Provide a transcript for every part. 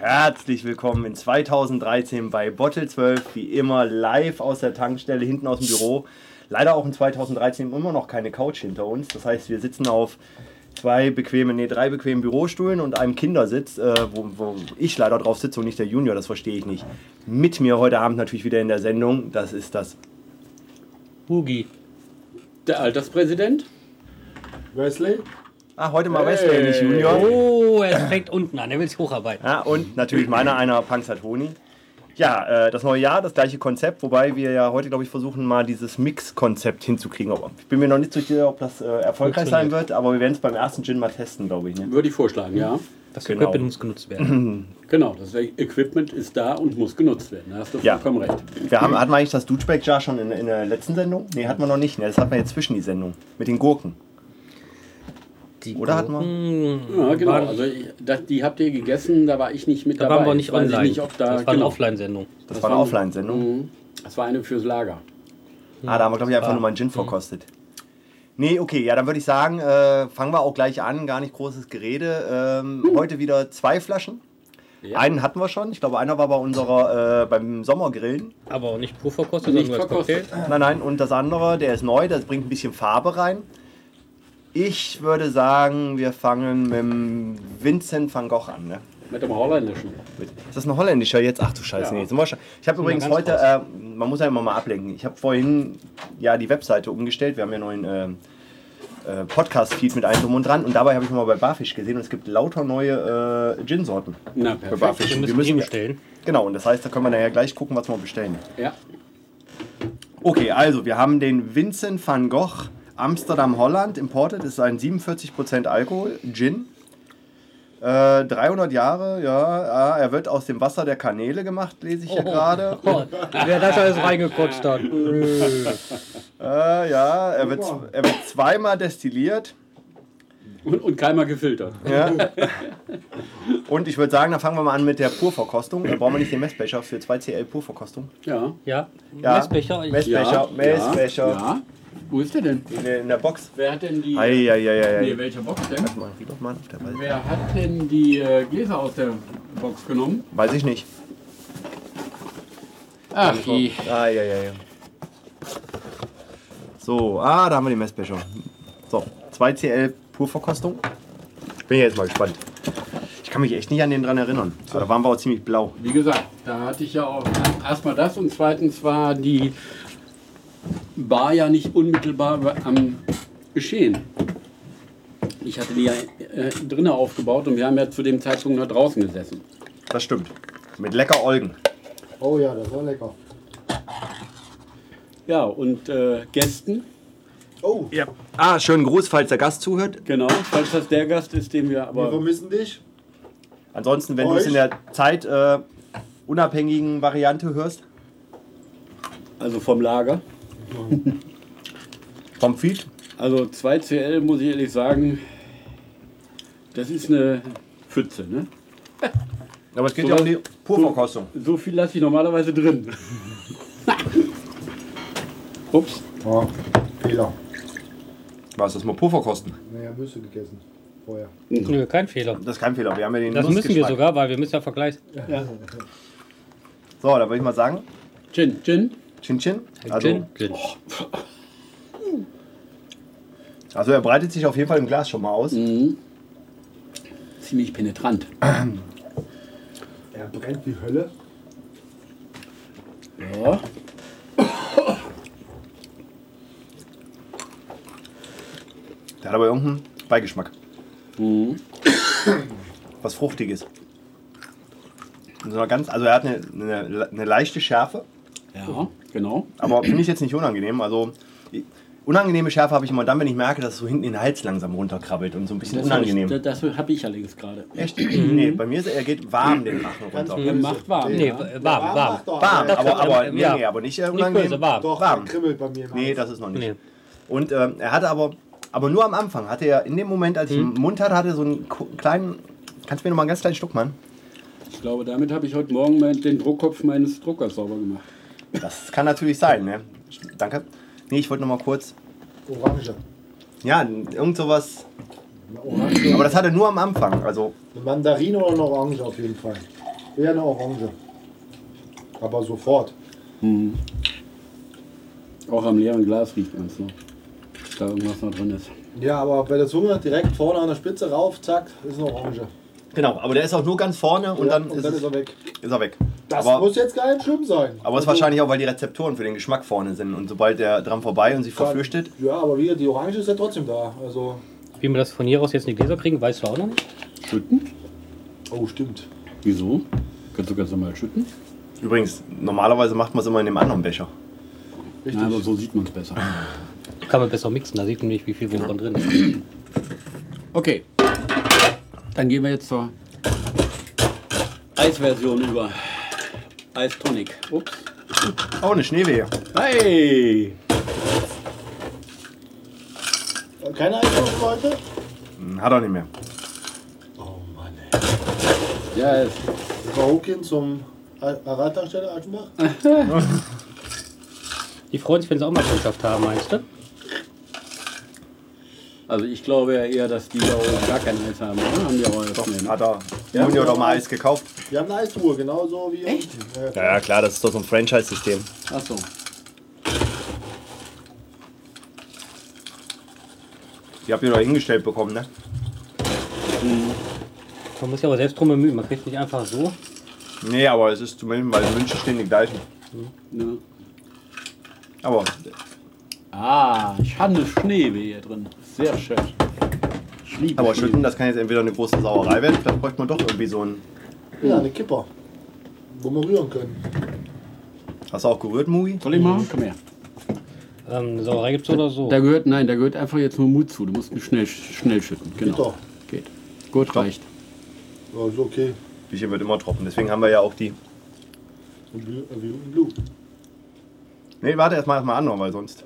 Herzlich willkommen in 2013 bei Bottle 12, wie immer live aus der Tankstelle hinten aus dem Büro. Leider auch in 2013 immer noch keine Couch hinter uns. Das heißt, wir sitzen auf zwei bequemen, nee, drei bequemen Bürostühlen und einem Kindersitz, äh, wo, wo ich leider drauf sitze und nicht der Junior, das verstehe ich nicht. Mit mir heute Abend natürlich wieder in der Sendung, das ist das Hugi. Der Alterspräsident? Wesley? Ah, heute mal Wesley, nicht Junior. Oh, er fängt unten an, er will sich hocharbeiten. Ja, und natürlich meiner einer Panzertoni. Ja, äh, das neue Jahr, das gleiche Konzept, wobei wir ja heute, glaube ich, versuchen mal dieses Mix-Konzept hinzukriegen. Aber ich bin mir noch nicht so sicher, ob das äh, erfolgreich sein wird, aber wir werden es beim ersten Gin mal testen, glaube ich. Ne? Würde ich vorschlagen, ja. Das genau. Equipment muss genutzt werden. Genau, das Equipment ist da und muss genutzt werden. Da hast du Ja. vollkommen recht. Wir haben, hatten wir eigentlich das Dutschback-Jar schon in, in der letzten Sendung? Nee, hatten wir noch nicht. Ne? Das hatten wir jetzt zwischen die Sendung. Mit den Gurken. Die Oder hat man- Gurken Ja, genau. waren- Also ich, das, die habt ihr gegessen, da war ich nicht mit da dabei. waren wir nicht Weiß ich online. Nicht, ob da, das war eine genau. Offline-Sendung. Das, Das war eine war- Offline-Sendung. Mhm. Das war eine fürs Lager. Ah, da haben wir, glaube ich, einfach nur mal einen Gin verkostet. Nee, okay, ja, dann würde ich sagen, äh, fangen wir auch gleich an. Gar nicht großes Gerede. Ähm, Heute wieder zwei Flaschen. Ja. Einen hatten wir schon. Ich glaube, einer war bei unserer, äh, beim Sommergrillen. Aber auch nicht pur verkostet, Nicht sondern nur als verkostet. Cocktail. Nein, nein, und das andere, der ist neu, das bringt ein bisschen Farbe rein. Ich würde sagen, wir fangen mit dem Vincent van Gogh an. Ne? Mit dem Holländischen. Mit- Ist das ein holländischer jetzt? Ach du Scheiße, Ja. nee, sind wir schon. Ich habe übrigens ganz heute, äh, man muss ja immer mal ablenken, ich habe vorhin ja die Webseite umgestellt, wir haben ja neuen ähm, äh, Podcast-Feed mit allem drum und dran und dabei habe ich mal bei Barfisch gesehen und es gibt lauter neue äh, Gin-Sorten. Na, Bei perfekt. Barfisch. Wir Wir müssen die bestellen. Genau, und das heißt, da können wir nachher gleich gucken, was wir bestellen. Ja. Okay, also wir haben den Vincent van Gogh Amsterdam Holland imported. Ist ein 47% Alkohol, Gin. Äh, 300 Jahre, ja. Ah, er wird aus dem Wasser der Kanäle gemacht, lese ich hier gerade. Oh, wer das alles reingekotzt hat. Äh, ja, er wird, er wird zweimal destilliert. Und, und keinmal gefiltert. Ja. Und ich würde sagen, dann fangen wir mal an mit der Purverkostung. Da brauchen wir nicht den Messbecher für 2CL Purverkostung. Ja. Ja, Ja. Messbecher. Ich, Mess- Messbecher, Messbecher. Ja. Wo ist der denn? In der, in der Box. Wer hat denn die. Nee, Eieieiei. welche Box denn? Wie doch mal auf der Weise. Wer hat denn die äh, Gläser aus der Box genommen? Weiß ich nicht. Ach, die. Ah, ja, ja, ja. So, ah, da haben wir den Messbecher. So, 2CL Purverkostung. Bin ja jetzt mal gespannt. Ich kann mich echt nicht an den dran erinnern. Aber da waren wir auch ziemlich blau. Wie gesagt, da hatte ich ja auch erstmal das und zweitens war die Bar ja nicht unmittelbar am Geschehen. Ich hatte die ja äh, drinnen aufgebaut und wir haben ja zu dem Zeitpunkt noch draußen gesessen. Das stimmt. Mit lecker Olgen. Oh ja, das war lecker. Ja, und äh, Gästen, Oh, Ja. Ah, schönen Gruß, falls der Gast zuhört. genau, falls das der Gast ist, den wir wir aber. vermissen dich. Ansonsten, wenn du es Euch? in der Zeit äh, unabhängigen Variante hörst, Also vom Lager. vom Feed. Also 2CL muss ich ehrlich sagen, das ist eine Pfütze, ne? Aber es geht So ja um was- die Purverkostung. So viel lasse ich normalerweise drin. Ups. Ah, Fehler. Was, das mal Purverkosten? Naja, Nüsse gegessen. Vorher. nö, kein Fehler. Das ist kein Fehler, wir haben ja den Das müssen wir Nussgeschmack. sogar, weil wir müssen ja vergleichen. So, da würde ich mal sagen, Gin, Gin. Chin Chin. Also, Gin, Gin. Also er breitet sich auf jeden Fall im Glas schon mal aus. Ziemlich penetrant. Er brennt wie Hölle. Ja. Der hat aber irgendeinen Beigeschmack. Was Fruchtiges. Und so eine ganz, also er hat eine, eine, eine leichte Schärfe, Ja, genau. aber finde ich jetzt nicht unangenehm. Also i- unangenehme Schärfe habe ich immer dann, wenn ich merke, dass es so hinten in den Hals langsam runterkrabbelt und so ein bisschen unangenehm. Das, das habe ich allerdings gerade. Echt? nee, bei mir ist er, er geht warm den Rachen runter. böse. Er macht warm. Nee, ja. warm, warm warm. macht doch. Warm, Ja, aber, aber, ähm, nee, ja. nee, aber nicht äh, Nicht unangenehm. böse, warm. Doch, warm. er kribbelt bei mir. im Nee, Hals. das ist noch nicht. Nee. Und ähm, er hatte aber, aber nur am Anfang, hatte er in dem Moment, als ich im Mund hatte, hatte er so einen ko- kleinen, kannst du mir noch mal einen ganz kleinen Schluck machen? Ich glaube, damit habe ich heute Morgen mein, den Druckkopf meines Druckers sauber gemacht. Das kann natürlich sein, ne? Danke. Nee, ich wollte noch mal kurz, Orange. ja, irgend sowas, Eine Orange. aber das hatte er nur am Anfang, also Eine Mandarine oder eine Orange auf jeden Fall. Eher eine Orange. Aber sofort. Auch am leeren Glas riecht man es noch. Ob Da irgendwas noch drin ist. Ja, aber bei der Zunge direkt vorne an der Spitze rauf, zack, ist eine Orange. Genau, aber der ist auch nur ganz vorne und ja, dann, und ist, dann es, ist er weg. ist er weg. Das aber muss jetzt gar nicht schlimm sein. aber es ist wahrscheinlich auch, weil die Rezeptoren für den Geschmack vorne sind und sobald der dran vorbei und sich verflüchtet, Ja, aber wieder die Orange ist ja trotzdem da. Also. Wie wir das von hier aus jetzt in die Gläser kriegen, weißt du auch noch nicht. Schütten? Oh, stimmt. Wieso? Kannst du ganz normal schütten? übrigens, normalerweise macht man es immer in dem anderen Becher. Richtig. Nein, aber so sieht man es besser. Kann man besser mixen, da sieht man nicht, wie viel wovon drin ist. Okay. Dann gehen wir jetzt zur Eisversion über. Eistonic. Ups. Oh, eine Schneewehe. Hey! Keine Eiswürfel heute? Hm, Hat er nicht mehr. Oh Mann, ey. Ja, ist. Das war hochgehen zum Radtankstelle Aschenbach. Die freuen sich, wenn sie auch mal geschafft haben, meinst du? Also ich glaube ja eher, dass die da oben gar kein Eis haben. Oder? Haben die auch Eis? Nee, ne? Hat er Ja. Junior doch mal Eis gekauft. Wir haben eine Eistruhe, genauso wie Äh, Echt? Ja, Ja, ja, klar, das ist doch so ein Franchise-System. Ach so. Die habt ihr doch hingestellt bekommen, ne? Man muss ja aber selbst drum bemühen, man kriegt nicht einfach so. Nee, aber es ist zumindest, weil die Wünsche stehen die gleichen. Ne? Aber Ah, ich habe eine Schneewehe drin. Sehr schön. Ich liebe Aber Schneewehe. schütten, das kann jetzt entweder eine große Sauerei werden, vielleicht bräuchte man doch irgendwie so einen. ja eine Kipper. Wo wir rühren können. Hast du auch gerührt, Mugi? Soll ich mal? Komm her. Ähm, Sauerei gibt's so oder Oh. so. Da gehört, nein, da gehört einfach jetzt nur Mut zu. Du musst mich schnell, schnell schütten. Genau. Bitte. Geht. Gut, reicht. Ja, ist okay. Die hier wird immer trocken, deswegen haben wir ja auch die. Und Blue- äh, Blue- Blue. Nee, warte erstmal erstmal anhören, weil sonst.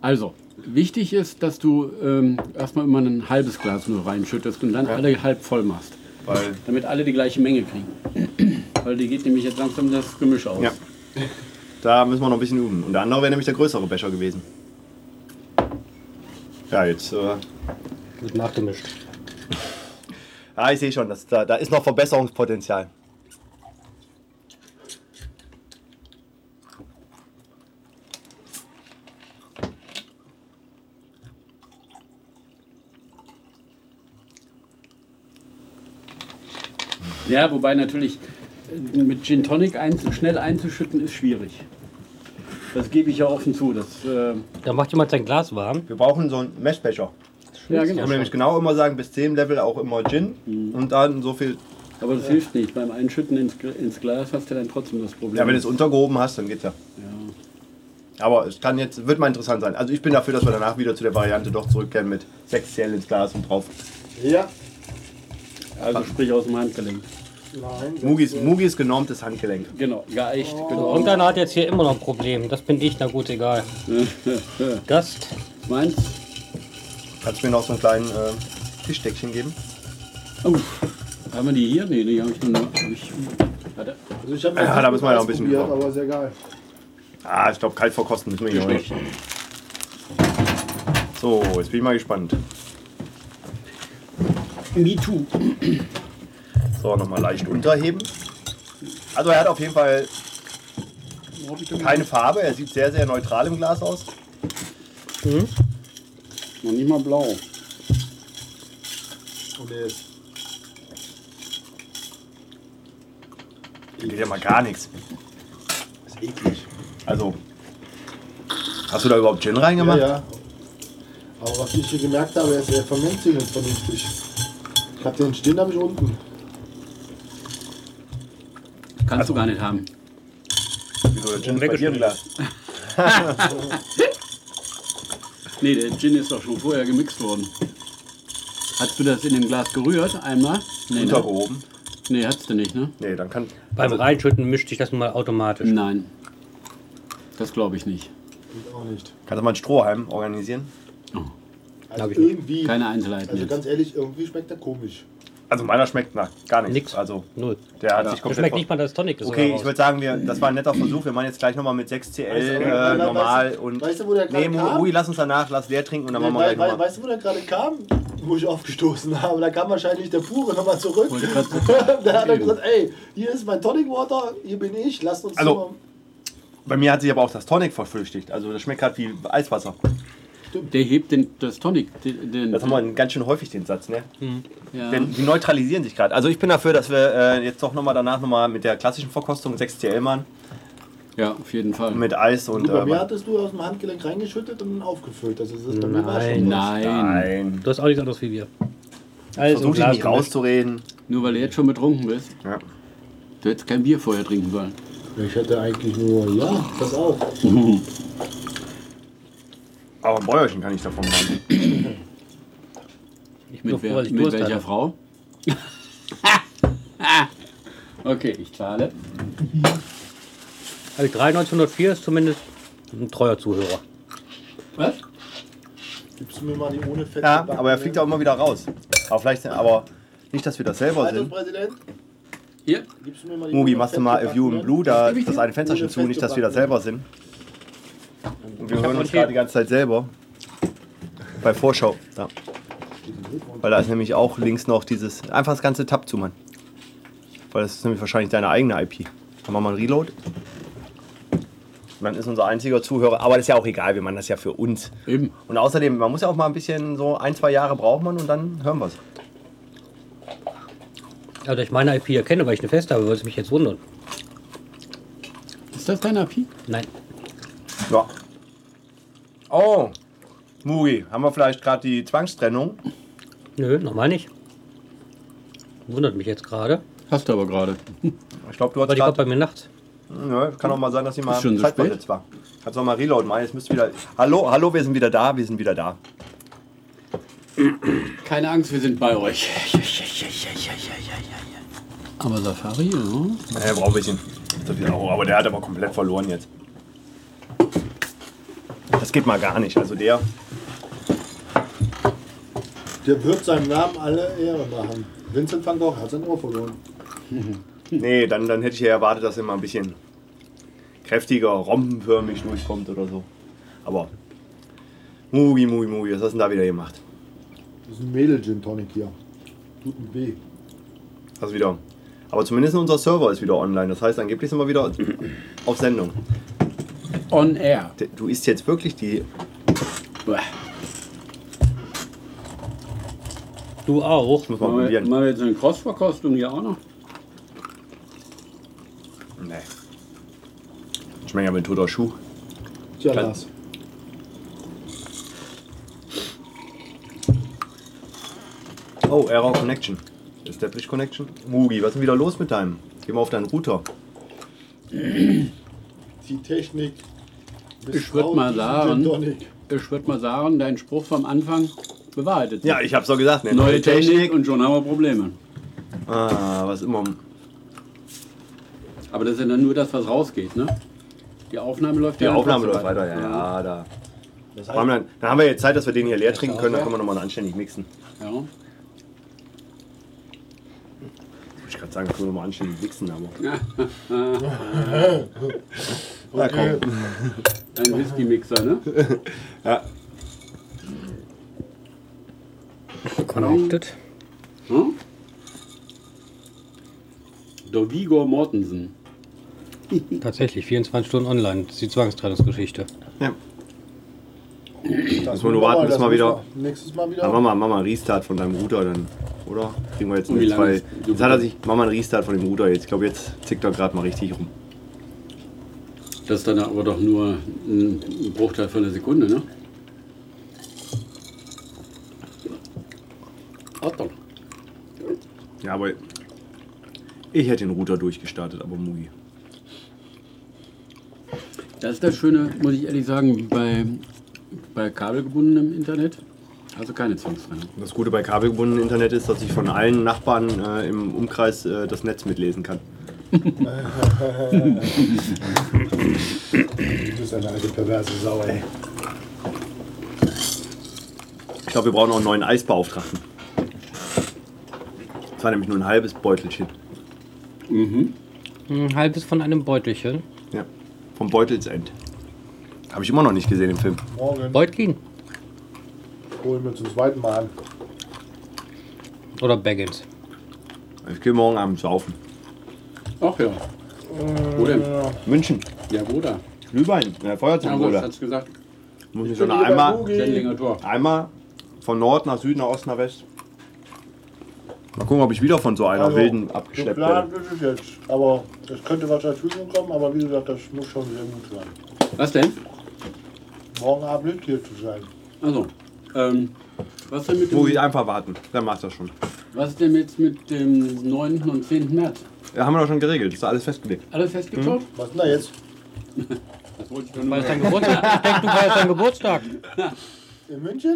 Also, wichtig ist, dass du ähm, erstmal immer ein halbes Glas nur reinschüttest und dann alle halb voll machst. Weil. Damit alle die gleiche Menge kriegen. Weil die geht nämlich jetzt langsam das Gemisch aus. Ja. Da müssen wir noch ein bisschen üben. Und der andere wäre nämlich der größere Becher gewesen. Ja, jetzt. Äh, Gut nachgemischt. ah, ich sehe schon, das, da, da ist noch Verbesserungspotenzial. Ja, wobei natürlich äh, mit Gin Tonic einz schnell einzuschütten ist schwierig. Das gebe ich ja offen zu. Das, äh, Da macht jemand sein Glas warm. Wir brauchen so einen Messbecher. ja, Mhm. Wir genau. können nämlich genau immer sagen, bis 10 Level auch immer Gin und dann so viel. Aber das hilft nicht. Beim Einschütten ins, Gl- ins Glas hast du dann trotzdem das Problem. Ja, wenn du es untergehoben hast, dann geht's ja. ja. Aber es kann jetzt, wird mal interessant sein. Also ich bin dafür, dass wir danach wieder zu der Variante doch zurückkehren mit 6 Zähl ins Glas und drauf. Ja. Also sprich aus dem Handgelenk. Nein. Mugis, Mugis genormtes Handgelenk. Genau, geeicht. Genau. Irgendeiner hat jetzt hier immer noch ein Problem. Das bin ich, na gut, egal. Gast. Meins? Kannst du mir noch so einen kleinen äh, Tischdeckchen geben? Oh, haben wir die hier? Nee, die habe ich nur. Hab ich, warte. Also ich hab Ja, da müssen wir ja noch ein bisschen probiert, drüber. aber ist egal. Ah, ich glaube, kalt verkosten müssen wir hier noch nicht. So, jetzt bin ich mal gespannt. Me too. So, nochmal leicht unterheben. Also er hat auf jeden Fall keine Farbe. Er sieht sehr, sehr neutral im Glas aus. Noch nicht mal blau. Und er ist. Geht ja mal gar nichts. Ist eklig. Also, hast du da überhaupt Gin Ja, reingemacht? ja. Aber was ich hier gemerkt habe, ist, er vermengt sich nicht vernünftig. Ich hab den Stirn hab ich unten. Kannst Also- du gar nicht haben. Wieso, der Gin ist bei dir im Glas? Nee, der Gin ist doch schon vorher gemixt worden. Hast du das in dem Glas gerührt einmal? Nee, ne? Untergehoben? nee hast du nicht, ne? Nee, dann kann... Beim Reinschütten mischt sich das nun mal automatisch. Nein. Das glaube ich nicht. Geht auch nicht. Kannst du mal einen Strohhalm organisieren? Also Hab ich nicht. irgendwie. Keine Einzelheiten Also jetzt. ganz ehrlich, irgendwie schmeckt er komisch. Also meiner schmeckt nach gar nichts. Nix. Also Null. der hat sich Ja. Das komplett... schmeckt ver- nicht mal das Tonic. ist Okay, sogar ich raus. würde sagen, wir, das war ein netter Versuch. Wir machen jetzt gleich nochmal mit 6CL äh, Weißt du, normal weißt du, und. weißt du, wo der nee, gerade kam? Ui, lass uns danach, lass leer trinken und dann Nee, machen wir wei- gleich wei- nochmal. weißt du, wo der gerade kam? wo ich aufgestoßen habe. Da kam wahrscheinlich der Pure nochmal zurück. Wollte grad da hat er gesagt, ey, hier ist mein Tonic Water, hier bin ich, lasst uns Also- Bei mir hat sich aber auch das Tonic verflüchtigt. Also das schmeckt halt wie Eiswasser. Der hebt den, das Tonic. Den, den, Das haben wir ganz schön häufig den Satz, ne? ja. Denn die neutralisieren sich gerade. Also ich bin dafür, dass wir äh, jetzt doch nochmal danach nochmal mit der klassischen Verkostung 6TL machen. ja, auf jeden Fall. Mit Eis Und und. bei mir Äh, hattest du aus dem Handgelenk reingeschüttet und dann aufgefüllt. Das ist das bei mir war Nein, schon was. Nein. nein. Du hast auch nichts anderes wie wir. Alles Versuch dich Glas ne? nicht rauszureden. Nur weil du jetzt schon betrunken bist. Ja. Du hättest kein Bier vorher trinken sollen. Ich hätte eigentlich nur, ja, das auch. Aber ein Bäuerchen kann ich davon machen. gemischt. Ich bin Mit, doch froh, wer, dass ich mit Durst welcher hatte. Frau? okay, ich zahle. Also 3.904 ist zumindest ein treuer Zuhörer. Was? Gibst du mir mal die ohne Fett? Ja, aber er fliegt auch immer wieder raus. Aber vielleicht, aber nicht, dass wir das Halt selber sind. Präsident, Hier? gibst du mir mal die ne? Mugi, ohne machst du mal A View in fettgebackenen? Blue, da Geb ich das dir? eine Fensterchen Ohne zu, nicht, dass wir das selber fettgebackenen. sind. Und wir hab hören noch uns einen gerade Tee. die ganze Zeit selber. Bei Vorschau. Da. Weil da ist nämlich auch links noch dieses. Einfach das ganze Tab zu, Mann. Weil das ist nämlich wahrscheinlich deine eigene IP. Dann machen wir einen Reload. Und dann ist unser einziger Zuhörer. Aber das ist ja auch egal, wir machen das ja für uns. Eben. Und außerdem, man muss ja auch mal ein bisschen so ein, zwei Jahre braucht man und dann hören wir es. Also ich meine IP erkenne, weil ich eine Fest habe, würde es mich jetzt wundern. Ist das dein Api? Nein. Ja. Oh, Mugi, haben wir vielleicht gerade die Zwangstrennung? Nö, nochmal nicht. Wundert mich jetzt gerade. Hast du aber gerade. Ich glaube, du hast Weil die kommt bei gerade. mir nachts. Nö, kann auch mal sein, dass sie mal Ist schon so zeitversetzt war. Kannst auch mal Reload machen. Jetzt müsst ihr wieder. Hallo, hallo, wir sind wieder da, wir sind wieder da. Keine Angst, wir sind bei euch. Aber Safari, ja. Er braucht ein bisschen. So viel Euro, aber der hat aber komplett verloren jetzt. Das geht mal gar nicht. Also der. Der wird seinem Namen alle Ehre machen. Vincent van Gogh hat sein Ohr verloren. Nee, dann, dann hätte ich ja erwartet, dass er mal ein bisschen kräftiger, rompenförmig durchkommt oder so. Aber. Mugi, Mugi, Mugi, was hast du denn da wieder gemacht? Das ist ein Mädel-Gin Tonic hier. Tut mir weh. Also wieder. Aber zumindest unser Server ist wieder online. Das heißt, angeblich sind wir wieder auf Sendung. On air. D- Du isst jetzt wirklich die. Bäh. Du auch. Ich muss mal Machen wir, probieren. machen wir jetzt eine Cross-Verkostung hier auch noch? Nee. Schmeckt ja mit toter Schuh. Tja, Kann- Lars. Oh, Error Connection. Establish Connection. Mugi, was ist denn wieder los mit deinem? Geh mal auf deinen Router. Die Technik. Ich würd mal misstraut sagen- diesen Gin Tonic. Ich würde mal sagen, dein Spruch vom Anfang bewahrheitet sich. Ja, ich hab's doch gesagt. Ne? Neue Technik, und schon haben wir Probleme. Ah, was immer. Aber das ist ja dann nur das, was rausgeht, ne? Die Aufnahme läuft Die ja Aufnahme trotzdem läuft weiter. Ja, ja, da. Das Haben wir heißt, Dann, dann haben wir jetzt Zeit, dass wir den hier leer trinken können. Dann können wir nochmal anständig mixen. Ja. Wollte Ich kann sagen, dass wir nochmal anständig mixen, aber. Na okay. komm. Ein Whisky-Mixer, ne? Connected. Hm? Der Vigor Mortensen. Tatsächlich, 24 Stunden online. Das ist die Zwangstrennungsgeschichte. Ja. das müssen wir nur warten, bis das mal müssen wieder- wir. Nächstes Mal Dann wieder. mach mal, mach mal einen Restart von deinem Router, dann, oder? Kriegen wir jetzt Und wie eine lange zwei. ist- Jetzt hat er sich, mach mal einen Restart von dem Router jetzt. Ich glaube, jetzt tickt er gerade mal richtig rum. Das ist dann aber doch nur ein Bruchteil von einer Sekunde, ne? Hat doch. Ja, aber ich hätte den Router durchgestartet, aber Mugi. Das ist das Schöne, muss ich ehrlich sagen, bei, bei kabelgebundenem Internet. Also keine Zwangstrennung. Und Das Gute bei kabelgebundenem Internet ist, dass ich von allen Nachbarn äh, im Umkreis äh, das Netz mitlesen kann. Du bist eine alte perverse Sau, ey. Ich glaube, wir brauchen auch einen neuen Eisbeauftragten. Das war nämlich nur ein halbes Beutelchen. Ein halbes von einem Beutelchen. Ja. Vom Beutelsend. Habe ich immer noch nicht gesehen im Film. Morgen Beutlin. holen wir zum zweiten Mal an. Oder Baggins. Ich gehe morgen Abend saufen. Ach ja. Wo denn? München, Ja, wo da? Glühwein, ja, Feuer Ja, zum gut, Bruder. hat's gesagt. Muss ich so bin eine lieber einmal, Boogie. Sendlinger Tor. einmal von Nord nach Süden, nach Ost nach West. Mal gucken, ob ich wieder von so einer wilden abgeschleppt geplant werde. Also, ist es jetzt. Aber es könnte was dazwischen kommen, aber wie gesagt, das muss schon sehr gut sein. Was denn? Morgen Abend nicht hier zu sein. Also, ähm, was denn mit Muss ich dem, einfach warten, dann macht das schon. was denn jetzt mit dem 9. und 10. März? Ja, haben wir doch schon geregelt, ist doch alles festgelegt. Alles festgezockt? Was denn da jetzt? Das wollte ich schon mal Dein Geburtstag? Ich denke, du feierst deinen Geburtstag. In München?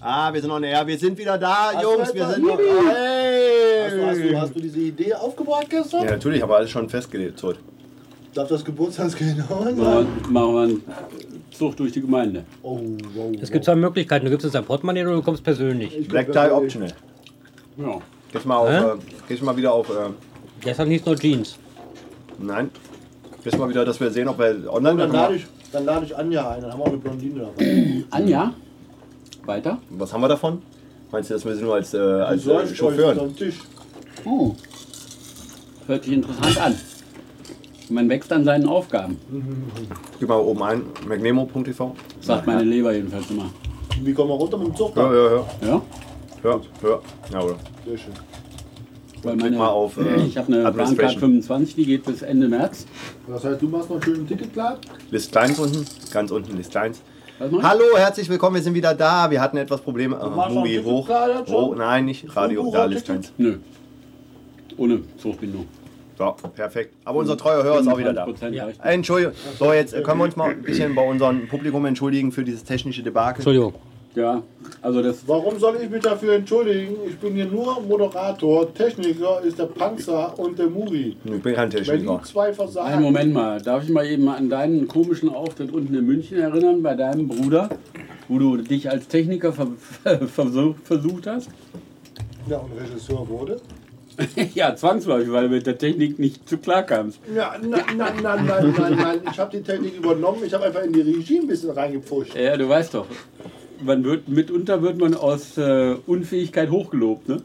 Ah, wir sind on air, wir sind wieder da, Jungs, wir etwas? sind noch. Hast du, hast, du, hast Hey! du diese Idee aufgebracht gestern? Ja, natürlich, aber alles schon festgelegt, Zurt. Darf das Geburtstagsgeld noch sein? machen. Machen wir einen Zug durch die Gemeinde. Oh, wow. Es gibt zwei Möglichkeiten. Du gibst uns ein Portemonnaie oder du kommst persönlich. Ich Black glaub, Tie das- optional. Ja. Gehst mal, auf, Hä? äh, gehst mal wieder auf. Äh, Gestern hieß nur Jeans. nein. Gehst mal wieder, dass wir sehen, ob wir online Dann das lade, machen. ich, dann lade ich Anja ein, dann haben wir auch eine Blondine dabei. Anja, weiter. Was haben wir davon? Meinst du, dass wir sie nur als, äh, als Die äh, Säulen Chauffeur? am Tisch. Oh. Hört sich interessant an. Man wächst an seinen Aufgaben, Gib mal oben ein, magnemo.tv. sagt meine Leber jedenfalls immer. Wie kommen wir runter mit dem Zug? Hör, hör, hör, Ja? hör, hör. Ja, oder? Sehr schön. Weil meine, mal auf, äh, ich habe eine Bahncard Administration. 25, die geht bis Ende März. Das heißt, du machst noch schön ein Ticket klar? List Kleins unten, ganz unten List Kleins. Was meinst du? Hallo, herzlich willkommen, wir sind wieder da. Wir hatten etwas Probleme. Äh, machst Movie noch ein hoch. Ticket gerade schon? Oh, nein, nicht Radio, da List Kleins. Nö. Ohne Zugbindung. So, perfekt. Aber unser treuer Hörer ist auch wieder da. 25% Ja. reicht. Entschuldigung. So, jetzt äh, können wir uns mal ein bisschen bei unserem Publikum entschuldigen für dieses technische Debakel. Entschuldigung. Ja, also das Warum soll ich mich dafür entschuldigen? Ich bin hier nur Moderator. Techniker ist der Panzer und der Muri. Ich bin kein Wenn die Techniker. zwei versagen. Einen Moment mal, darf ich mal eben an deinen komischen Auftritt unten in München erinnern, bei deinem Bruder, wo du dich als Techniker ver versuch- versucht hast? Ja, und Regisseur wurde? Ja, zwangsläufig, weil du mit der Technik nicht zu klar kamst. Ja, nein, nein, nein, nein, nein, nein. Ich habe die Technik übernommen. Ich habe einfach in die Regie ein bisschen reingepfuscht. Ja, du weißt doch, man wird, mitunter wird man aus äh, Unfähigkeit hochgelobt, ne?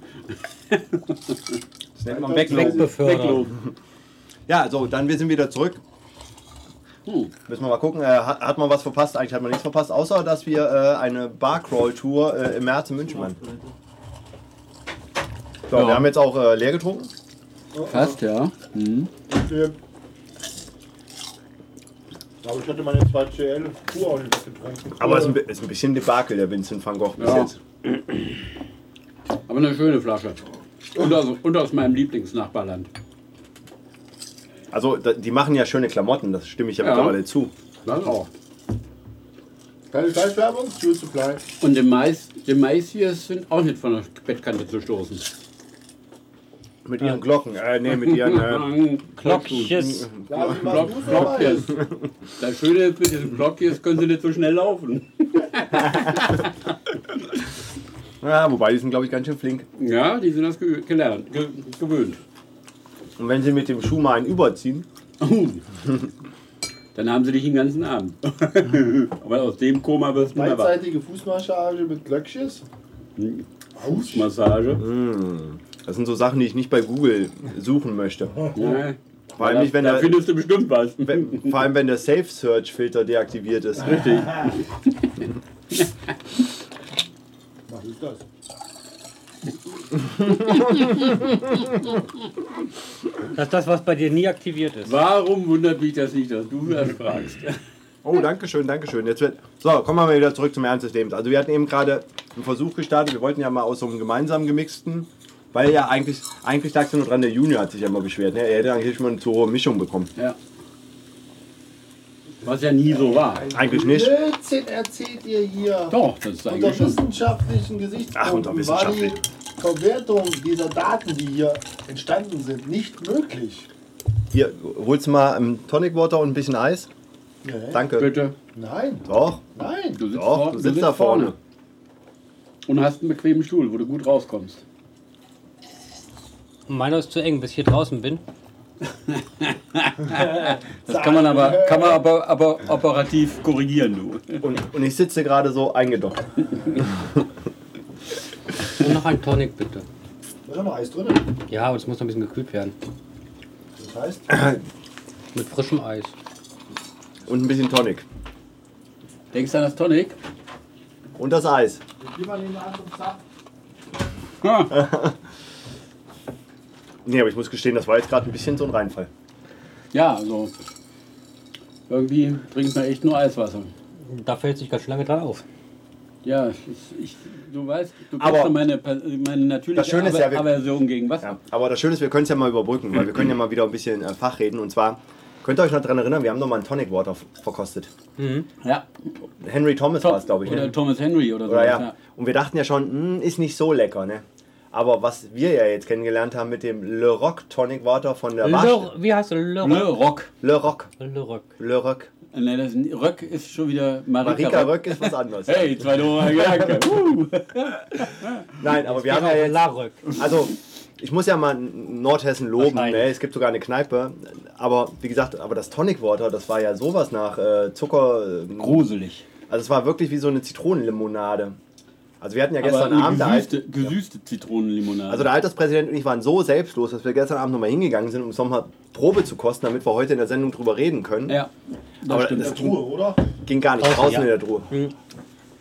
Das nennt man Backload. Wegbefördert. Ja, so, dann wir sind wieder zurück. Hm. Müssen wir mal gucken, äh, hat, hat man was verpasst? Eigentlich hat man nichts verpasst, außer dass wir äh, eine Barcrawl-Tour äh, im März in München machen. So, Ja. wir haben jetzt auch äh, leer getrunken. Fast, ja. Hm. Nee. Aber ich hatte meine 2CL Kuh auch nicht getrunken. Aber es ist, ein, bi- ist ein bisschen Debakel, der Vincent van Gogh bis Ja. jetzt. Aber eine schöne Flasche. Und aus, und aus meinem Lieblingsnachbarland. Also, da, die machen ja schöne Klamotten, das stimme ich ja, Ja. mittlerweile zu. Das auch. Keine Scheißwerbung, True Supply. Und dem Mais, dem Mais hier sind auch nicht von der Bettkante zu stoßen. Mit ihren Glocken, äh, nee, mit ihren. Äh, Glockches. Ja, wie Block, machst du's dabei? Blockjes. Das Schöne ist, mit diesem Blockjes können sie nicht so schnell laufen. ja, wobei, die sind, glaube ich, ganz schön flink. Ja, die sind das ge gelernt, ge gewöhnt. Und wenn sie mit dem Schuh mal einen überziehen, Dann haben sie dich den ganzen Abend. Aber aus dem Koma wirst du mehr wach. Beidseitige Fußmassage mit Glöckchen. Mhm. Fußmassage. das sind so Sachen, die ich nicht bei Google suchen möchte. Ja. Vor allem nicht, wenn da der, findest du bestimmt was. wenn, vor allem, wenn der Safe Search Filter deaktiviert ist. Richtig. Was ist das? Das ist das, was bei dir nie aktiviert ist. Warum wundert mich das nicht, dass du das fragst? Oh, Dankeschön, Dankeschön. Jetzt wird. So, kommen wir mal wieder zurück zum Ernst des Lebens. Also, wir hatten eben gerade einen Versuch gestartet. Wir wollten ja mal aus so einem gemeinsam gemixten, weil ja eigentlich, eigentlich lag es ja nur dran, der Junior hat sich ja mal beschwert. Ne? Er hätte eigentlich mal eine zu hohe Mischung bekommen. Ja. Was ja nie so war. Eigentlich nicht. Blödsinn erzählt ihr hier. Doch, das ist Unter eigentlich schon. wissenschaftlichen Ach, unter Gesichtspunkten war die wissenschaftlich. Verwertung dieser Daten, die hier entstanden sind, nicht möglich. Hier, holst du mal ähm, Tonic Water und ein bisschen Eis? Nee. Danke. Bitte. Nein, Doch, nein. Du sitzt, doch, vor- du sitzt da vorne. Und hast einen bequemen Stuhl, wo du gut rauskommst. Meiner ist zu eng, bis ich hier draußen bin. Das kann man aber, kann man aber, aber operativ korrigieren, du. Und, und ich sitze gerade so eingedockt. Und noch ein Tonic bitte. Da ist auch noch Eis drin. Ja, aber es muss noch ein bisschen gekühlt werden. Das heißt, Mit frischem Eis. Und ein bisschen Tonic. Denkst du an das Tonic? Und das Eis. die Leber nehmen wir an und zack. Ah, Nee, aber ich muss gestehen, das war jetzt gerade ein bisschen so ein Reinfall. ja, also. Irgendwie trinkt man echt nur Eiswasser. Da fällt sich ganz schön lange dran auf. Ja, ich, ich, du weißt, du Aber- kennst doch meine, Per- meine natürliche Das Schöne ist ja, Aber- wir- Aversion gegen Wasser. Ja, aber das Schöne ist, wir können es ja mal überbrücken, weil wir können ja mal wieder ein bisschen äh, Fach reden. Und zwar, könnt ihr euch noch daran erinnern, wir haben noch mal ein Tonic Water f- verkostet. Ja, Henry Thomas war es, glaube ich. Oder Ne? Thomas Henry oder so. Oder ja. Und wir dachten ja schon, hm, ist nicht so lecker, ne? Aber was wir ja jetzt kennengelernt haben mit dem Le Rock Tonic Water von der Wasch. Le, wie heißt er? Le Le Rock. Ne, Rock. Le Rock. Le Rock. Le Rock. Ne, das Röck ist schon wieder Marika, Marika Röck. Röck ist was anderes. Hey, zwei doofe Gedanken. Uh. Nein, aber wir haben ja jetzt La Rock. Also, ich muss ja mal Nordhessen loben. Wahrscheinlich. Ne? Es gibt sogar eine Kneipe. Aber wie gesagt, aber das Tonic Water, das war ja sowas nach äh, Zucker. äh, Gruselig. Also, es war wirklich wie so eine Zitronenlimonade. Also, wir hatten ja Aber gestern eine Abend. der Alt- gesüßte, gesüßte Zitronenlimonade. also, der Alterspräsident und ich waren so selbstlos, dass wir gestern Abend nochmal hingegangen sind, um es nochmal Probe zu kosten, damit wir heute in der Sendung drüber reden können. ja, das aber stimmt. das Truhe, oder? ging gar nicht Draußen, draußen ja. in der Truhe.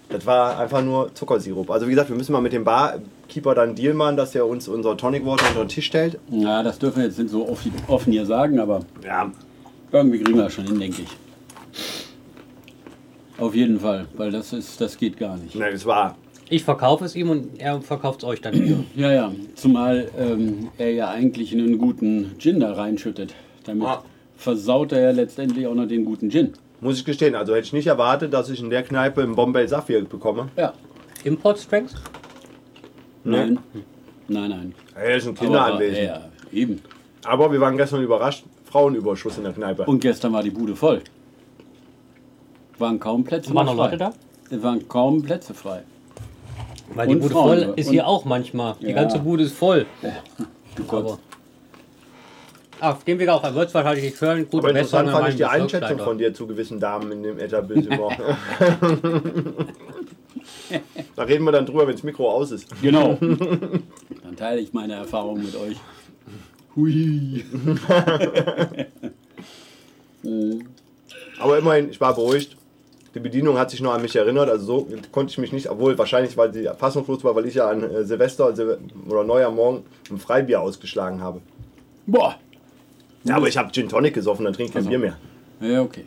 Das war einfach nur Zuckersirup. Also, wie gesagt, wir müssen mal mit dem Barkeeper dann einen Deal machen, dass er uns unser Tonic Water unter den Tisch stellt. ja, das dürfen wir jetzt nicht so offen, offen hier sagen, aber Ja, irgendwie kriegen wir das schon hin, denke ich. Auf jeden Fall, weil das ist, das geht gar nicht. Nein, ne, das war. Ich verkaufe es ihm und er verkauft es euch dann wieder. Ja, ja, zumal ähm, er ja eigentlich einen guten Gin da reinschüttet. Damit Ah. versaut er ja letztendlich auch noch den guten Gin. Muss ich gestehen, also hätte ich nicht erwartet, dass ich in der Kneipe einen Bombay Saphir bekomme. Ja. Import Strength? Nein. Nein, nein. Hey, das ist ein Aber- Kinderanwesen. Ja, ja, eben. Aber wir waren gestern überrascht, Frauenüberschuss in der Kneipe. Und gestern war die Bude voll. Waren kaum Plätze Waren noch frei. Leute da? Es waren kaum Plätze frei. Weil die Und Bude Frauen, voll ne? ist Und- hier auch manchmal. Die Ja. ganze Bude ist voll. Du Gott. Aber auf dem Weg auch. Er wird es wahrscheinlich nicht hören. Gute Aber interessant an fand meinen ich die Bezirksleiter. Einschätzung von dir zu gewissen Damen in dem Etablissement. da reden wir dann drüber, wenn das Mikro aus ist. Genau. Dann teile ich meine Erfahrung mit euch. Hui. Aber immerhin, ich war beruhigt. Die Bedienung hat sich noch an mich erinnert, also so konnte ich mich nicht, obwohl wahrscheinlich, weil sie fassungslos war, weil ich ja an äh, Silvester Silve- oder Neujahrmorgen ein Freibier ausgeschlagen habe. Boah. Ja, aber ich habe Gin Tonic gesoffen, dann trinke ich kein Also. Bier mehr. Ja, okay.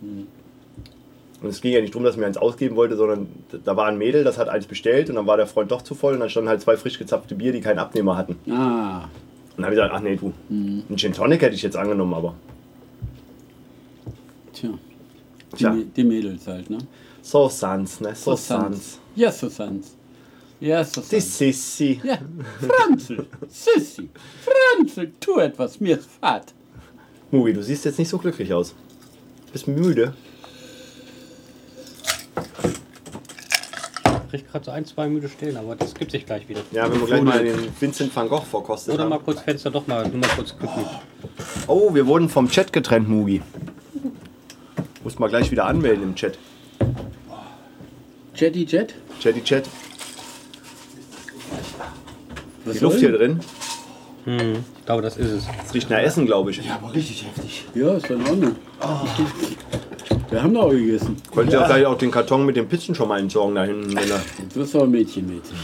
Und es ging ja nicht darum, dass mir eins ausgeben wollte, sondern da war ein Mädel, das hat eins bestellt und dann war der Freund doch zu voll und dann standen halt zwei frisch gezapfte Bier, die keinen Abnehmer hatten. Und Ah. dann habe ich gesagt, ach nee, du, einen Gin Tonic hätte ich jetzt angenommen, aber Tja. Die, Tja. die Mädels halt, ne? so sans, ne, so sans. Sans. Ja, so Sans. Ja, so Sans. Sissi. Ja, Franzl, Sissi, Franzl, tu etwas, mir ist fad. Mugi, du siehst jetzt nicht so glücklich aus. Bist müde. Ich krieg gerade so ein, zwei müde Stellen, aber das gibt sich gleich wieder. Ja, wenn wir gleich mal den Vincent van Gogh verkostet Oder mal haben. kurz Fenster doch mal, nur mal kurz gucken. Oh, wir wurden vom Chat getrennt, Mugi. Muss mal gleich wieder anmelden im Chat. Jetty Jet? Chatty Chat. Was Die Luft hier drin. Hm, ich glaube, das ist es. Es riecht nach Essen, glaube ich. Ja, aber richtig heftig. Ja, ist doch in Ordnung. Wir haben doch gegessen. Könnt ihr vielleicht auch den Karton mit den Pizzen schon mal entsorgen da hinten? wenn er- Jetzt wirst du aber mädchenmäßig.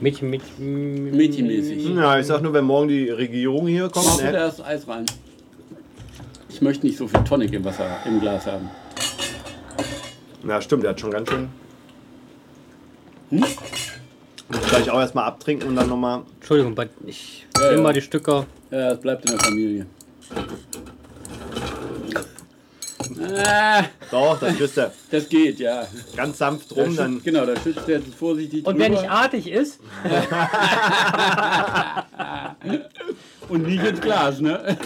Mädchen, Mädchen. Mädchenmäßig. Ja, ich sag nur, wenn morgen die Regierung hier Mach kommt. wieder Ne? das Eis rein. Ich möchte nicht so viel Tonic im Wasser, im Glas haben. Na stimmt, der hat schon ganz schön. Muss ich gleich auch erstmal abtrinken und dann nochmal. Entschuldigung, aber ich Ja, nehme ja. mal die Stücker. Ja, es bleibt in der Familie. Äh, Ah, Doch, das kriegst du das geht, ja. ganz sanft Da rum, dann schützt- genau, da schützt er jetzt vorsichtig Und wer drüber. nicht artig ist, Und nicht ins Glas, ne?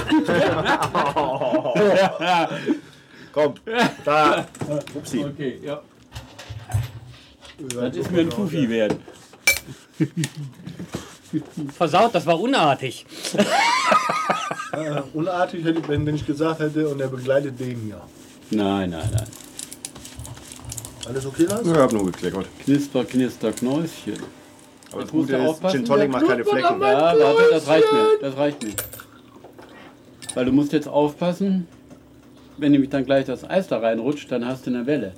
komm. Da. Upsi. Okay, ja. Das ist mir ein Fufi wert. versaut, das war unartig. Äh, unartig, hätte ich- wenn wenn ich gesagt hätte, und er begleitet den hier. Nein, nein, nein. Alles okay, Lars? Ich hab nur gekleckert. Knister, knister, Knäuschen. Aber Das das musst Gute du ist, aufpassen, Gin Tonic der macht keine Knoblauch Flecken. am Ja, warte, das reicht mir. Das reicht mir. Weil du musst jetzt aufpassen, wenn nämlich dann gleich das Eis da reinrutscht, dann hast du eine Welle.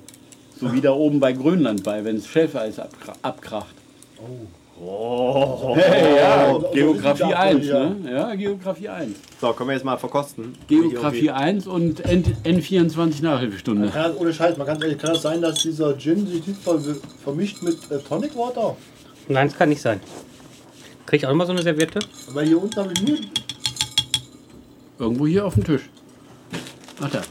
So wie da oben bei Grönland bei, wenn das Schelfeis abkra abkracht. Oh. Oh, Geografie ja. 1, ne? Ja, Geografie 1. So, können wir jetzt mal verkosten. Geografie 1 und N N24 Nachhilfestunde. Kann das, ohne Scheiß, man kann, kann das sein, dass dieser Gin sich nicht ver vermischt mit äh, Tonic Water? Nein, es kann nicht sein. Krieg ich auch immer so eine Serviette? Weil hier unten habe ich nur. Irgendwo hier auf dem Tisch. Ach da.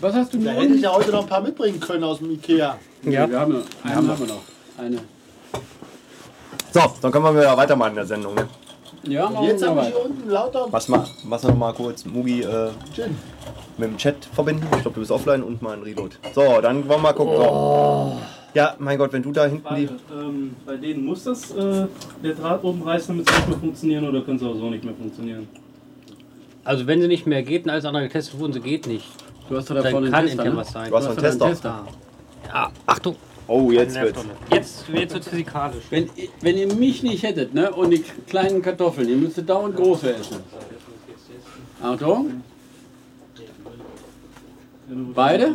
Was hast du Da mir hätte ich unten? ja heute noch ein paar mitbringen können aus dem Ikea. Ja. Wir haben, ja- einen haben wir noch. Eine. So, dann können wir wieder weitermachen in der Sendung. Ne? Ja, Und jetzt wir habe ich weiter. hier unten lauter Was mal, was noch mal kurz Mugi äh, Gin. mit dem Chat verbinden. Ich glaube, du bist offline und mal ein Reload. So, dann wollen wir mal gucken. So. Ja, mein Gott, wenn du da hinten die. Frage, ähm, bei denen muss das äh, der Draht oben reißen, damit es nicht mehr funktionieren oder können sie auch so nicht mehr funktionieren? Also wenn sie nicht mehr geht und alles andere getestet wurde, sie geht nicht. Du hast doch da vorne Dann einen kann Tester, intern ne? was sein. Du hast noch einen Tester. Tester. Ah, Achtung. Oh, jetzt wird's. Jetzt wird es physikalisch. Wenn, i- wenn ihr mich nicht hättet, ne, und die kleinen Kartoffeln, ihr müsstet dauernd große essen. Achtung, Beide?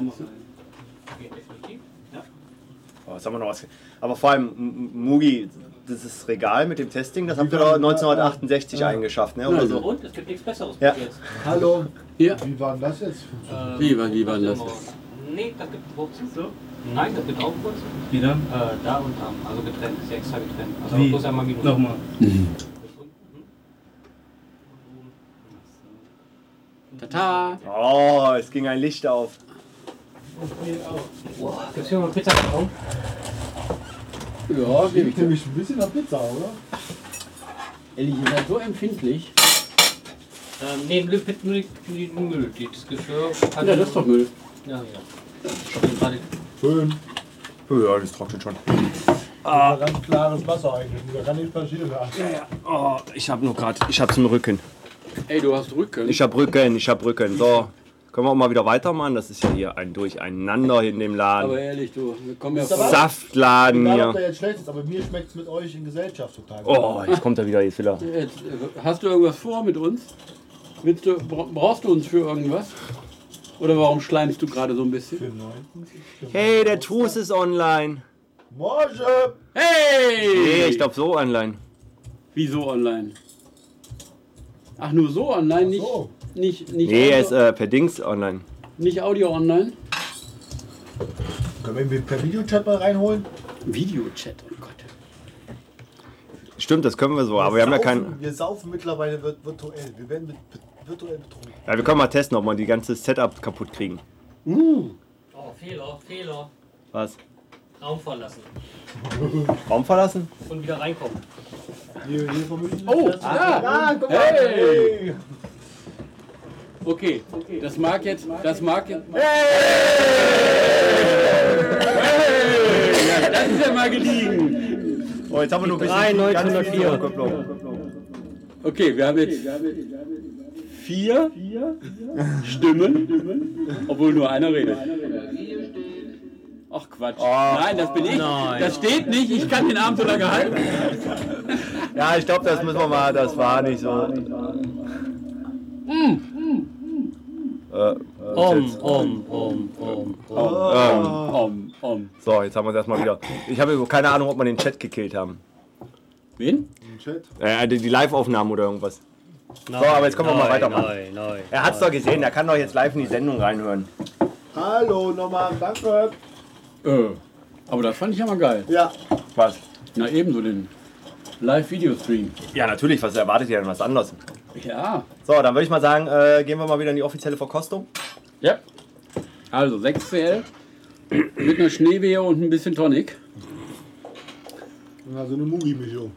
Oh, jetzt haben wir noch was. ge- Aber vor allem, M- M- Mugi, dieses Regal mit dem Testing, das haben wir doch 1968 eingeschafft, ne? Oder so. Und es gibt nichts Besseres Ja. bis jetzt. Hallo. hier, Wie war denn das jetzt? Ähm, Wie, wann- wie war denn das jetzt? Nee, das gibt Wurzeln. Nein, das gibt auch Wurzeln. Wieder? Äh, da und da. Also getrennt, ist ja extra getrennt. Also Wie? plus einmal minus. Nochmal. tata. Oh, es ging ein Licht auf. Boah, gibt's hier mal einen Oh. Pizzakarton? Ja, gebe ich Sieht dir. nämlich ein bisschen nach Pizza, oder? Elli, ihr seid so empfindlich. Ähm, nee, nur die- nur die- nur die Müll, die- Also, das Geschirr. Ja, das ist doch Müll. Ja, ja. Ich hab den gerade Schön. Ja, das trocknet schon. Ah. Ganz klares Wasser eigentlich. Da kann nichts passieren. Ja. Oh, ich habe nur gerade, ich hab's im Rücken. Ey, du hast Rücken. Ich hab Rücken, ich hab Rücken. So, können wir auch mal wieder weitermachen? Das ist ja hier ein Durcheinander in dem Aber Laden. ehrlich, du, wir kommen ja Ist aber- von... Saftladen Egal, ob der hier. jetzt schlecht ist, aber mir schmeckt es mit euch in Gesellschaft total. gut. Oh, jetzt kommt er wieder, jetzt wieder. Jetzt, äh, hast du irgendwas vor mit uns? Willst du, bra- brauchst du uns für irgendwas? Oder warum schleimst du gerade so ein Oh. bisschen? Den neunten. Hey, der Truss ist online. Morsche! Nee, Hey! ich glaube so online. Wieso online? Ach, nur so online, nicht, so. nicht, nicht, Nee, er ist Audio, äh, per Dings online. nicht Audio online. Können wir ihn per Videochat mal reinholen? Videochat, oh Gott. Stimmt, das können wir so, aber wir haben ja saufen, keinen. Wir saufen mittlerweile vir- virtuell. Wir werden mit, mit virtuell betrunken. Ja, wir können mal testen, ob wir die ganze Setup kaputt kriegen. Oh, Fehler, Fehler. Was? Raum verlassen. Raum verlassen? Und wieder reinkommen. Hier, hier vermischen Oh, das- ja! Ah, guck mal! Hey! Okay, das mag jetzt, das mag jetzt. Hey! Ja, das ist ja mal geliegen. Oh, jetzt haben wir nur ein bisschen. 1904. Okay, wir haben jetzt vier Stimmen, obwohl nur einer redet. Ach Quatsch. Oh, Nein, das bin ich. Das steht nicht, ich kann den Arm sogar gehalten. Ja, ich glaube, das müssen wir mal. Das war nicht so. Äh, Um, um, um, um, um. ähm, Om, om. so, jetzt haben wir es erstmal wieder. Ich habe keine Ahnung, ob wir den Chat gekillt haben. Wen? Chat. Äh, die die Live-Aufnahmen oder irgendwas. So, aber jetzt können wir mal weitermachen. Nein, nein. Er hat's doch gesehen, er kann doch jetzt live in die Sendung reinhören. Hallo nochmal, danke. Äh, aber das fand ich ja mal geil. Ja, Was? Na ebenso den Live-Video-Stream. Ja, natürlich, was erwartet ihr denn was anderes? Ja. So, dann würde ich mal sagen, äh, gehen wir mal wieder in die offizielle Verkostung. Ja. Also 6 CL mit einer Schneewehe und ein bisschen Tonic. also eine Mugi-Mischung.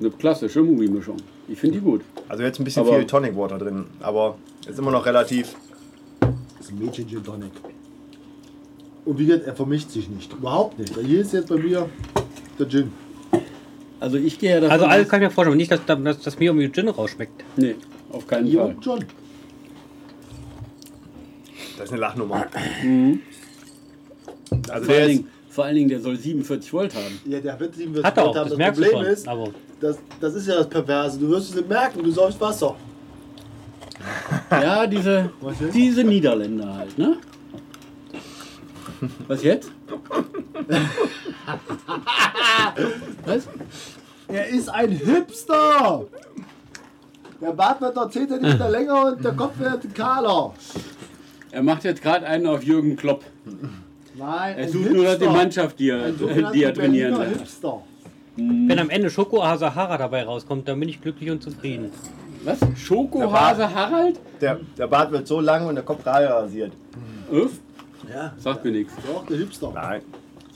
Eine klassische Movie-Mischung. Ich finde die gut. Also jetzt ein bisschen Aber- viel Tonic Water drin, aber ist immer noch relativ. Das ist ein Mädchen Gin Tonic. Und wie gesagt, er vermischt sich nicht. Überhaupt nicht. Weil Hier ist jetzt bei mir der Gin. Also ich gehe ja davon Also alles aus- kann ich mir vorstellen, aber nicht, dass, dass, dass mir irgendwie Gin rausschmeckt. Nee, auf keinen Hier Fall. unten schon. Das ist eine Lachnummer. Also Vor der allen ist, Dingen, Vor allen Dingen, der soll 47 Volt haben. Ja, der wird 47 Hat er auch, Volt haben. das Das merkst du Problem schon. ist, Aber das, das ist ja das Perverse. Du wirst es nicht merken, du säufst Wasser. Ja, diese, Was jetzt? diese Niederländer halt, ne? Was jetzt? Was? Er ist ein Hipster! Der Bart wird noch 10 Zentimeter länger und der Kopf wird kahler. Er macht jetzt gerade einen auf Jürgen Klopp. Nein, Er ein sucht nur noch die Hipster. Mannschaft, die er, Ein die sogenannter er trainieren Berliner lässt. Hipster. wenn am Ende Schoko Asahara dabei rauskommt, dann bin ich glücklich und zufrieden. Was? Schokohase Harald? Der, der Bart wird so lang und der Kopf gerade rasiert. Öff? Ja, Sagt mir nichts. doch, der Hipster. Nein.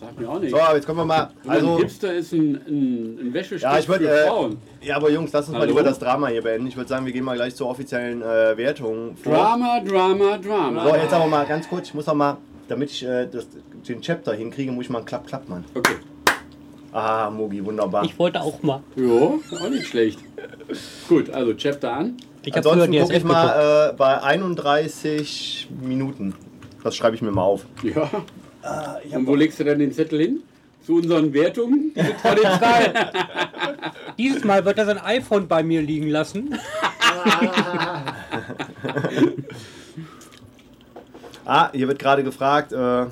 Sagt mir auch nichts. So, aber jetzt kommen wir mal. Also, ein Also, Hipster ist ein, ein, ein Wäschestück ja, ich für würde. Frauen. Äh, ja, aber Jungs, lass uns mal Hallo? lieber das Drama hier beenden. Ich würde sagen, wir gehen mal gleich zur offiziellen äh, Wertung vor. Drama, Drama, Drama. So, jetzt aber mal ganz kurz. Ich muss noch mal, damit ich äh, das, den Chapter hinkriege, muss ich mal einen Klapp, Klapp machen. Okay. Ah, Mogi, wunderbar. Ich wollte auch mal. Jo, auch nicht schlecht. Gut, also Chapter an. Ich habe früher Ansonsten DSF gucke ich geguckt. mal äh, bei 31 Minuten. Das schreibe ich mir mal auf. Ja. Ah, Und wo legst du dann den Zettel hin? Zu unseren Wertungen? Die wir vor den Zahlen. Dieses Mal wird er sein iPhone bei mir liegen lassen. Ah, hier wird gerade gefragt. Äh,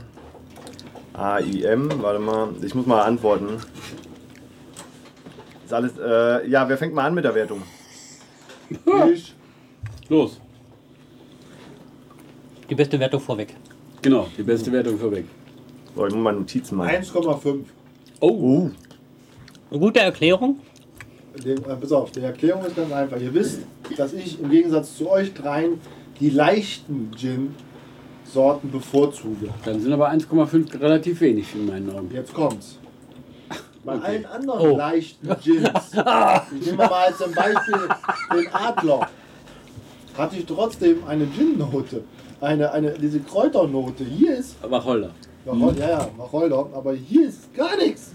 AIM, warte mal. Ich muss mal antworten. Ist alles. Äh, ja, wer fängt mal an mit der Wertung? Ich, Los. Die beste Wertung vorweg. Genau, die beste Wertung vorweg. So, ich muss mal Notizen machen. 1,5. Uh. Oh. Eine gute Erklärung. Dem- äh, Pass auf, die Erklärung ist ganz einfach. Ihr wisst, dass ich im Gegensatz zu euch dreien die leichten Gin-Sorten bevorzuge. Dann sind aber 1,5 relativ wenig in meinen Augen. Jetzt kommt's. Bei Okay. allen anderen Oh. leichten Gins, ich nehme mal als zum Beispiel den Adler, hatte ich trotzdem eine Gin-Note. Eine, eine, diese Kräuternote. Hier ist, Aber Holder. Wacholder, ja, ja, Wacholder, aber hier ist gar nichts.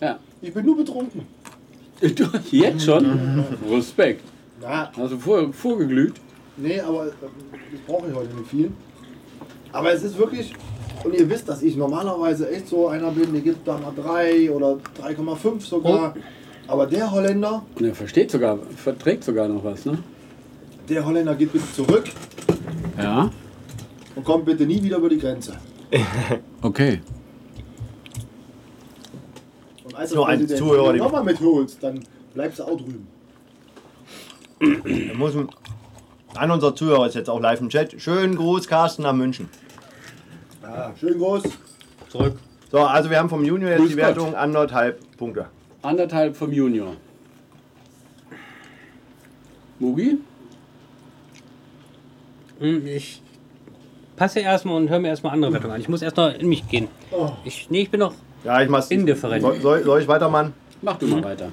Ja. Ich bin nur betrunken. Du, jetzt Mhm. schon? Respekt. Na, Also vor, vorgeglüht. nee, aber ähm, das brauche ich heute nicht viel. Aber es ist wirklich, und ihr wisst, dass ich normalerweise echt so einer bin, der gibt da mal 3 oder 3,5 sogar. Oh. Aber der Holländer, Und er versteht sogar, verträgt sogar noch was, ne? Der Holländer geht bitte zurück Ja. und kommt bitte nie wieder über die Grenze. Okay. Und als Nur ein Präsident, Zuhörer, wenn du dem- nochmal mitholst, dann bleibst du auch drüben. Wir müssen, an unser Zuhörer ist jetzt auch live im Chat. Schönen Gruß, Carsten nach München. Ah. Ja, schön groß. Zurück. So, also wir haben vom Junior jetzt Grüß die Gott. Wertung anderthalb Punkte. Anderthalb vom Junior. Mugi? Hm, Ich passe erstmal und höre mir erstmal andere Wertungen an. Ich muss erst noch in mich gehen. Oh. Ich, nee, ich bin noch. Ja, ich mach's. Indifferent. Soll, soll, soll ich weitermachen? Mach du Mhm. mal weiter.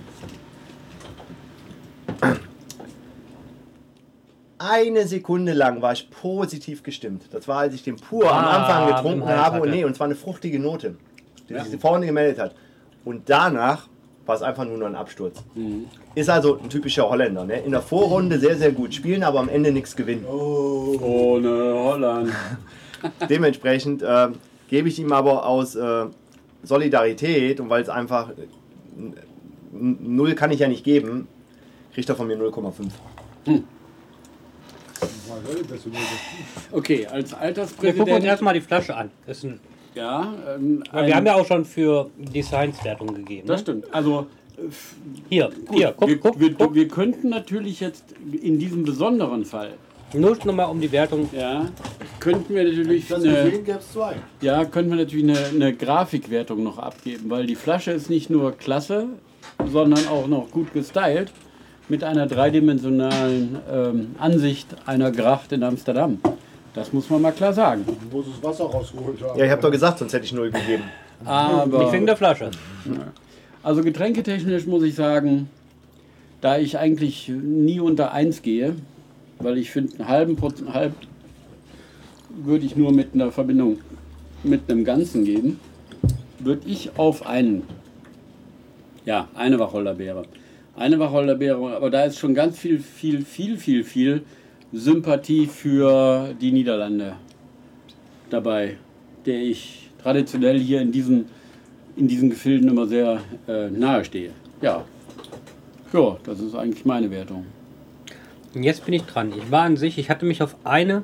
Eine Sekunde lang war ich positiv gestimmt. Das war, als ich den pur am Ah, Anfang im getrunken Hals habe. Und hatte. nee, und zwar eine fruchtige Note, die sich vorne gemeldet hat. Und danach war es einfach nur noch ein Absturz. Mhm. Ist also ein typischer Holländer. Ne? In der Vorrunde sehr, sehr gut spielen, aber am Ende nichts gewinnen. Oh. Ohne Holland. Dementsprechend äh, gebe ich ihm aber aus äh, Solidarität und weil es einfach äh, n- n- null kann ich ja nicht geben, kriegt er von mir 0,5. Okay, Wir gucken als uns Alterspräsident. erstmal die Flasche an. Das ist ein, Ja, ähm, weil ein- wir haben ja auch schon für Designs-Wertung gegeben. das Ne? stimmt. Also Hier, hier, guck, wir, guck, wir, guck. wir könnten natürlich jetzt in diesem besonderen Fall, Nur nochmal um die Wertung. ja, könnten wir natürlich Das eine, gesehen gäbe es zwei. ja, könnten wir natürlich eine, eine Grafikwertung noch abgeben, weil die Flasche ist nicht nur klasse, sondern auch noch gut gestylt mit einer dreidimensionalen ähm, Ansicht einer Gracht in Amsterdam. Das muss man mal klar sagen. Man muss das Wasser rausgeholt haben. Ja, ich habe doch gesagt, sonst hätte ich null gegeben. Nicht wegen Aber der Flasche. also getränketechnisch muss ich sagen, da ich eigentlich nie unter 1 gehe, weil ich finde, einen halben Prozent, halb würde ich nur mit einer Verbindung mit einem Ganzen geben, würde ich auf einen, ja, eine Wacholderbeere. Eine Wacholderbeere, aber da ist schon ganz viel, viel, viel, viel, viel Sympathie für die Niederlande dabei, der ich traditionell hier in diesen in diesen Gefilden immer sehr äh, nahe stehe. Ja. Ja, das ist eigentlich meine Wertung. Und jetzt bin ich dran. Ich war an sich, ich hatte mich auf eine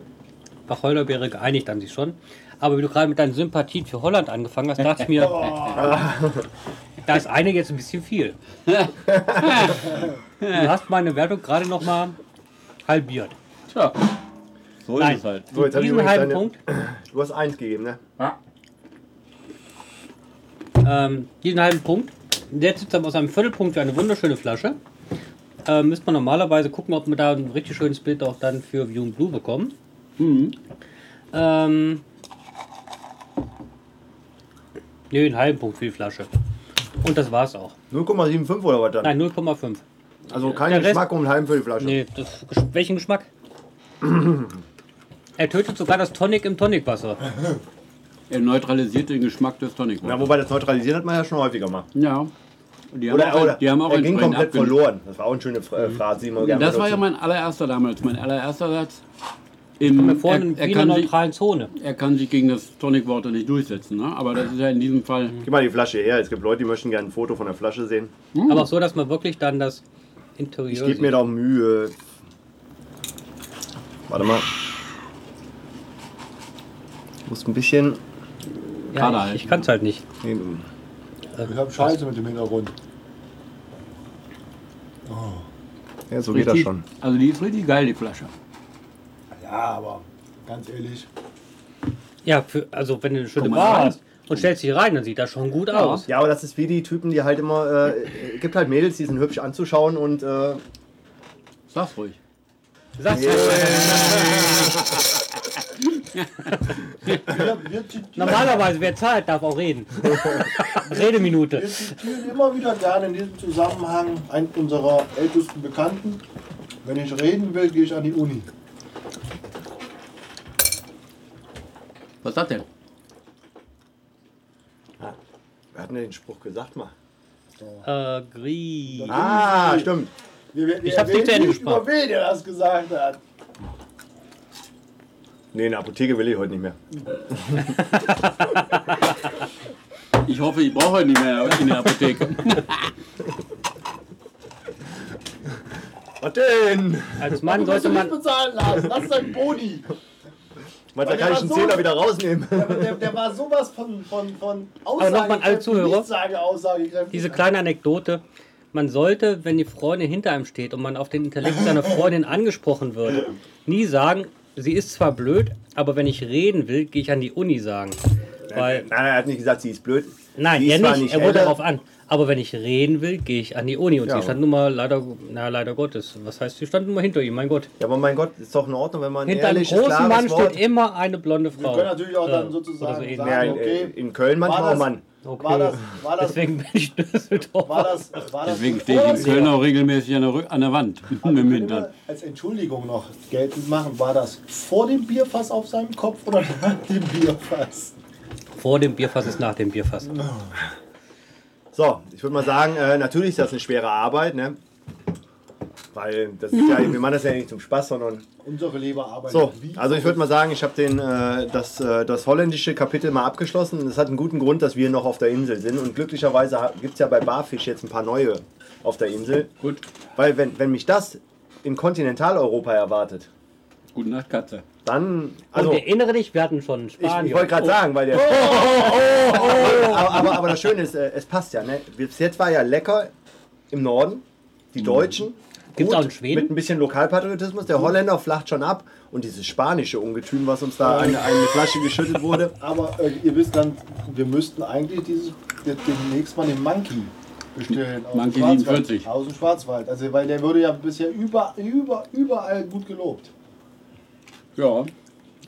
Wacholderbeere geeinigt an sich schon. Aber wie du gerade mit deinen Sympathien für Holland angefangen hast, dachte ich mir, da ist eine jetzt ein bisschen viel. Du hast meine Wertung gerade nochmal halbiert. Tja, so ist es halt. So, jetzt habe ich Diesen übrigens halben deine- Punkt, Du hast eins gegeben, ne? ähm, diesen halben Punkt, der sitzt aber aus einem Viertelpunkt für eine wunderschöne Flasche. Ähm, müsste man normalerweise gucken, ob man da einen richtig schönen Split auch dann für View and Blue bekommt. Mhm. Ähm, Nö, einen halben Punkt für die Flasche. Und das war's auch. 0,75 oder was dann? Nein, 0,5. Also kein Der Rest- Geschmack und halben für die Flasche. Nee, das, Gesch- welchen Geschmack? er tötet sogar das Tonic im Tonicwasser. Er neutralisiert den Geschmack des Tonic Na, Water. wobei das Neutralisieren hat man ja schon häufiger mal. Ja. Und Die haben Oder, auch, oder die haben auch er ging entsprechend komplett abgenommen. verloren. Das war auch eine schöne Fra- äh, Phrase, die man gerne Das war Mhm. ja benutzt. mein allererster damals, mein allererster Satz. Im, Wir vorhin in er, er, einer kann sich, neutralen Zone. er kann sich gegen das Tonic Water nicht durchsetzen, ne? aber das ist ja in diesem Fall. Gib mal die Flasche her. Es gibt Leute, die möchten gerne ein Foto von der Flasche sehen. Mhm. Aber auch so, dass man wirklich dann das Interieur. Ich gebe sieht. mir da Mühe. Warte mal. Ich muss ein bisschen. Kader ja, halten. ich, ich kann es halt nicht. Nee, Ich habe Scheiße mit dem Hintergrund. Ja, so geht das Richtig- schon. Also die ist richtig geil, die Flasche. Ja, aber ganz ehrlich. Ja, für, also wenn du eine schöne Guck mal, Bar rein. hast und stellst dich rein, dann sieht das schon gut aus. Ja, aber das ist wie die Typen, die halt immer. Äh, äh, gibt halt Mädels, die sind hübsch anzuschauen und. Äh, Sag's ruhig. Sagst Wir, wir, zitieren, Normalerweise, wer zahlt, darf auch reden. Redeminute. wir zitieren immer wieder gerne in diesem Zusammenhang einen unserer ältesten Bekannten. Wenn ich reden will, gehe ich an die Uni. Was sagt der? wer hat denn den Spruch gesagt mal? Äh, Grie. Ah, stimmt. Wir, wir, Ich hab's nicht zu erwähnen Ende nicht gesprochen. über wen der das gesagt hat. Nee, eine Apotheke will ich heute nicht mehr. Ich hoffe, ich brauche heute nicht mehr in der Apotheke. Was denn? Als Mann Musst sollte du nicht man. bezahlen lassen. Das ist ein Boni. Weil da kann Weil der ich war einen so- Zehner wieder rausnehmen. Der, der, der war sowas von, von, von nochmal an alle Zuhörer. Aussage, Aussagekräftig. Diese kleine Anekdote. Man sollte, wenn die Freundin hinter einem steht und man auf den Intellekt seiner Freundin angesprochen wird, nie sagen, sie ist zwar blöd, aber wenn ich reden will, gehe ich an die Uni sagen. Weil, Nein, er hat nicht gesagt, sie ist blöd. nein, sie er ist zwar nicht, er wurde älter. darauf an. Aber wenn ich reden will, gehe ich an die Uni. Und Ja. sie stand nun mal leider, na leider Gottes. Was heißt, sie stand nun mal hinter ihm, mein Gott. Ja, aber mein Gott, ist doch in Ordnung, wenn man Hinter einem ehrliches, großen klares Mann Wort... steht immer eine blonde Frau. Wir können natürlich auch dann Äh, sozusagen oder so ähnlich. ja, sagen, in, okay, in Köln War manchmal, oh das- Mann. Okay. war das, war das, Deswegen bin ich Düsseldorf. war das, war das Deswegen stehe ich in Köln auch regelmäßig an der, Rü- an der Wand mit dem Hintern. Immer als Entschuldigung noch geltend machen, war das vor dem Bierfass auf seinem Kopf oder nach dem Bierfass? Vor dem Bierfass ist nach dem Bierfass. Also- So, ich würde mal sagen, äh, natürlich ist das eine schwere Arbeit, ne? Weil das ist ja, wir machen das ja nicht zum Spaß, sondern. Unsere Leber arbeitet So, wie also ich würde mal sagen, ich habe den, äh, das, äh, das holländische Kapitel mal abgeschlossen. Es hat einen guten Grund, dass wir noch auf der Insel sind. Und glücklicherweise gibt es ja bei Barfisch jetzt ein paar neue auf der Insel. Gut. Weil wenn, wenn mich das in Kontinentaleuropa erwartet, Gute Nacht, Katze. dann. Also, und oh. erinnere dich, wir hatten schon Ich, Spanien. ich wollte gerade sagen, weil der. oh, Aber, aber, aber das Schöne ist, äh, es passt ja. Ne? Bis jetzt war ja lecker im Norden. Die Deutschen. Gibt's gut, auch in Schweden? Mit ein bisschen Lokalpatriotismus. Der Holländer flacht schon ab. Und dieses spanische Ungetüm, was uns da eine, eine Flasche geschüttet wurde. Aber äh, ihr wisst dann, wir müssten eigentlich dieses, de- demnächst mal den Monkey bestellen. aus dem Monkey Schwarzwald. 47. Aus dem Schwarzwald. Also, weil der würde ja bisher über, über, überall gut gelobt. Ja,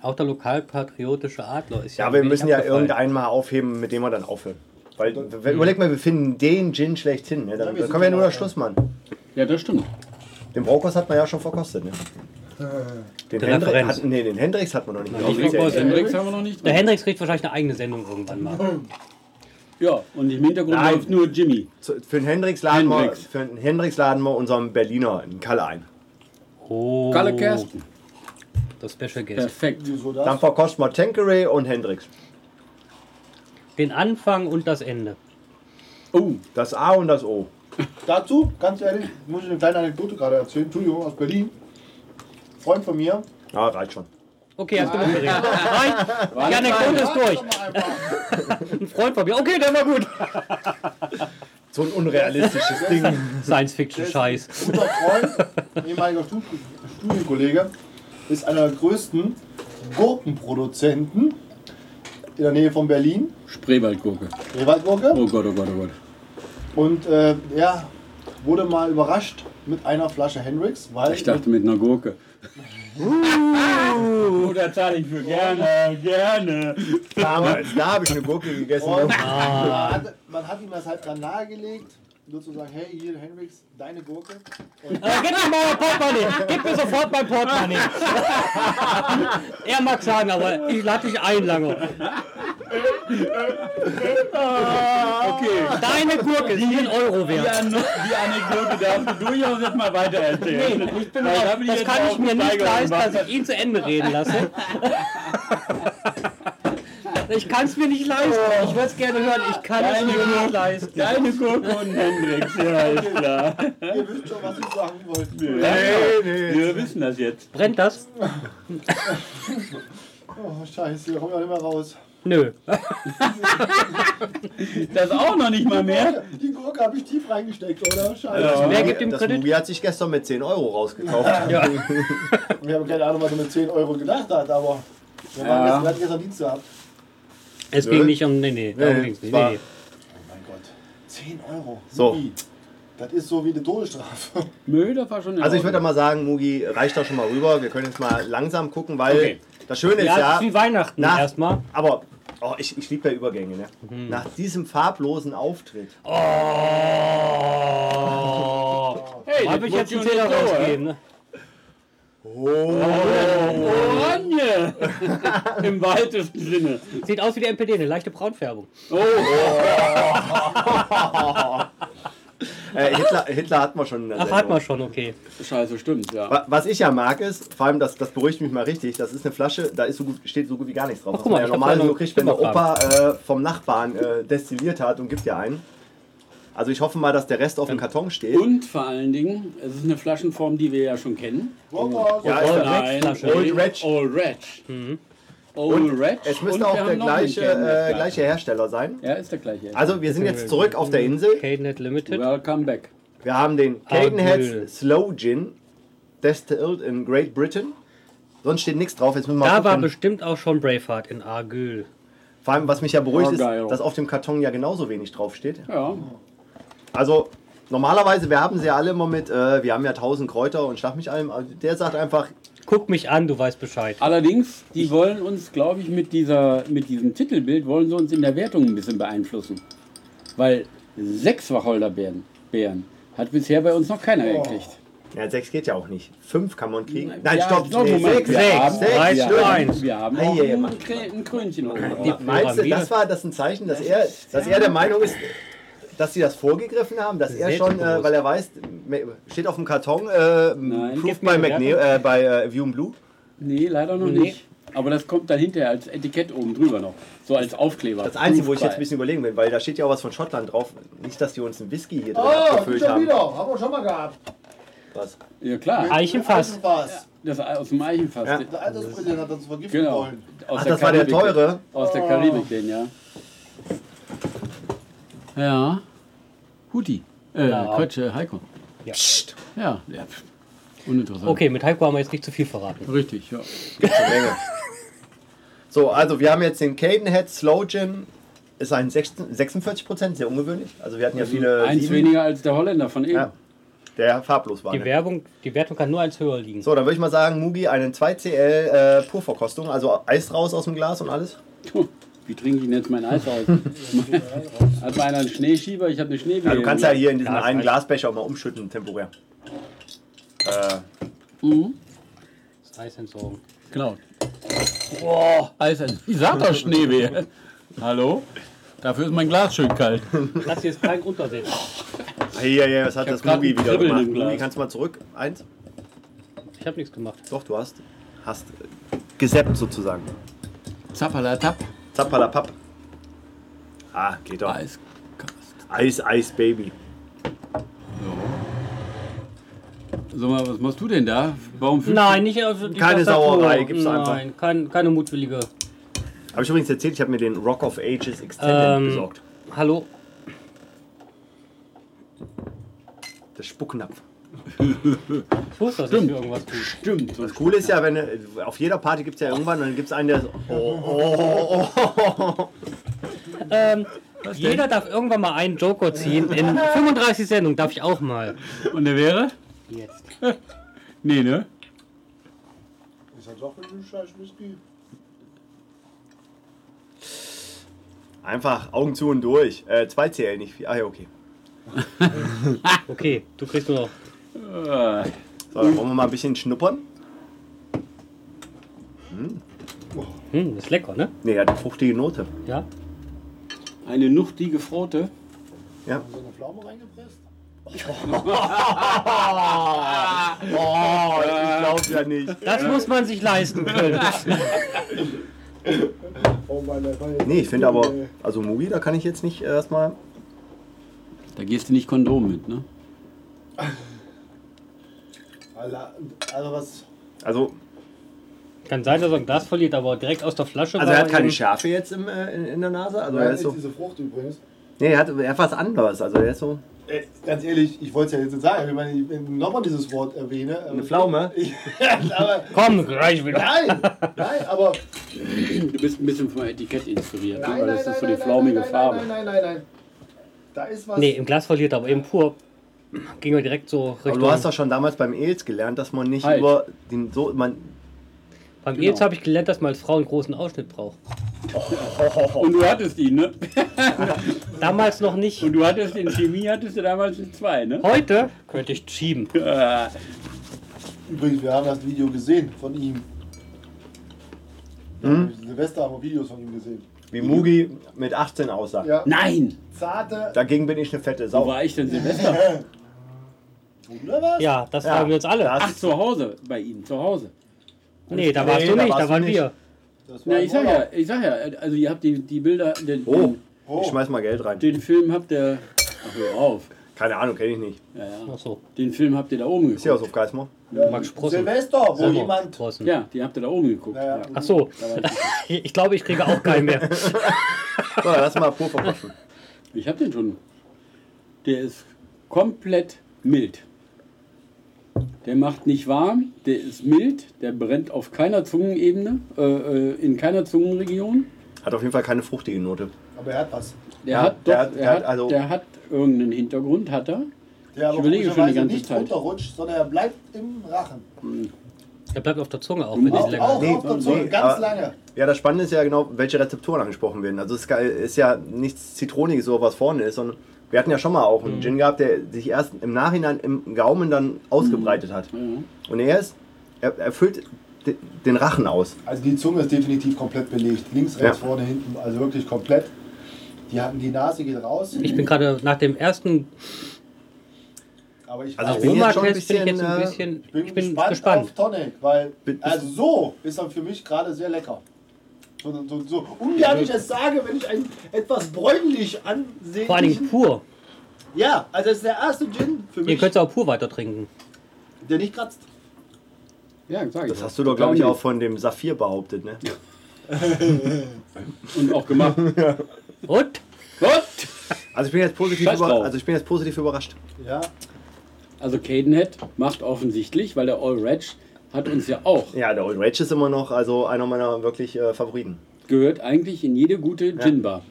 Auch der lokalpatriotische Adler ist ja. Ja, wir ein wenig müssen ja abgefallen. irgendeinen mal aufheben, mit dem wir dann aufhören. Weil, w- überleg mal, wir finden den Gin schlechthin. Ne? Ja, Dann, wir dann sind können wir ja nur schon noch mal äh, Schluss machen. ja, das stimmt. Den Brokos hat man ja schon verkostet. Ne? Den, Der Hendri Referenz. hat, nee, den Hendrix hat man noch nicht. den offiziell. Brokos. Den Rex haben wir noch nicht Der drin. Hendrix kriegt wahrscheinlich eine eigene Sendung irgendwann mal. Ja, und im Hintergrund Nein. läuft nur Jimmy. Zu- Für den Hendrix laden, Hendrix. Wir, für den Hendrix laden wir unserem Berliner einen Kalle ein. Oh, Kalle Kersten. das Special Guest. Perfekt. Wieso Dann das? verkosten wir Tankeray und Hendrix. Den Anfang und das Ende. Oh, Das A und das O. Dazu, ganz ehrlich, muss ich eine kleine Anekdote gerade erzählen. Entschuldigung, aus Berlin. Freund von mir. Ja, reicht schon. Okay, hast du mitgeredet. Reicht. Die Anekdote ist durch. Warte mal einfach. Ein Freund von mir. Okay, der war gut. So ein unrealistisches Ding. Science-Fiction-Scheiß. Guter Freund, ehemaliger Stu- Studienkollege, ist einer der größten Gurkenproduzenten in der Nähe von Berlin, Spreewaldgurke. Rewaldgurke. Oh Gott, oh Gott, oh Gott. Und äh, er wurde mal überrascht mit einer Flasche Hendrix, weil Ich dachte mit einer Gurke. Uh, da zahle ich für gerne, gerne. Damals, da habe ich eine Gurke gegessen. Oh, Und man, hat, man hat ihm das halt dann nahegelegt, sozusagen, hey, hier, Hendrix, deine Gurke. Und Äh, gib mir mal mein Portemonnaie. Gib mir sofort mein Portemonnaie. er mag sagen, aber ich lade dich ein lange. Okay. Deine Gurke ist 10 Euro Die, wert. An die Anekdote darfst du durchaus jetzt mal weiter erzählen. Nee, das kann ich mir nicht leisten, dass ich ihn zu Ende reden lasse. Ich kann es mir nicht leisten. Oh. Ich würde es gerne hören. Ich kann es mir nicht leisten. Deine Gurke und Hendrix, ja, ist klar. ihr wisst schon, was ich sagen wollte. Nee, nee. Wir wissen das jetzt. Brennt das? Oh, scheiße, wir kommen ja nicht mehr raus. Nö. Das auch noch nicht mal mehr. Die Gurke habe ich tief reingesteckt, oder? Scheiße. Wer gibt ihm das Kredit? Movie hat sich gestern mit 10 Euro rausgekauft. Wir haben keine Ahnung, was er mit 10 Euro gedacht hat, aber wir, waren Ja. gestern, wir hatten gestern Dienst gehabt. Es Nö. ging nicht um. Nee, nee, darum Nee, ging's es nicht. war- Nee, nee. Oh mein Gott, 10 Euro. So. Oh. Wie? Das ist so wie eine Todesstrafe. Nö, das war schon in Also ich würde Ordnung. mal sagen, Mugi, reicht da schon mal rüber. Wir können jetzt mal langsam gucken, weil Okay. das Schöne ist Ja, es ja, ist wie Weihnachten Na. erstmal. aber oh, ich, ich liebe ja Übergänge. Ne? Mhm. Nach diesem farblosen Auftritt Oh. Hey, Hab das ich wurde jetzt einen schon Zähler so, rausgegeben, ne? Oranje! Im weitesten Sinne. Sieht aus wie die NPD, eine leichte Braunfärbung. Äh, Hitler, Hitler hat man schon in der Ach, Sendung. hat man schon, okay. Scheiße, stimmt, ja. Wa- Was ich ja mag ist, vor allem das, das beruhigt mich mal richtig, das ist eine Flasche, da ist so gut, steht so gut wie gar nichts drauf. Ach, guck was man mal, ich ja normal hab da noch so kriegt, wenn der Opa Zimmerplan. äh, vom Nachbarn äh, destilliert hat und gibt ja einen. Also ich hoffe mal, dass der Rest auf Ähm, dem Karton steht. Und vor allen Dingen, es ist eine Flaschenform, die wir ja schon kennen. Wow, Ja, wow. ist Old ja- Red Flasche. Old Old Red. Red. Old Red. Old Red. es Und müsste wir auch haben der noch einen gleiche, Cabernet äh, Franc. gleiche Hersteller sein. Ja, ist der gleiche. Also wir sind jetzt zurück auf der Mhm. Insel. Cadenet Limited. Welcome back. Wir haben den Ah, Müll. Cadenheads Slow Gin Distilled in Great Britain. Sonst steht nichts drauf. Jetzt müssen wir mal Da war gucken. bestimmt auch schon Braveheart in Argyll. Vor allem, was mich ja beruhigt, ist, Argyle. dass auf dem Karton ja genauso wenig drauf steht. Ja. Also normalerweise werben sie ja alle immer mit, äh, wir haben ja 1000 Kräuter und schlag mich allem. Also, der sagt einfach, Guck mich an, du weißt Bescheid. Allerdings, die wollen uns, glaube ich, mit, dieser, mit diesem Titelbild, wollen sie uns in der Wertung ein bisschen beeinflussen. Weil sechs Wacholderbeeren Beeren hat bisher bei uns noch keiner gekriegt. ja, 6 geht ja auch nicht. 5 kann man kriegen. Nein, stopp, noch einen nee, Moment. sechs. Wir sechs, haben- sechs, wir stimmt. haben- Wir haben auch Ei, ei, ein, Mann. Krä- ein Krönchen oben drauf. Die Meinst du, Pyramide. das war das ist ein Zeichen, dass er, dass er der Meinung ist, dass sie das vorgegriffen haben, dass er schon, äh, weil er weiß, steht auf dem Karton, äh, Proof gib mir bei, die McNeil, äh, bei äh, View in Blue. Nee, leider noch Nee. nicht. Aber das kommt dann hinterher als Etikett oben drüber noch. So als Aufkleber. Das Einzige, wo ich jetzt ein Prüfbar. bisschen überlegen bin, weil da steht ja auch was von Schottland drauf. Nicht, dass die uns einen Whisky hier drin Oh, gibt's abgefüllt ja haben. wieder. Haben wir schon mal gehabt. Was? Ja, klar. Eichenfass. Eichenfass. Das aus dem Eichenfass. Ja. Der Alterspräsident hat uns vergiften Genau. wollen. Aus Ach, das war der Karibik. teure. Oh. Aus der Karibik, den, ja. Ja. Huti. Äh, Ja. Quatsch, äh, Heiko. Ja. Ja, ja. pff. Uninteressant. Okay, mit Heiko haben wir jetzt nicht zu viel verraten. Richtig, ja. Gibt's eine Menge. So, also wir haben jetzt den Cadenhead Slow Gin. Ist ein 16 46%, sehr ungewöhnlich. Also wir hatten ja viele, Eins sieben, weniger als der Holländer von eben. Ja. der farblos war. Die ne? Werbung, die Wertung kann nur eins höher liegen. So, dann würde ich mal sagen, Mugi, einen 2CL äh, Purverkostung, also Eis raus aus dem Glas und alles. Puh, Wie trinke ich denn jetzt mein Eis aus? Hat meiner einen Schneeschieber? Ich habe eine Schneewehe. Ja, du kannst ja hier in diesen Ja, ist einen Eis. Glasbecher auch mal umschütten, temporär. Äh, Mhm. Das Eis entsorgen. Genau. Boah, Eis. Ich sag doch Schneewehe. Hallo? Dafür ist mein Glas schön kalt. Das hier ist kein Untersehen. hier, hier, was hat Ich hab das grad Mugi ein wieder Kribbeln gemacht? im Glas. Mugi, kannst du mal zurück? Eins? Ich habe nichts gemacht. Doch, du hast. Hast äh, gesappt sozusagen. Zappala tap. Zappalapapp. Ah, geht doch. Eis. Podcast. Eis, Eis, Baby. So. Sag mal, was machst du denn da? Warum fühlst Nein, nicht auf die Hm. Keine Tastatur. Sauerei, gibt's Nein, kein, keine mutwillige. Habe ich übrigens erzählt, ich habe mir den Rock of Ages Extended Ähm. besorgt. Hallo? Der Spucknapf. Ich wusste, dass ich mir irgendwas tut. du... Stimmt. Das Coole ist ja, wenn äh, auf jeder Party gibt es ja irgendwann und dann gibt es einen, der so, oh, oh, oh, oh, oh. Ähm, jeder darf irgendwann mal einen Joker ziehen. In 35 Sendungen darf ich auch mal. Und der wäre? Jetzt. Nee, ne? Ist halt doch mit dem scheiß Whisky. Einfach Augen zu und durch. Äh, 2CL nicht viel. Ah ja, okay. Okay, du kriegst nur noch. Äh, So, dann wollen wir mal ein bisschen schnuppern. Hm, ist lecker, ne? Ne, hat eine fruchtige Note. Ja. Eine nuchtige Frote. Ja. So eine Pflaume reingepresst? Oh, ich glaub's ja nicht. Das muss man sich leisten können. Oh meine Reihe. Nee, ich finde aber, also Mugi, da kann ich jetzt nicht äh, erstmal. Da gehst du nicht Kondom mit, ne? Alla- Also was. Also, Kann sein, dass er ein Glas verliert, aber direkt aus der Flasche. also war er hat keine eben- Schärfe jetzt im, äh, in, in der Nase. Also Ja, er ist ist so. diese Frucht übrigens. Nee, er hat, er hat was anderes. Also er ist so. Ey, ganz ehrlich, ich wollte es ja jetzt nicht sagen, ich meine, ich- wenn ich nochmal dieses Wort erwähne. ähm, Eine Pflaume? aber, Komm, gleich wieder. nein, nein, aber. Du bist ein bisschen vom Etikett inspiriert, ne? Nein, weil nein, das nein, ist so nein, die flaumige nein, Farbe. Nein, nein, nein, nein, nein. Da ist was. Nee, im Glas verliert er, aber eben pur. Ging er direkt so Aber Richtung. du hast doch schon damals beim Aids gelernt, dass man nicht Halt. über den so. Man, Beim Genau. Eels habe ich gelernt, dass man als Frau einen großen Ausschnitt braucht. Und du hattest ihn, ne? Damals noch nicht. Und du hattest in Chemie, hattest du damals in zwei, ne? Heute könnte ich schieben. Äh, Übrigens, wir haben das Video gesehen von ihm. Hm? Silvester haben wir Videos von ihm gesehen. wie Mugi mit 18 aussah. Ja, nein! zarte. Dagegen bin ich eine fette Wo Sau. war ich denn Silvester? Oder was? Ja, das Ja. fragen wir uns alle. Das- Ach, zu Hause, bei ihm, zu Hause. Nee, da warst Nee, du da nicht, warst da du waren nicht. wir. Das war Na, im ich sag Urlaub. ja, ich sag ja, also ihr habt die, die Bilder, den, genau. Oh, Oh. ich schmeiß mal Geld rein. den Film habt ihr. Ach, hör auf. Keine Ahnung, kenne ich nicht. Ja, ja. Ach so, Den Film habt ihr da oben Ist ja aus geguckt. auf Geismar. Max Sprossen. Silvester, wo Selber jemand. Sprossen. Ja, den habt ihr da oben geguckt. Naja. Ja. Ach so, ich glaube, ich kriege auch keinen mehr. So, dann lass mal pur verkosten. Ich hab den schon. Der ist komplett mild. Der macht nicht warm, der ist mild, der brennt auf keiner Zungenebene, äh, äh, in keiner Zungenregion. Hat auf jeden Fall keine fruchtige Note. Aber er hat was. Der Ja, hat doch, der hat- der, der hat hat, also- der hat irgendeinen Hintergrund, hat er. Der aber überlege schon die komischerweise ganze nicht Zeit. runterrutscht, sondern er bleibt im Rachen. Der bleibt auf der Zunge auch, wenn Ist Auch, es lecker. auch lecker Nee, auf der Zunge, nee, ganz aber- lange. Ja, das Spannende ist ja genau, welche Rezeptoren angesprochen werden. Also es ist ge- ist ja nichts Zitroniges, so was vorne ist, sondern wir hatten ja schon mal auch Mhm. einen Gin gehabt, der sich erst im Nachhinein im Gaumen dann Mhm. ausgebreitet hat. Und er ist, er, er füllt de- den Rachen aus. Also die Zunge ist definitiv komplett belegt. Links, rechts, Ja. vorne, hinten. Also wirklich komplett. Die, hatten, die Nase geht raus. Ich bin gerade nach dem ersten aber ich Also weiß- ich bin jetzt schon ein Roma-Test bin ich jetzt ein bisschen, bisschen, ich bin gespannt. auf Tonic, weil Bin- also so ist er für mich gerade sehr lecker. So, so, so ungern ich es sage, wenn ich einen etwas bräunlich ansehe. Vor allen Dingen pur. Ja, also das ist der erste Gin für Ihr mich, könnt es auch pur weiter trinken. der nicht kratzt. Ja, sag ich. Das hast du doch, glaube ich, auch von dem Saphir behauptet, ne? Und auch gemacht. Und? Gott! Also ich bin jetzt positiv, Scheiß über, drauf. also ich bin jetzt positiv überrascht. Ja, Also Cadenhead macht offensichtlich, weil der All Ratch hat uns ja auch Ja, der Old Rage ist immer noch also einer meiner wirklich äh, Favoriten. gehört eigentlich in jede gute Gin-Bar.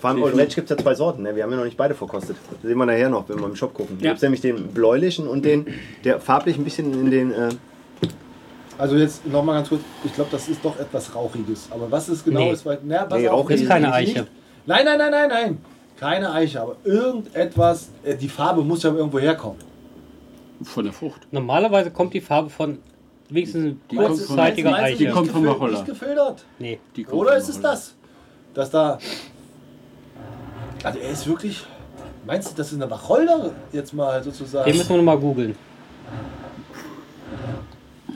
Vor allem Old Rage gibt es ja zwei Sorten, ne? wir haben ja noch nicht beide verkostet. Das sehen wir nachher noch, wenn wir im Shop gucken. Da Ja. gibt es nämlich den bläulichen und den, der farblich ein bisschen in den... Äh, also jetzt nochmal ganz kurz, ich glaube, das ist doch etwas Rauchiges. Aber was es genau Nee. ist, weil. Na, pass Nee, auf, Rauch ist ich- keine ich- Eiche. Nein, nein, nein, nein, nein. Keine Eiche, aber irgendetwas, äh, die Farbe muss ja irgendwo herkommen. Von der Frucht. Normalerweise kommt die Farbe von wenigstens eine Die kommt von- kurzzeitige Meinst du, meinst du, Die Eiche. kommt vom gefil- Wacholder. Nicht gefiltert. Nee. Die kommt Oder von ist es Holland. das? Dass da. Also er ist wirklich. Meinst du, das ist eine Wacholder jetzt mal sozusagen? Den müssen wir nochmal googeln.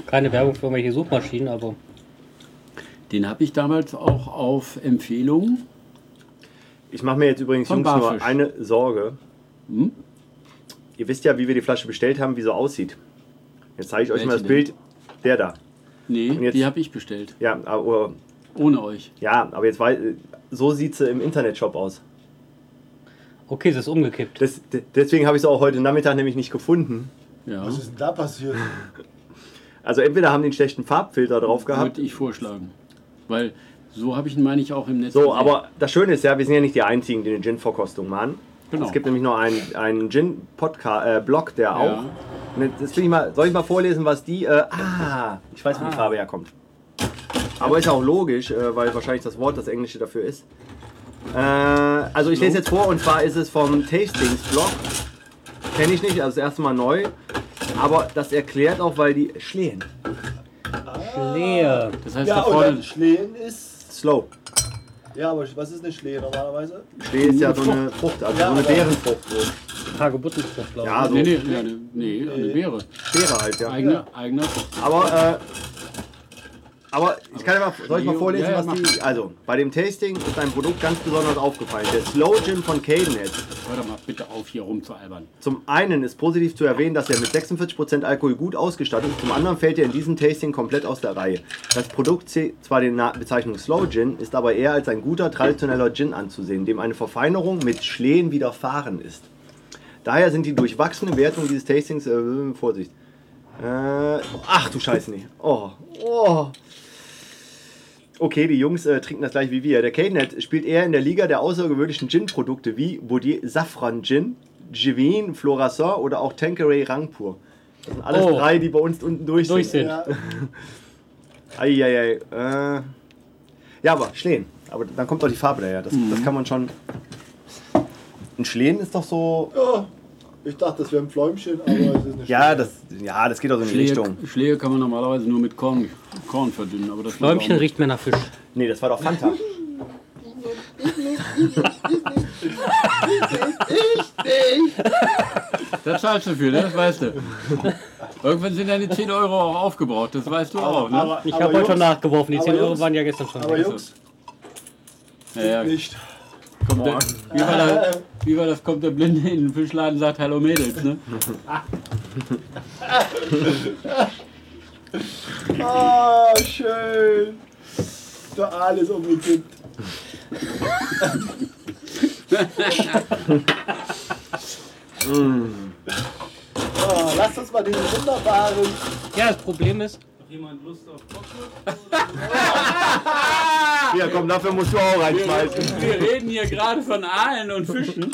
Keine Werbung für irgendwelche Suchmaschinen, aber Den habe ich damals auch auf Empfehlung Ich mache mir jetzt übrigens Von Jungs nur Barfisch. eine Sorge. Hm? Ihr wisst ja, wie wir die Flasche bestellt haben, wie sie aussieht. Jetzt zeige ich euch Welche mal das denn? Bild. Der da. Nee, jetzt- die habe ich bestellt. Ja, aber, Ohne euch. ja, aber jetzt wei- so sieht sie im Internetshop aus. Okay, es ist umgekippt. Das, de- deswegen habe ich sie auch heute Nachmittag nämlich nicht gefunden. Ja, Was ist denn da passiert? Also entweder haben die einen schlechten Farbfilter drauf gehabt. würde ich vorschlagen. Weil so habe ich ihn, meine ich, auch im Netz. So, gesehen. aber das Schöne ist ja, wir sind ja nicht die Einzigen, die eine Gin-Verkostung machen. Genau. Es gibt nämlich noch einen, einen Gin-Blog, der auch. Ja. Ne, Das will ich mal, soll ich mal vorlesen, was die. Äh, ah, ich weiß, wo die Farbe herkommt. Aber ist auch logisch, äh, weil wahrscheinlich das Wort das Englische dafür ist. Äh, also ich lese jetzt vor und zwar ist es vom Tastings-Blog. Kenne ich nicht, also das erste Mal neu. Aber das erklärt auch, weil die schlehen. Leer. Das heißt, Ja, da und dann vorne. Schlehen ist. Slow. Ja, aber was ist eine Schlehe normalerweise? Schlehen ist ja so eine Frucht, also Ja, so eine aber- Beerenfrucht. So. Hagebuttenfrucht, glaube ich. Ja, so Nee, nee, nee, eine, nee, eine Beere. Beere halt, ja. Eigene, eigener. Aber, äh, aber ich kann ja mal, soll ich mal vorlesen, Ja, ja, was die. Also, bei dem Tasting ist ein Produkt ganz besonders aufgefallen. Der Slow Gin von Cadenhead. Hör doch mal bitte auf, hier rumzualbern. Zum einen ist positiv zu erwähnen, dass er mit 46% Alkohol gut ausgestattet ist. Zum anderen fällt er in diesem Tasting komplett aus der Reihe. Das Produkt zählt zwar den Na- Bezeichnung Slow Gin, ist aber eher als ein guter traditioneller Gin anzusehen, dem eine Verfeinerung mit Schlehen widerfahren ist. Daher sind die durchwachsene Wertung dieses Tastings. Äh, Vorsicht. Äh, ach du Scheiße, nee. Oh, oh. Okay, die Jungs äh, trinken das gleich wie wir. Der Cadenet spielt eher in der Liga der außergewöhnlichen Gin-Produkte wie Baudier Safran Gin, Givin, Florasson oder auch Tanqueray Rangpur. Das sind alles Oh. drei, die bei uns unten durch sind. Durch sind. Ja, Eieiei. Äh, ja, aber Schlehen. Aber dann kommt doch die Farbe daher. Mhm. Das, das kann man schon. Ein Schlehen ist doch so. ja. Ich dachte, das wäre ein Fläumchen, aber es ist eine Ja, das, ja, das geht doch so in die Richtung. Schlehe, Schlehe kann man normalerweise nur mit Korn, Korn verdünnen. Aber das machen wir Bäumchen auch nicht. riecht mehr nach Fisch. Nee, das war doch Fanta. Da zahlst du für, ne? das weißt du. Irgendwann sind deine 10 Euro auch aufgebraucht, das weißt du auch. Ne? Aber- Ich aber habe heute schon Jungs- nachgeworfen. Die aber 10 Euro Jungs- waren ja gestern schon Aber weg. Jungs, ja, ja, nicht. kommt der, wie, war das, wie war das? Kommt der Blinde in den Fischladen und sagt Hallo Mädels. Ne? Ah, schön. Der Aal ist umgekippt. Ah, lasst uns mal diesen wunderbaren. Ja, das Problem ist, Noch jemand Lust auf Cocktail? Ja, komm, dafür musst du auch reinschmeißen. Wir reden hier gerade von Aalen und Fischen.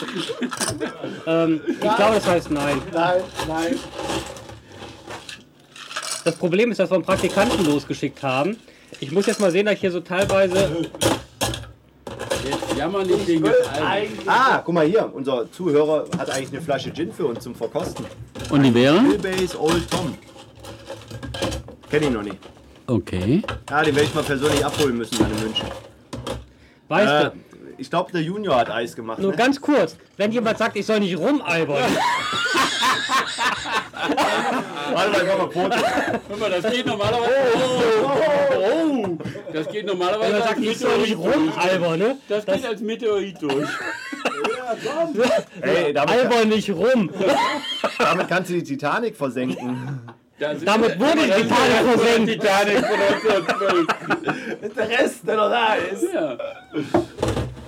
ähm, ich glaube, das heißt nein. Nein, nein. Das Problem ist, dass wir einen Praktikanten losgeschickt haben. Ich muss jetzt mal sehen, dass ich hier so teilweise. Jetzt jammer nicht wegen des Aalen. Ah, guck mal hier. Unser Zuhörer hat eigentlich eine Flasche Gin für uns zum Verkosten. Und die Beere? Base Old Tom. Kenn ich noch nicht. Okay. Ja, den werde ich mal persönlich abholen müssen, dann in München. Äh, Weißt ich glaube, der Junior hat Eis gemacht. du, nur Ne? ganz kurz, wenn jemand sagt, ich soll nicht rumalbern, Warte mal, ich mach mal ein Foto. Guck mal, das geht normalerweise. Oh, oh, oh. Das geht wenn normalerweise man sagt, ich soll nicht rumalbern, ne? Das geht als Meteorit durch. Ey, damit, Albern nicht rum. damit kannst du die Titanic versenken. Das ist- Damit wurde die Titanic versenkt. Titanic von 1912. Der Rest, der noch da ist. Ja.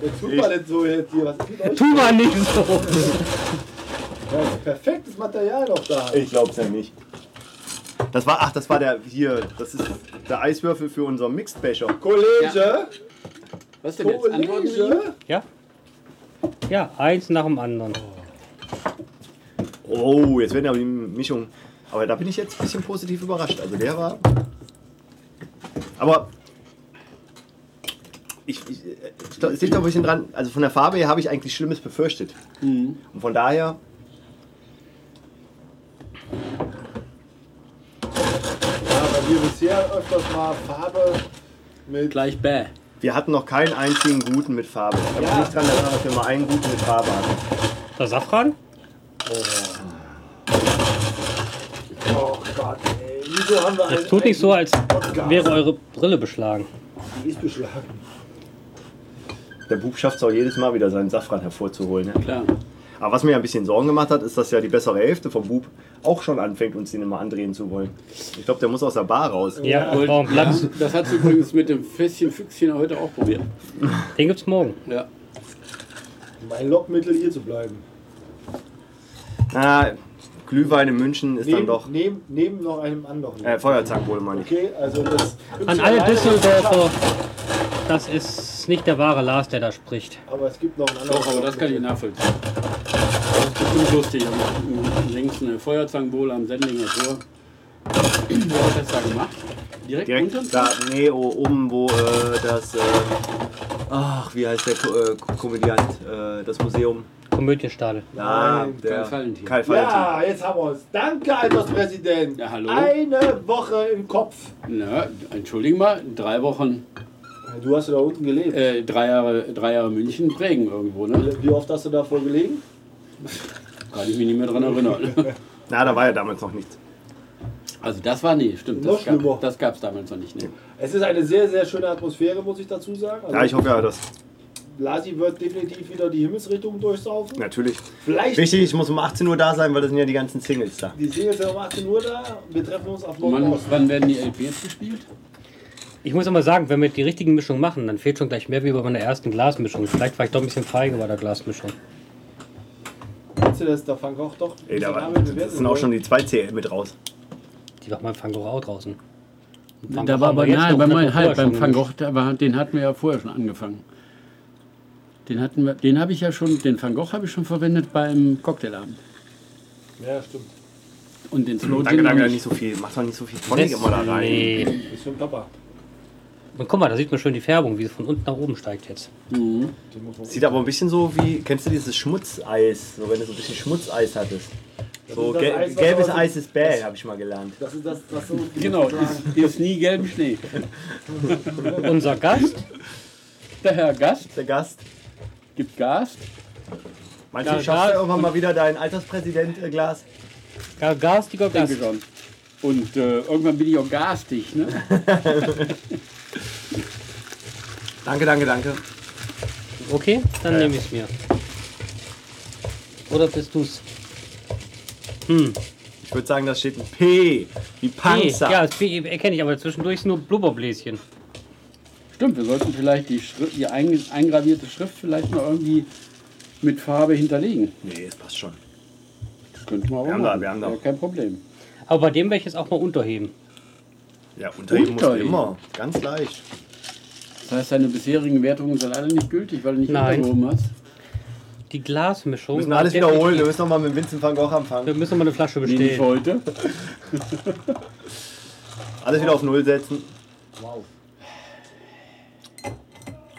Jetzt tut man nicht so jetzt hier. Was ist mit euch? Tu mal nicht so. Da ist perfektes Material noch da. Ich glaub's ja nicht. Das war, ach, das war der, hier, das ist der Eiswürfel für unseren Mixed-Becher. Kollege, Was denn jetzt? Antworten Sie ihm? Kollege. Ja? Ja, eins nach dem anderen. Oh, jetzt werden aber die Mischung. Aber da bin ich jetzt ein bisschen positiv überrascht. Also der war. Aber. Ich, ich, äh, ich glaub, es liegt doch ein bisschen dran. Also von der Farbe her habe ich eigentlich Schlimmes befürchtet. Und von daher. Ja, weil wir bisher öfters mal Farbe mit. Gleich bäh. Wir hatten noch keinen einzigen guten mit Farbe. Aber Ja. nicht dran daran, dass wir mal einen guten mit Farbe hatten. Der Safran? Oh Gott, ey. Wieso haben wir Das einen tut nicht so, als Podcast? wäre eure Brille beschlagen. Die ist beschlagen. Der Bub schafft es auch jedes Mal wieder, seinen Safran hervorzuholen. Ne? Klar. Aber was mir ein bisschen Sorgen gemacht hat, ist, dass ja die bessere Hälfte vom Bub auch schon anfängt, uns den immer andrehen zu wollen. Ich glaube, der muss aus der Bar raus. Ja, ja brauchen Platz. Das hat sie übrigens mit dem Fässchen Füchschen heute auch probiert. Den gibt's morgen. Ja. Mein Lockmittel hier zu bleiben. Na, Glühwein in München ist dann Neben, doch. neben, neben noch einem anderen. Äh, Feuerzangen wohl mal nicht. Okay, also das. An alle Düsseldorfer, das ist nicht der wahre Lars, der da spricht. Aber es gibt noch einen anderen. Doch, aber das kann ich nachvollziehen. Das ist bestimmt lustig. Am- Links eine Feuerzangenbowle am Sendlinger Tor. Wer hat das da gemacht? Direkt, Direkt unten? da, nee, o- oben, wo äh, das. Äh, ach, wie heißt der Ko äh, Komödiant? Äh, das Museum. Komödienstadel. Ja, Nein, der Kai Valentin. Kai Valentin. Ja, jetzt haben wir uns. Danke, Alterspräsident. Ja, hallo. Eine Woche im Kopf. Na, entschuldigen mal, drei Wochen, Du hast ja da unten gelebt. äh, drei Jahre, drei Jahre München prägen irgendwo, ne? Wie oft hast du davor gelegen? Kann ich mich nicht mehr dran erinnern. Na, da war ja damals noch nichts. Also das war nie, stimmt. Noch Das schlimmer. gab, das gab's damals noch nicht. Ne? Es ist eine sehr, sehr schöne Atmosphäre, muss ich dazu sagen. Also, Ja, ich hoffe ja, dass. Lasi wird definitiv wieder die Himmelsrichtung durchsaufen. Natürlich. Vielleicht Wichtig, ich muss um 18 Uhr da sein, weil das sind ja die ganzen Singles da. die Singles sind um 18 Uhr da. Wir treffen uns auf Wann, Nordhaus. wann werden die LPs gespielt? Ich muss aber sagen, wenn wir die richtigen Mischungen machen, dann fehlt schon gleich mehr wie bei meiner ersten Glasmischung. Vielleicht war ich doch ein bisschen feige bei der Glasmischung. Kennst du das? Da fang auch doch. Ey, da Mr. war, Name bewerten das sind auch wollen. schon die 2 CL mit raus. Die war mal im Fangor auch draußen. Da war aber, jetzt nein, noch bei knapp meinem, vorher halt, beim schon Van Gogh, da war, den hatten wir ja vorher schon angefangen. Den hatten wir, den habe ich ja schon, den Van Gogh habe ich schon verwendet beim Cocktailabend. Ja, stimmt. Und den Slow Danke, Gin noch danke, nicht. nicht so viel. Mach doch nicht so viel Tonic immer da rein. Nee. Ist für den Papa. Und guck mal, da sieht man schön die Färbung, wie sie von unten nach oben steigt jetzt. Mhm. Den muss man- Sieht aber ein bisschen so wie, kennst du dieses Schmutzeis, so wenn du so ein bisschen Schmutzeis hattest. So ist das gel Eis, was gelbes aber so- Eis ist bad, habe ich mal gelernt. Das ist das, das so. Genau, ist, ist nie gelben Schnee. Unser Gast, Der Herr Gast Der Gast. gibt Gas. Meinst Ja, du, schaffst du Glas irgendwann mal wieder dein äh, Alterspräsident-Glas? gar- garstiger Gast. Danke schon. Und äh, irgendwann bin ich auch garstig, ne? Danke, danke, danke. Okay, dann Ja, ja. nehme ich es mir. Oder bist du's? Hm. Ich würde sagen, da steht ein P, wie Panzer. Nee, ja, das P- erkenne ich, aber zwischendurch ist nur Blubberbläschen. Stimmt, wir sollten vielleicht die, Schrift, die ein, eingravierte Schrift vielleicht noch irgendwie mit Farbe hinterlegen. Nee, das passt schon. Das könnten wir auch Wir haben da, machen. wir haben da. Ja, kein Problem. Aber bei dem werde ich jetzt auch mal unterheben. Ja, unterheben musst du Unterheben. immer. Ganz leicht. Das heißt, deine bisherigen Wertungen sind alle nicht gültig, weil du nicht Nein. hinterhoben hast. Die Wir Glasmischung. müssen alles war definitiv- wiederholen. Wir müssen nochmal mit Vincent van Gogh Wir anfangen. müssen mal eine Flasche Nee, nicht für bestellen. heute. Alles wieder auf Null setzen. Wow.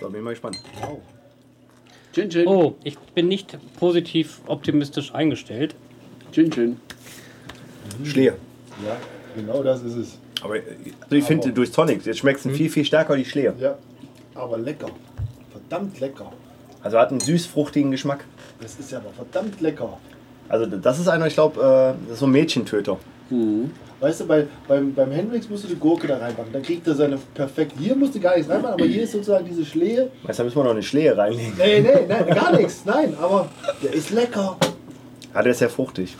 So, bin ich mal gespannt. Wow. Chin Chin. Oh, ich bin nicht positiv optimistisch eingestellt. Chin Chin. Mhm. Schlehe. Ja, genau das ist es. Aber äh, also ich finde, durch Tonics, jetzt schmeckt Mhm. es viel, viel stärker die Schlehe. Ja. Aber lecker. Verdammt lecker. Also hat einen süß-fruchtigen Geschmack. Das ist ja aber verdammt lecker. Also das ist einer, ich glaube, äh, das ist so ein Mädchentöter. Mhm. Weißt du, bei, beim, beim Hendrix musst du die Gurke da reinpacken. Dann kriegt er seine perfekt. Hier musst du gar nichts reinpacken, aber hier ist sozusagen diese Schlehe. Weißt du, da müssen wir noch eine Schlehe reinlegen. Nee, nee, nein, gar nichts. Nein, aber der ist lecker. Ja, der ist sehr fruchtig.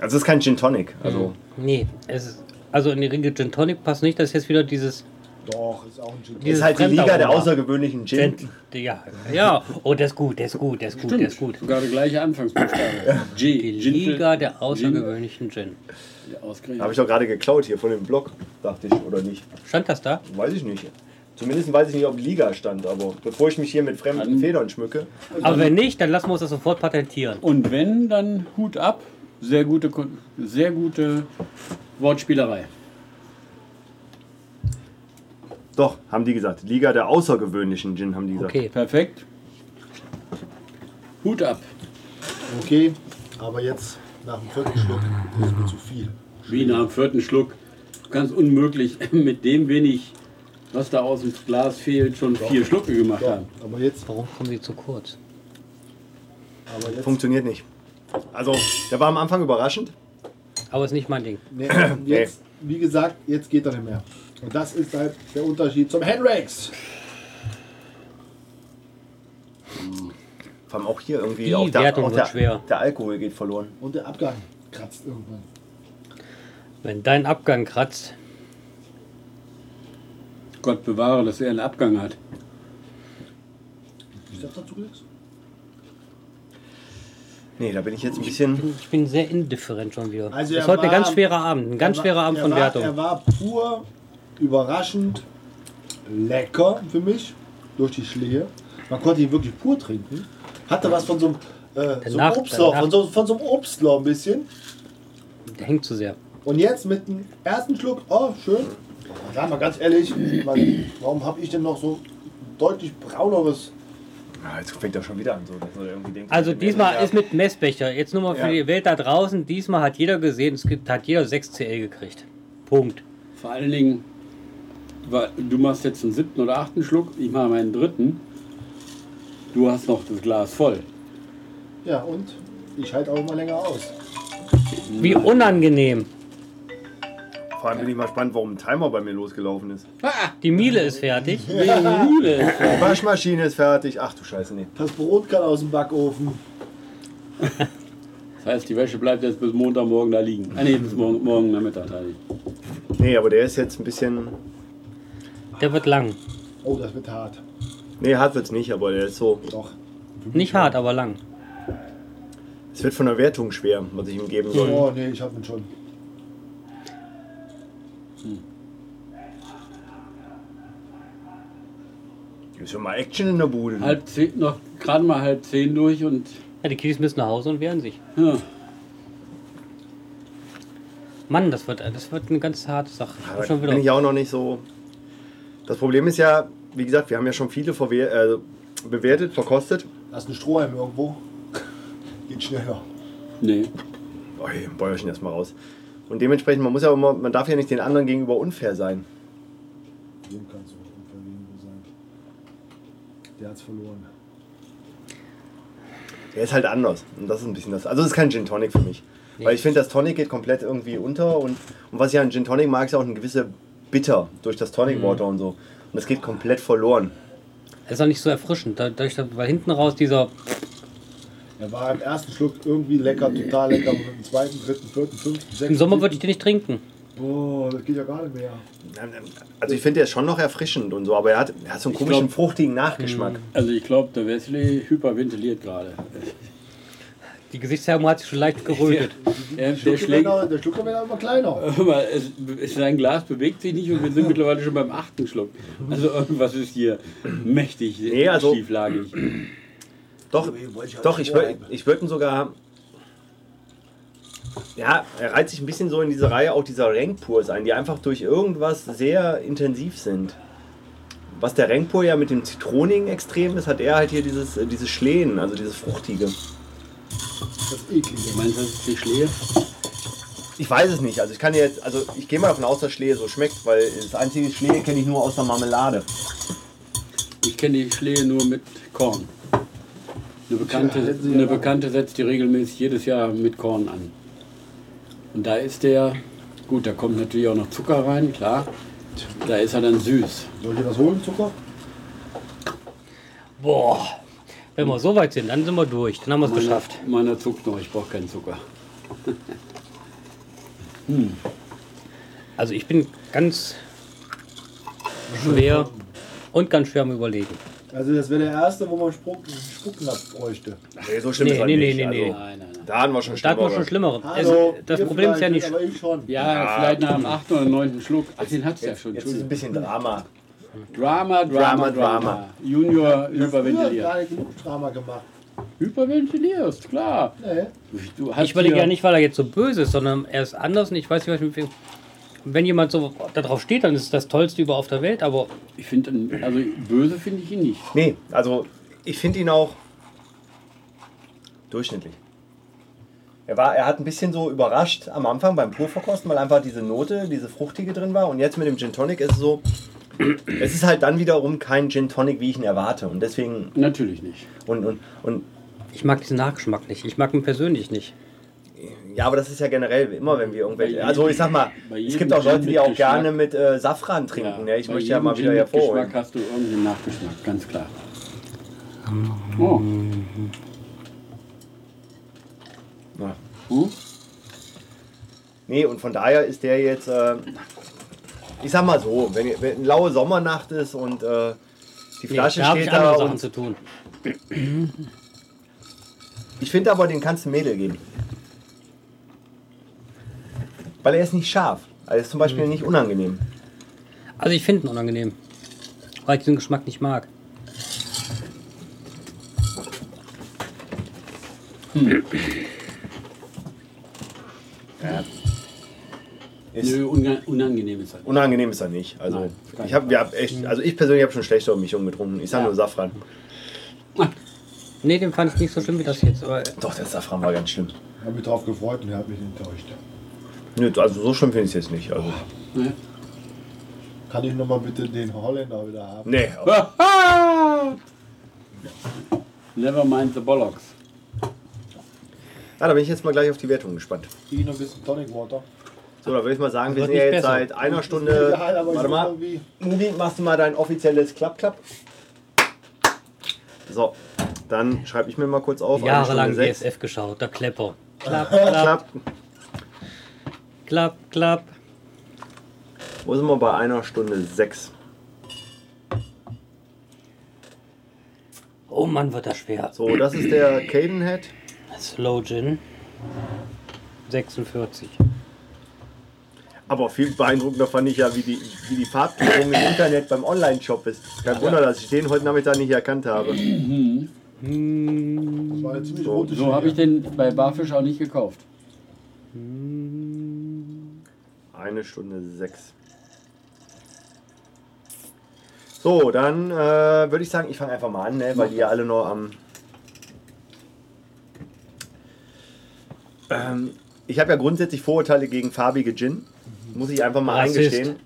Also es ist kein Gin Tonic. Also Mhm. Nee, es ist. Also in die Regel Gin Tonic passt nicht, das ist jetzt wieder dieses. Doch, ist auch ein Gin. ist Dieses halt die Liga der Fremdaroma. außergewöhnlichen Gin. Ja, ja. Oh, das ist gut, das ist gut, das ist gut, das ist gut. Sogar der gleiche Anfangsbuchstabe. G. Die Gin Chin. Liga der außergewöhnlichen Gin. Ja, Habe ich Ausgerechnet. doch gerade geklaut hier von dem Blog, dachte ich, oder nicht? Stand das da? Weiß ich nicht. Zumindest weiß ich nicht, ob Liga stand, aber bevor ich mich hier mit fremden An- Federn schmücke. Aber wenn nicht, dann lassen wir uns das sofort patentieren. Und wenn, dann Hut ab. Sehr gute, Kon- sehr gute Wortspielerei. Doch, haben die gesagt. Liga der außergewöhnlichen Gin, haben die gesagt. Okay. Perfekt. Hut ab. Okay, aber jetzt nach dem vierten Schluck ist mir zu viel. Wie nach dem vierten Schluck. Ganz unmöglich mit dem wenig, was da aus dem Glas fehlt, schon vier Schlucke gemacht Ja, haben. aber jetzt, Warum kommen sie zu kurz? aber jetzt. Funktioniert nicht. Also, der war am Anfang überraschend. Aber ist nicht mein Ding. Nee, jetzt, wie gesagt, jetzt geht er nicht mehr. Und das ist halt der Unterschied zum Hendrix. Vor allem auch hier irgendwie. Die auch der, Wertung auch wird der, schwer. der Alkohol geht verloren. Und der Abgang kratzt irgendwann. Wenn dein Abgang kratzt, Gott bewahre, dass er einen Abgang hat. Ist das dazu nichts? Nee, da bin ich jetzt ein bisschen. ich bin sehr indifferent schon wieder. Also Also ist er heute ein war- ganz schwerer Abend, ein ganz Er war- schwerer Abend er von war, Wertung. Er war pur, überraschend, lecker für mich, durch die Schläge. Man konnte ihn wirklich pur trinken. Hatte was von so einem, äh, so einem Nacht- Obstler, der von so, von so einem Obstler ein bisschen. Der hängt zu sehr. Und jetzt mit dem ersten Schluck, oh, schön. Sag mal ganz ehrlich, man, warum habe ich denn noch so deutlich brauneres? Ah, jetzt fängt er schon wieder an. So, dass er irgendwie denkt, Also wir diesmal werden- ist mit Messbecher. Jetzt nur mal für Ja. die Welt da draußen. Diesmal hat jeder gesehen, es gibt, hat jeder 6CL gekriegt. Punkt. Vor allen Dingen, weil du machst jetzt einen siebten oder achten Schluck, ich mache meinen dritten. Du hast noch das Glas voll. Ja, und ich halte auch mal länger aus. Wie unangenehm. Vor allem bin ich mal gespannt, warum ein Timer bei mir losgelaufen ist. Die Miele ist fertig. Die Waschmaschine ist fertig. Ach du Scheiße, nee. Das Brot kann aus dem Backofen. Das heißt, die Wäsche bleibt jetzt bis Montagmorgen da liegen. Ah, nee, bis morgen, morgen Nachmittag. Da liegen. Nee, aber der ist jetzt ein bisschen. Der wird lang. Oh, das wird hart. Nee, hart wird's nicht, aber der ist so. Doch. Nicht hart, aber lang. Es wird von der Wertung schwer, was ich ihm geben soll. Oh, nee, ich habe ihn schon. Ist schon mal Action in der Bude. du. Halb zehn, noch gerade mal halb zehn durch und Ja, die Kiddies müssen nach Hause und wehren sich. ja, Mann, das wird, das wird eine ganz harte Sache. Ich Aber bin schon bin ich wieder. auch noch nicht so. Das Problem ist ja, wie gesagt, wir haben ja schon viele verwe- äh, bewertet, verkostet. Hast einen Strohhalm irgendwo? Geht schneller. nee. Oh, hier, Bäuerchen erstmal raus. Und dementsprechend, man muss ja immer, man darf ja nicht den anderen gegenüber unfair sein. Dem kannst du unverlegen sein. Der hat's verloren. Der ist halt anders. Und das ist ein bisschen das. Also es ist kein Gin Tonic für mich. Weil ich finde, das Tonic geht komplett irgendwie unter. Und, und was ich an Gin Tonic mag, ist auch eine gewisse Bitter durch das Tonic Water und so. Und das geht komplett verloren. Das ist auch nicht so erfrischend. Da- Dadurch, dass- weil hinten raus dieser. Er war im ersten Schluck irgendwie lecker, total lecker. Und im zweiten, dritten, vierten, fünften, sechsten. Im Sommer würde ich den nicht trinken. Oh, das geht ja gar nicht mehr. Also ich finde, der ist schon noch erfrischend und so, aber er hat, er hat so einen komischen, glaub- fruchtigen Nachgeschmack. Also ich glaube, der Wesley hyperventiliert gerade. Die Gesichtshärmung hat sich schon leicht gerötet. Der, der Der schlägt. Schlucker der Schlucker wird immer kleiner. Hör mal, es, es, sein Glas bewegt sich nicht und wir sind mittlerweile schon beim achten Schluck. Also irgendwas ist hier mächtig, Nee, also- schieflagig. Doch, wollte ich auch doch, nicht ich, wür- vorhaben. ich würde ihn sogar. Ja, er reiht sich ein bisschen so in diese Reihe auch dieser Rankpurs ein, die einfach durch irgendwas sehr intensiv sind. Was der Rankpur ja mit dem Zitronigen extrem ist, hat er halt hier dieses, äh, dieses Schlehen, also dieses Fruchtige. Das eklige. Meinst du, das ist die Schlehe? Ich weiß es nicht, also ich kann jetzt, also ich gehe mal davon aus, dass Schlehe so schmeckt, weil das einzige Schlehe kenne ich nur aus der Marmelade. Ich kenne die Schlehe nur mit Korn. Eine Bekannte, Ja, hätten Sie ja eine machen. Bekannte setzt die regelmäßig jedes Jahr mit Korn an. Und da ist der, gut, da kommt natürlich auch noch Zucker rein, klar. Da ist er dann süß. Soll ich dir das holen, Zucker? Boah. Wenn wir so weit sind, dann sind wir durch. Dann haben wir es Meiner, geschafft. meiner zuckt noch, ich brauche keinen Zucker. Also ich bin ganz schwer und ganz schwer am Überlegen. Also, das wäre der erste, wo man Spuck, Spucknapf bräuchte. Nee, so schlimm Nee, ist er nee, nicht. nee, nee, also, Nein, nein, nein. Da hatten wir schon Da hat man schon schlimmere. Schlimmere. Hallo, Es- Also, das Also, ihr Problem ist ja vielleicht nicht. Aber ich schon. Ja, vielleicht nach dem achten oder neunten Schluck. Ach, den hat's ja schon. Jetzt ist ein Entschuldigung. bisschen Drama. Drama, Drama, Drama, Drama. Junior Früher gar hyperventiliert. nicht genug Drama gemacht. Hyperventilierst, klar. Nee. Du hast Ich überlege hier- ja nicht, weil er jetzt so böse ist, sondern er ist anders. Und ich weiß nicht, was ich- wenn jemand so darauf steht, dann ist es das Tollste überhaupt auf der Welt. Aber Ich finde, also böse finde ich ihn nicht. Nee, also ich finde ihn auch durchschnittlich. Er, war, er hat ein bisschen so überrascht am Anfang beim Purverkosten, weil einfach diese Note, diese fruchtige drin war. Und jetzt mit dem Gin Tonic ist es so, es ist halt dann wiederum kein Gin Tonic, wie ich ihn erwarte. Und deswegen, Natürlich nicht. und, und, und ich mag diesen Nachgeschmack nicht. Ich mag ihn persönlich nicht. ja, aber das ist ja generell immer, wenn wir Bei irgendwelche, jedem- also ich sag mal, bei es jedem gibt auch Gin Leute, die mit auch Geschmack. gerne mit äh, Safran trinken. Ja, ich bei möchte ja jedem mal wieder Gin mit hervorholen. Geschmack hast du irgendeinen Nachgeschmack, ganz klar. Oh. Na. Hm? Nee, und von daher ist der jetzt, äh, ich sag mal so, wenn, ihr- wenn eine laue Sommernacht ist und äh, die Flasche da hab steht ich andere da Sachen und zu tun. ich finde aber, den kannst du Mädel geben. Weil er ist nicht scharf. Also ist zum Mhm. Beispiel nicht unangenehm. Also ich finde ihn unangenehm. Weil ich diesen Geschmack nicht mag. Ist Nö, unang- unangenehm ist halt. Unangenehm ist er nicht. Also Nein, auf keinen ich habe hab echt, also ich persönlich habe schon schlechtere Mischungen getrunken. Ich sag nur Safran. Ah, Nee, den fand ich nicht so schlimm wie das jetzt. Aber Doch, der Safran war ganz schlimm. Ich habe mich drauf gefreut und er hat mich enttäuscht. Nö, also so schlimm finde ich es jetzt nicht. Also, Ne? Kann ich nochmal bitte den Holländer wieder haben? nee, Aha! Never mind the bollocks. Ah, da bin ich jetzt mal gleich auf die Wertung gespannt. Ihn ein bisschen Tonic Water. So, da würde ich mal sagen, wir Wird sind ja nicht jetzt besser. seit einer Stunde. Egal, aber Warte ich mal, irgendwie. Udi, machst du mal dein offizielles Klapp-Klapp? So, dann schreibe ich mir mal kurz auf. eine jahrelang Stunde sechs. DSF geschaut, der Klepper. Klapp, klapp, Klapp. klapp, klapp. Wo sind wir bei einer Stunde sechs? Oh Mann, wird das schwer. So, das ist der Cadenhead. Slow Gin. 46. Aber viel beeindruckender fand ich ja, wie die, wie die Farbgebung im Internet beim Online-Shop ist. Kein Wunder, dass ich den heute Nachmittag nicht erkannt habe. Das war eine ziemlich So, rote So habe ich den bei Barfisch auch nicht gekauft. Eine Stunde sechs. So, dann äh, würde ich sagen, ich fange einfach mal an, ne, weil die ja alle noch am. Ähm, ich habe ja grundsätzlich Vorurteile gegen farbige Gin. Muss ich einfach mal Rassist. eingestehen.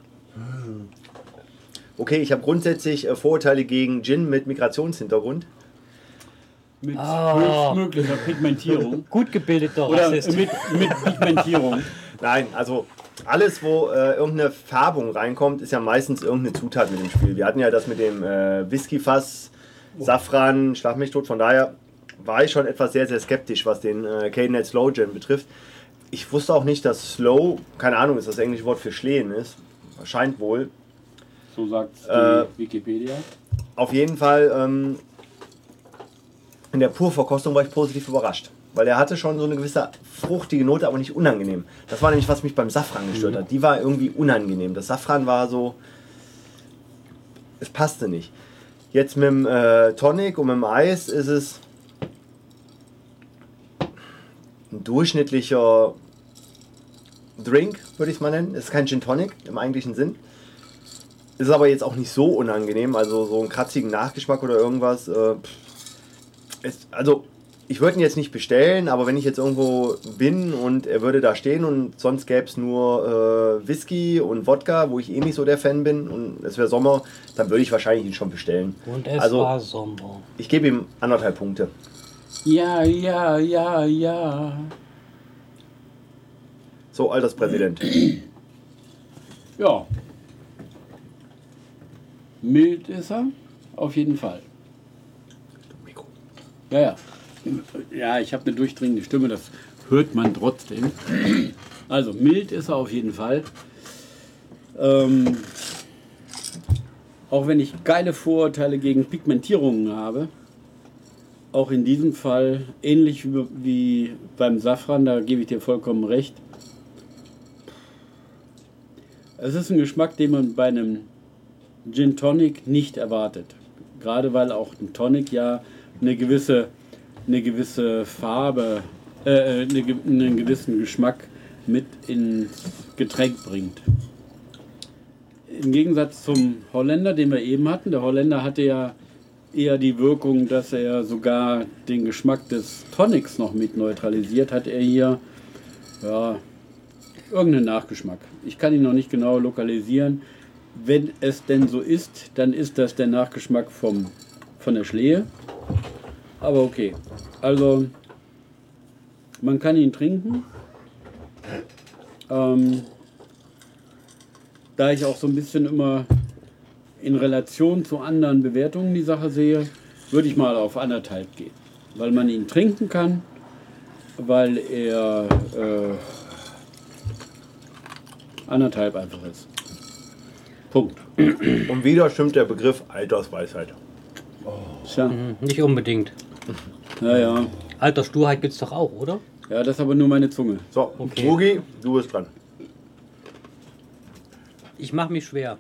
Okay, ich habe grundsätzlich äh, Vorurteile gegen Gin mit Migrationshintergrund. Mit Ah. höchstmöglicher Pigmentierung. Gut gebildeter Oder Rassist. mit, mit Pigmentierung. Nein, also alles, wo äh, irgendeine Färbung reinkommt, ist ja meistens irgendeine Zutat mit dem Spiel. Wir hatten ja das mit dem äh, Whiskyfass, Safran, Schlag mich tot. Von daher war ich schon etwas sehr, sehr skeptisch, was den äh, Cadenet Slow Gin betrifft. Ich wusste auch nicht, dass Slow, keine Ahnung, ist das englische Wort für Schlehen ist. Scheint wohl. So sagt die Äh. Wikipedia. Auf jeden Fall ähm, in der Purverkostung war ich positiv überrascht. Weil er hatte schon so eine gewisse fruchtige Note, aber nicht unangenehm. Das war nämlich, was mich beim Safran gestört hat. Die war irgendwie unangenehm. Das Safran war so. Es passte nicht. Jetzt mit dem äh, Tonic und mit dem Eis ist es ein durchschnittlicher Drink, würde ich es mal nennen. Es ist kein Gin Tonic im eigentlichen Sinn. Ist aber jetzt auch nicht so unangenehm, also so einen kratzigen Nachgeschmack oder irgendwas. Äh, pff. es, also, ich würde ihn jetzt nicht bestellen, aber wenn ich jetzt irgendwo bin und er würde da stehen und sonst gäbe es nur äh, Whisky und Wodka, wo ich eh nicht so der Fan bin und es wäre Sommer, dann würde ich wahrscheinlich ihn schon bestellen. Und es also, war Sommer. ich gebe ihm anderthalb Punkte. Ja, ja, ja, ja. So, Alterspräsident. Ja. Mild ist er, auf jeden Fall. Mikro. Ja, ja. Ja, ich habe eine durchdringende Stimme, das hört man trotzdem. Also mild ist er auf jeden Fall. Ähm, auch wenn ich geile Vorurteile gegen Pigmentierungen habe, auch in diesem Fall, ähnlich wie, wie beim Safran, da gebe ich dir vollkommen recht. Es ist ein Geschmack, den man bei einem Gin Tonic nicht erwartet. Gerade weil auch ein Tonic ja eine gewisse, eine gewisse Farbe, äh, eine, ge- einen gewissen Geschmack mit ins Getränk bringt. Im Gegensatz zum Holländer, den wir eben hatten, der Holländer hatte ja eher die Wirkung, dass er sogar den Geschmack des Tonics noch mit neutralisiert, hat er hier ja, irgendeinen Nachgeschmack. Ich kann ihn noch nicht genau lokalisieren. Wenn es denn so ist, dann ist das der Nachgeschmack vom, von der Schlehe. Aber okay. Also, man kann ihn trinken. Ähm, da ich auch so ein bisschen immer in Relation zu anderen Bewertungen die Sache sehe, würde ich mal auf anderthalb gehen. Weil man ihn trinken kann, weil er äh, anderthalb einfach ist. Punkt. Und wieder stimmt der Begriff Altersweisheit. Tja, Hm, Nicht unbedingt. naja. Alterssturheit gibt es doch auch, oder? Ja, das ist aber nur meine Zunge. So, Okay. Mugi, du bist dran. Ich mache mich schwer.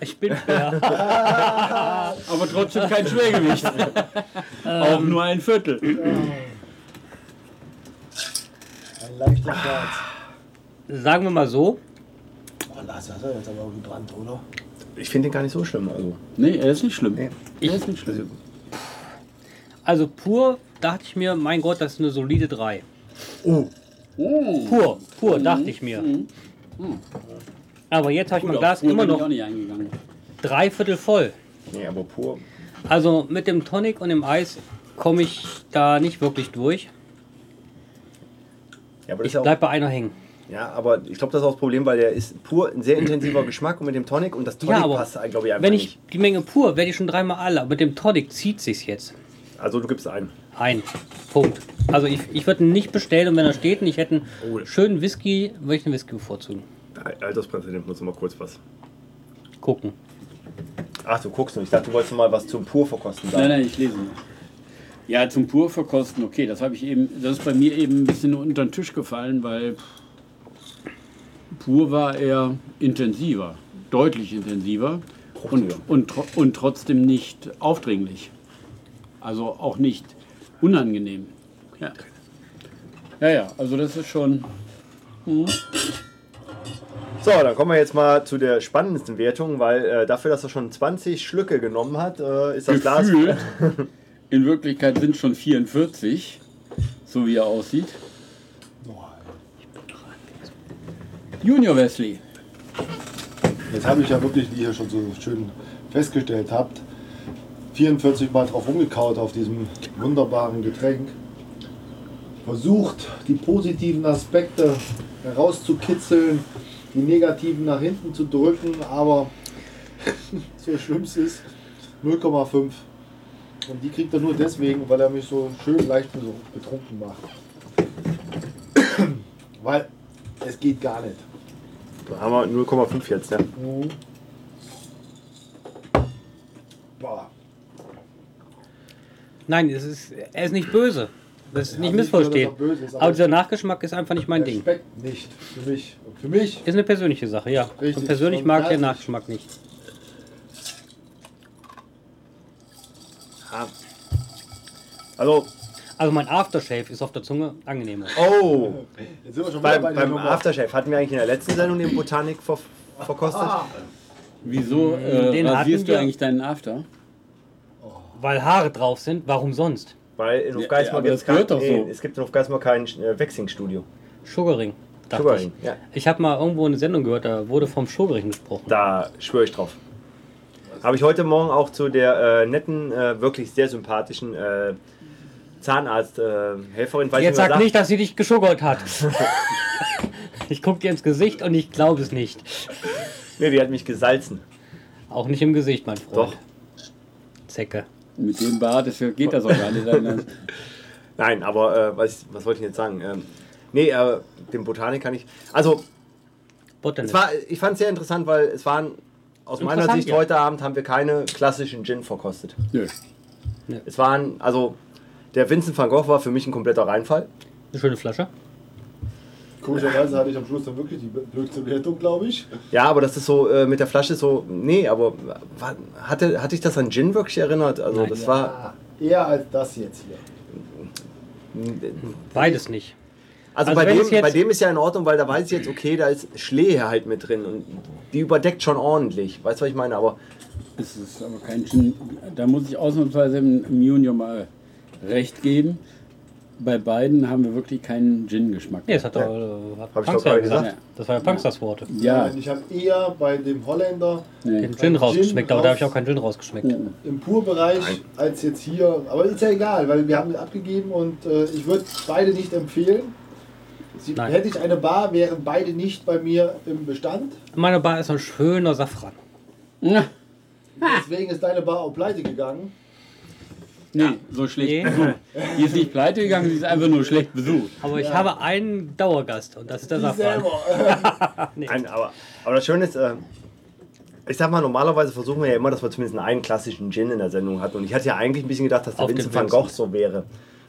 Ich bin schwer. Aber trotzdem kein Schwergewicht. Auch nur ein Viertel. Ein leichter Schwarz. Sagen wir mal so, Boah, Lars, das hat jetzt aber auch gebrannt, oder? Ich finde den gar nicht so schlimm. Also. Nee, er ist nicht schlimm. Ich- er ist nicht schlimm. also pur dachte ich mir, mein Gott, das ist eine solide 3. Oh. Pur, pur, dachte ich mir. Aber jetzt habe ich mein Glas immer Auch noch nicht eingegangen. dreiviertel voll. Nee, aber pur. Also mit dem Tonic und dem Eis komme ich da nicht wirklich durch. Ja, aber das Ich ist ja auch- bleibe bei einer hängen. Ja, aber ich glaube, das ist auch das Problem, weil der ist pur ein sehr intensiver Geschmack und mit dem Tonic und das Tonic Ja, aber passt, glaube ich, einfach Wenn ich nicht. die Menge pur, werde ich schon dreimal alle. Aber mit dem Tonic zieht sich's jetzt. Also du gibst einen. Ein. Punkt. Also ich, ich würde ihn nicht bestellen und wenn er steht und ich hätte einen Oh. schönen Whisky, würde ich einen Whisky bevorzugen. Alterspräsident muss mal kurz was. Gucken. Ach, du guckst nur. Ich dachte, du wolltest mal was zum Pur verkosten. Nein, Sagen. nein, ich lese noch. Ja, zum pur verkosten, okay, das habe ich eben, das ist bei mir eben ein bisschen unter den Tisch gefallen, weil pur war eher intensiver, deutlich intensiver und, Fruchtiger. und, tro- und trotzdem nicht aufdringlich. Also auch nicht unangenehm. Ja, ja, ja also das ist schon. So, dann kommen wir jetzt mal zu der spannendsten Wertung, weil äh, dafür, dass er schon 20 Schlücke genommen hat, äh, ist das Glas... Gefühl. In Wirklichkeit sind schon 44, so wie er aussieht. Junior Wesley. Jetzt habe ich ja wirklich, wie ihr schon so schön festgestellt habt, 44 Mal drauf rumgekaut auf diesem wunderbaren Getränk. Versucht, die positiven Aspekte herauszukitzeln, die negativen nach hinten zu drücken, aber so schlimm es ist, 0,5. Und die kriegt er nur deswegen, weil er mich so schön leicht betrunken macht. weil es geht gar nicht. Da haben wir 0,5 jetzt, ne? Mhm. Boah. Nein, es ist, er ist nicht böse. Das ist Ja, nicht nicht nur, dass er missverstehen. böse ist, aber- Aber dieser Nachgeschmack ist einfach nicht mein Mein Ding. Respekt nicht für mich. Und für mich. Ist eine persönliche Sache, ja. Richtig. Und persönlich mag ich den Ja. Nachgeschmack nicht. Ah. Also, Also mein Aftershave ist auf der Zunge angenehmer. oh, Jetzt sind wir schon wieder beim, bei der beim Nummer. Aftershave hatten wir eigentlich in der letzten Sendung den Botanik ver verkostet. Wieso äh, Hm, den hatten rasierst du wir. eigentlich deinen After? Weil Haare drauf sind, warum sonst? Weil in ja, Hofgeismar aber gibt's das gehört kein- doch so. nee, es gibt in Hofgeismar kein äh, Waxing-Studio. Sugaring. Dachte Sugaring, ich ja. ich habe mal irgendwo eine Sendung gehört, da wurde vom Sugaring gesprochen. Da schwöre ich drauf. Habe ich heute Morgen auch zu der äh, netten, äh, wirklich sehr sympathischen äh, Zahnarzthelferin, äh, Helferin, weil Jetzt ich immer sag nicht, dass sie dich geschuggert hat. ich guck dir ins Gesicht und ich glaube es nicht. Nee, die hat mich gesalzen. Auch nicht im Gesicht, mein Freund. Doch. Zecke. Mit dem Bart das geht das auch gar nicht. ne? anders. Nein, aber äh, was, was wollte ich denn jetzt sagen? Ähm, nee, äh, den Botanik kann ich. Also, es Botanist. war, ich fand es sehr interessant, weil es waren. Aus meiner Interessant, Sicht ja. heute Abend haben wir keine klassischen Gin verkostet. Nö. Es waren, also der Vincent van Gogh war für mich ein kompletter Reinfall. Eine schöne Flasche. Komischerweise hatte ich am Schluss dann wirklich die blödste Wertung, glaube ich. Ja, aber das ist so äh, mit der Flasche so. Nee, aber war, hatte, hatte ich das an Gin wirklich erinnert? Also Nein. das war. Ah, eher als das jetzt hier. Beides nicht. Also, Also bei, wenn dem, es jetzt- bei dem ist ja in Ordnung, weil da weiß ich jetzt, okay, da ist Schlehe halt mit drin und die überdeckt schon ordentlich. Weißt du, was ich meine? Aber Es ist aber kein Gin. Da muss ich ausnahmsweise im im Junior mal recht geben. Bei beiden haben wir wirklich keinen Gin-Geschmack. Nee, das hat doch äh, hat Hab ich Punks doch ja gerade gesagt. gesagt. Das war ja Punksters Worte. Ja, Also, Ich habe eher bei dem Holländer nee. Den Gin rausgeschmeckt, aber da habe ich raus- auch keinen Gin rausgeschmeckt. im Purbereich als jetzt hier. Aber ist ja egal, weil wir haben abgegeben und äh, ich würde beide nicht empfehlen. Sie, Nein. hätte ich eine Bar, wären beide nicht bei mir im Bestand. In meiner Bar ist ein schöner Safran. Na, Deswegen ist deine Bar auch pleite gegangen. Nee, so schlecht Nee. besucht. Die ist nicht pleite gegangen, sie ist einfach nur schlecht besucht. Aber ich habe einen Dauergast und das ist der Die Safran. selber. Nein, aber, aber das Schöne ist, äh, ich sag mal, normalerweise versuchen wir ja immer, dass wir zumindest einen klassischen Gin in der Sendung hatten. Und ich hatte ja eigentlich ein bisschen gedacht, dass der Auf den Vincent van Vincent. Gogh so wäre.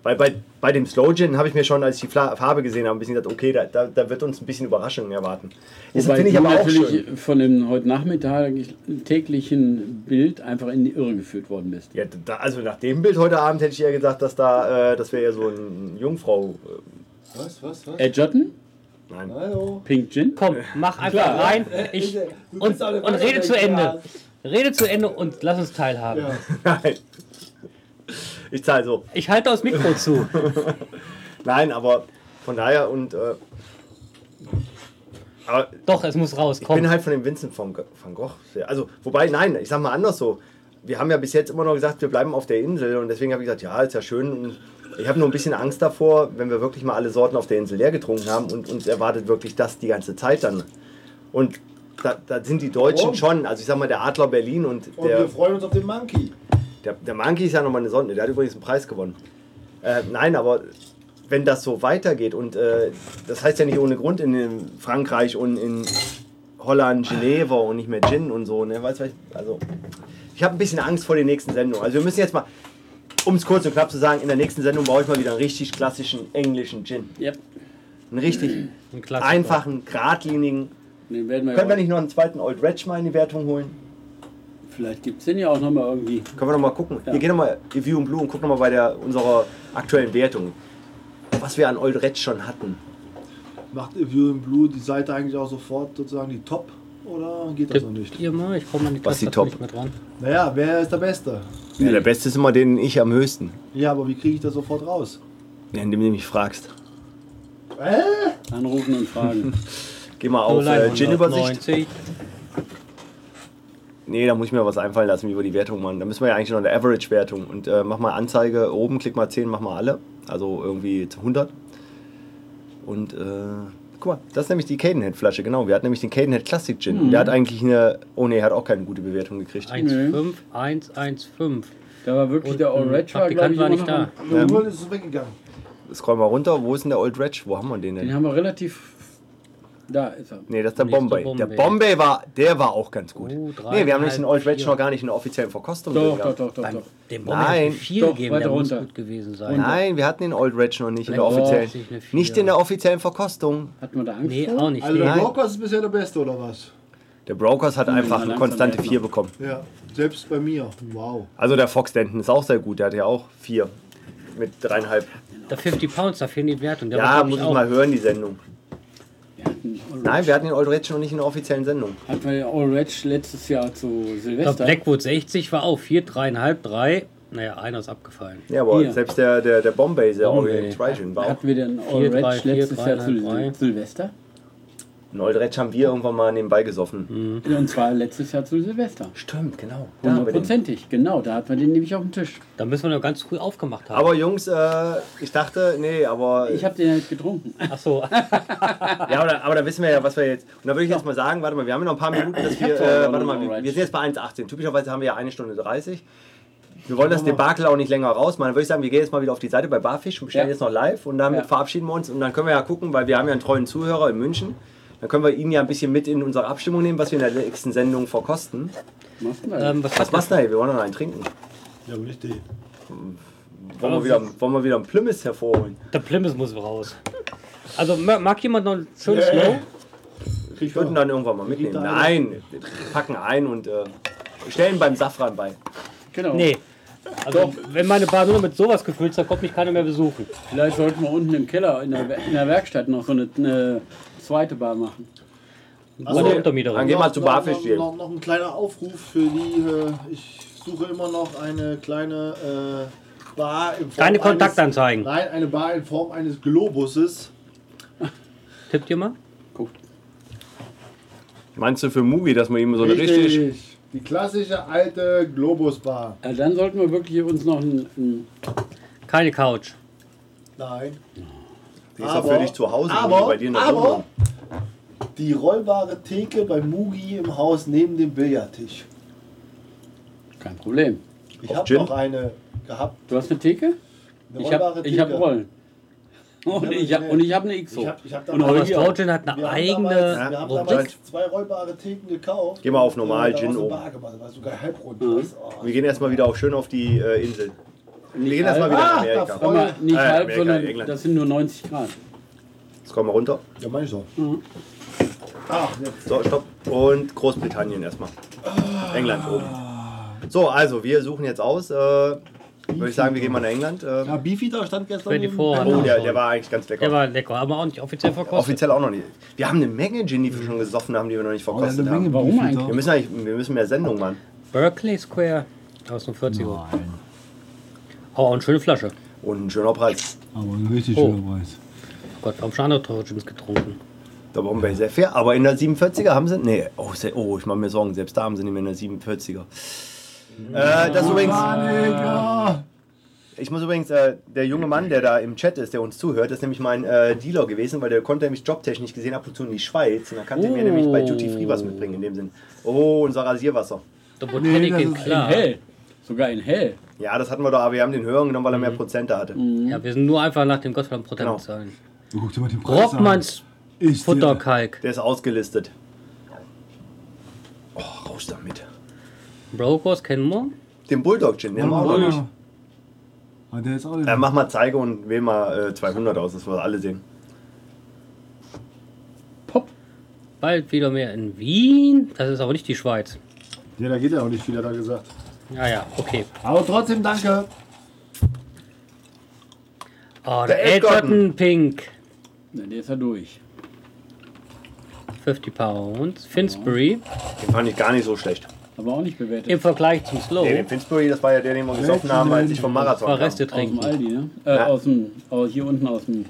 Weil bei, bei dem Slow Gin habe ich mir schon, als ich die Fla Farbe gesehen habe, ein bisschen gedacht, okay, da, da, da wird uns ein bisschen Überraschung erwarten. Das Wobei finde ich du aber auch natürlich schön. von dem heute Nachmittag täglichen Bild einfach in die Irre geführt worden bist. Ja, da, also nach dem Bild heute Abend hätte ich eher gesagt, dass da, äh, das wäre eher so ein Jungfrau. Was, was, was? Edgerton, Äh, nein. Hallo. Pink Gin. Komm, mach einfach Klar. rein. Ich, Du bist und, doch eine und rede zu Wanderwelt, Ende. Rede zu Ende und lass uns teilhaben. Ja. Nein. Ich zahle so. Ich halte das Mikro zu. Nein, aber von daher und. Äh, aber Doch, es muss raus. ich Komm. bin halt von dem Vincent van, Go- van Gogh. Sehr, also, wobei, nein, ich sag mal anders so. Wir haben ja bis jetzt immer noch gesagt, wir bleiben auf der Insel und deswegen habe ich gesagt, ja, ist ja schön. Und ich habe nur ein bisschen Angst davor, wenn wir wirklich mal alle Sorten auf der Insel leer getrunken haben und uns erwartet wirklich das die ganze Zeit dann. Und da, da sind die Deutschen Oh. schon, also ich sag mal, der Adler Berlin und Und der. wir freuen uns auf den Monkey. Der, der Monkey ist ja nochmal eine Sonne, der hat übrigens einen Preis gewonnen. Äh, nein, aber wenn das so weitergeht und äh, das heißt ja nicht ohne Grund in, in Frankreich und in Holland, Geneva und nicht mehr Gin und so, ne? Weißt du, was ich- also ich habe ein bisschen Angst vor den nächsten Sendungen. Also wir müssen jetzt mal, um es kurz und knapp zu sagen, in der nächsten Sendung brauche ich mal wieder einen richtig klassischen englischen Gin. Ja, Einen richtig Ein Klassiker. einfachen, geradlinigen. den werden wir, Können wir ja nicht noch einen zweiten Old Reg mal in die Wertung holen? auch- Vielleicht gibt es den ja auch nochmal irgendwie. Können wir noch mal gucken. Ja. Hier geh noch mal in View and Blue und guck noch mal bei der, unserer aktuellen Wertung, was wir an Old Red schon hatten. Macht View in Blue die Seite eigentlich auch sofort sozusagen die Top? Oder geht das noch nicht? Ihr mal, ich komme an die Was die Tastatur Top? nicht mehr dran. Naja, wer ist der Beste? Ja, der Beste ist immer den ich am höchsten, Ja, aber wie kriege ich das sofort raus? indem du mich fragst. Äh? Anrufen und fragen. Geh mal auf äh, Gin-Übersicht. 90. Nee, da muss ich mir was einfallen lassen, wie wir die Wertung machen. Da müssen wir ja eigentlich noch eine Average-Wertung. Und äh, mach mal Anzeige, oben klick mal 10, mach mal alle. Also irgendwie zu 100. Und äh, guck mal, das ist nämlich die Cadenhead-Flasche, genau. Wir hatten nämlich den Cadenhead Classic Gin. Der hat eigentlich eine, oh nee, hat auch keine gute Bewertung gekriegt. 1,5, 1,15. Da war wirklich Und der All ein Red war, glaube Praktikant ich, war immer nicht noch da. am- ähm, Irgendwann ist es weggegangen. Scroll mal runter, wo ist denn der Old Reg? Wo haben wir den denn? Den haben wir relativ. Da ist er. Nee, das ist der Nächster Bombay. Der Bombay. Bombay war, der war auch ganz gut. Oh, drei, nee, wir haben nicht drei, den Old Reg vier. noch gar nicht in der offiziellen Verkostung. drin Doch, doch, gehabt. doch, doch, doch. Nein. Dem Bomber eine 4 Doch, gegeben, weiter der muss runter. gut gewesen sein. Nein, wir hatten den Old Reg noch nicht in der Doch, offiziellen. ist nicht eine Vier. Nicht in der offiziellen Verkostung. Hat man da Angst? Nee, vor? auch nicht. Also der Nein. Brokers ist bisher der Beste, oder was? Der Brokers hat einfach mal eine Hm, langsam konstante werden. 4 bekommen. Ja, selbst bei mir. Wow. Also der Fox Denton ist auch sehr gut, der hat ja auch 4. Mit dreieinhalb. Der 50 Pounds, da fehlen die Werte. und der war, Ja, glaub muss ich mal hören, die Sendung. Wir hatten All Red. Nein, wir hatten den Old Reg noch nicht in der offiziellen Sendung. Hatten wir den All Red letztes Jahr zu Ich glaub, Silvester. Blackwood 60 war auch 4, 3,5, 3. Naja, einer ist abgefallen. Ja, aber Hier. selbst der, der, der Bombay, der Bombay. Oriental Dry Gin, war auch. Hatten wir den All Vier, drei, Red vier, letztes drei, Jahr zu drei, drei. Sil- Silvester? Einen Old Reg haben wir irgendwann mal nebenbei gesoffen. Hm. Und zwar letztes Jahr zu Silvester. Stimmt, genau. Da haben wir den. Hundertprozentig, genau, da hat man den nämlich auf dem Tisch. Da müssen wir noch ganz früh aufgemacht haben. Aber Jungs, äh, ich dachte, nee, aber. Ich habe den halt getrunken. Ach so. Ja, aber, da- aber da wissen wir ja, was wir jetzt. Und da würde ich jetzt mal sagen, warte mal, wir haben ja noch ein paar Minuten, dass wir. Äh, hab doch noch warte einen mal, wir, Orange. wir sind jetzt bei 1,18. Typischerweise haben wir ja eine Stunde 30. Wir wollen das Debakel auch nicht länger rausmachen. Dann würde ich sagen, wir gehen jetzt mal wieder auf die Seite bei Barfisch und bestellen Ja. jetzt noch live und damit Ja. verabschieden wir uns. Und dann können wir ja gucken, weil wir haben ja einen treuen Zuhörer in München. Dann können wir ihn ja ein bisschen mit in unsere Abstimmung nehmen, was wir in der nächsten Sendung verkosten. Machst du mal. ähm, was Was machst du denn? hier? Wir wollen noch einen trinken. Ja, aber nicht die. Wollen wir wieder, wollen wir wieder einen Plymouth hervorholen? Der Plymouth muss raus. Also ma- mag jemand noch ein schönes Slow? Ich würde ihn dann irgendwann mal mitnehmen. Nein, wir packen ein und äh, stellen beim Safran bei. genau. Nee. Also, wenn meine Bar nur noch mit sowas gefüllt ist, dann kommt mich keiner mehr besuchen. Vielleicht sollten wir unten im Keller in der, in der Werkstatt noch so eine, eine zweite Bar machen. Also, Meine Untermieterin. Dann geh mal zu Barfisch noch, hier. noch, noch ein kleiner Aufruf für die. Äh, ich suche immer noch eine kleine äh, Bar im Form Keine eines- Kontaktanzeigen. Nein, eine Bar in Form eines Globuses. Tippt ihr mal? Guckt. Meinst du für Mugi, dass man ihm so eine richtig. Die klassische alte Globusbar. Also dann sollten wir wirklich uns noch ein, ein Keine Couch. Nein. Die ist doch für dich zu Hause, Mugi, aber, bei dir in der aber Wohnung. die rollbare Theke bei Mugi im Haus neben dem Billardtisch. kein Problem. Ich Auf habe Gin? noch eine gehabt. Du hast eine Theke? Eine Ich rollbare habe ich hab Theke. Rollen. Und aber ich habe schnell. hab eine XO. Ich hab, ich hab Und damals- Aber Holger- Stoughton hat wir eine haben eigene Damals, wir haben Rubrik. damals zwei rollbare Theken gekauft. Geh mal auf Und, normal, da war Gin so eine oben. Bar gemacht, Weil sogar halbrund ist. Oh, Wir gehen erstmal wieder auch schön auf die äh, Insel. Wir gehen erstmal wieder nach Ah, da Amerika. freut- Sag mal, nicht Ah, halb, Amerika, sondern England. das sind nur 90 Grad. Jetzt kommen wir runter. ja, mein ich doch. Ach, ja. So, stopp. Und Großbritannien erstmal. England oben. So, also wir suchen jetzt aus. Äh, Würde ich sagen, wir gehen mal nach England. Äh, ja Beefeater stand gestern. 24 oh, hat der, er der war eigentlich ganz lecker. Der war lecker, aber auch nicht offiziell verkostet. Offiziell auch noch nicht. Wir haben eine Menge Gin, die wir schon gesoffen haben, die wir noch nicht Oh, ja, verkostet eine haben. Menge Warum Beefeater. eigentlich? Wir müssen eigentlich, wir müssen mehr Sendung machen. Berkeley Square aus den 40er. Nein, Oh, und schöne Flasche. Und halt, ein schöner Preis. aber ein richtig Oh. schöner Preis. Gott, warum schon andere teure Gins getrunken? Da Bombay sehr fair. Aber in der 47er haben sie. Nee, oh, se- oh ich mache mir Sorgen. Selbst da haben sie nicht mehr in der 47er. Äh, das ist übrigens. Mega! Ich muss übrigens, äh, der junge Mann, der da im Chat ist, der uns zuhört, ist nämlich mein äh, Dealer gewesen, weil der konnte nämlich jobtechnisch gesehen ab und zu in die Schweiz. Und da kannte er mir nämlich bei Duty Free was mitbringen in dem Sinn. Oh, unser Rasierwasser. Der Botanik das in ist klar. In hell. Sogar in hell. Ja, das hatten wir doch, aber wir haben den höheren genommen, weil er mehr Prozente hatte. Ja, wir sind nur einfach nach dem Gottverdammten Prozent Genau. zahlen. Du guckst dir mal den Preis Rockmanns an. Ist der- Futterkalk. Der ist ausgelistet. Oh, raus damit. Brokers kennen wir. Den Bulldog Gin, den haben wir auch noch Warte nicht. mal. Ah, der ist auch Äh, nicht. mach mal Zeige und wähl mal äh, 200 aus, dass wir alle sehen. Pop. Bald wieder mehr in Wien. Das ist aber nicht die Schweiz. ja, da geht ja auch nicht viel, hat er gesagt. Ja, ja, okay. Aber trotzdem danke. Oh, Der der, Edgerton Pink. Na, der ist ja durch. 50 Pounds. Finsbury. Den fand ich gar nicht so schlecht. Aber auch nicht bewertet. Im Vergleich zum Slow. Nee, den Finsbury, das war ja der, den wir gesoffen haben, als ich vom Marathon War kam. Reste aus dem trinken. Aldi, ne? Äh, Ja. aus dem, aus, hier unten aus dem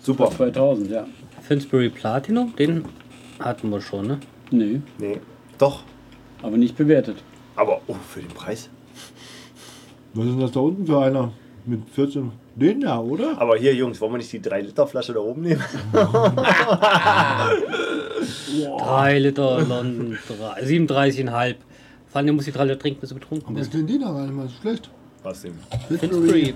Super. 2000, ja. Finsbury Platinum, den hatten wir schon, ne? Nee, Nee, doch. aber nicht bewertet. Aber, oh, für den Preis. Was ist denn das da unten für einer? Mit 14. Den da, oder? Aber hier, Jungs, wollen wir nicht die 3-Liter-Flasche da oben nehmen? 3 Liter London, drei- 37,5. Vor allem muss ich 3 Liter trinken, bis du betrunken Aber ich bist. kenne den da gar nicht mal. Ist schlecht. Was denn? Finsbury.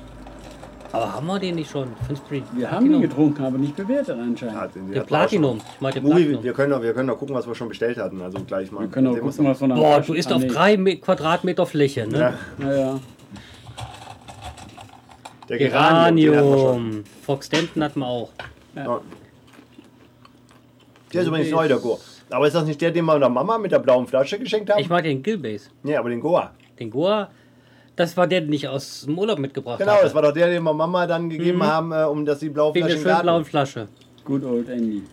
Aber haben wir den nicht schon? Finsbury. Wir haben genau. ihn getrunken, aber nicht bewertet anscheinend. den, hatten Den wir auch schon. Platinum. Ich meine den Muri, Platinum. wir können, doch, wir können doch gucken, was wir schon bestellt hatten. Also gleich mal. Wir können auch Sehen wir's gucken, was von der Boah, du isst Ah, auf nee. 3 Quadratmeter Fläche, ne? Ja, Ja, ja. der Geranium. den hatten wir schon. Geranium. Fox Denton hatten wir auch. Der ist übrigens neu, der Goa. Aber ist das nicht der, den wir der Mama mit der blauen Flasche geschenkt haben? Ich mag den Gilbase. nee, aber den Goa. Den Goa. Das war der, den ich aus dem Urlaub mitgebracht Genau, habe. das war doch der, den wir Mama dann gegeben haben, äh, um dass die blaue Flasche Wegen der im schönen Garten. blauen Flasche. Good old Andy.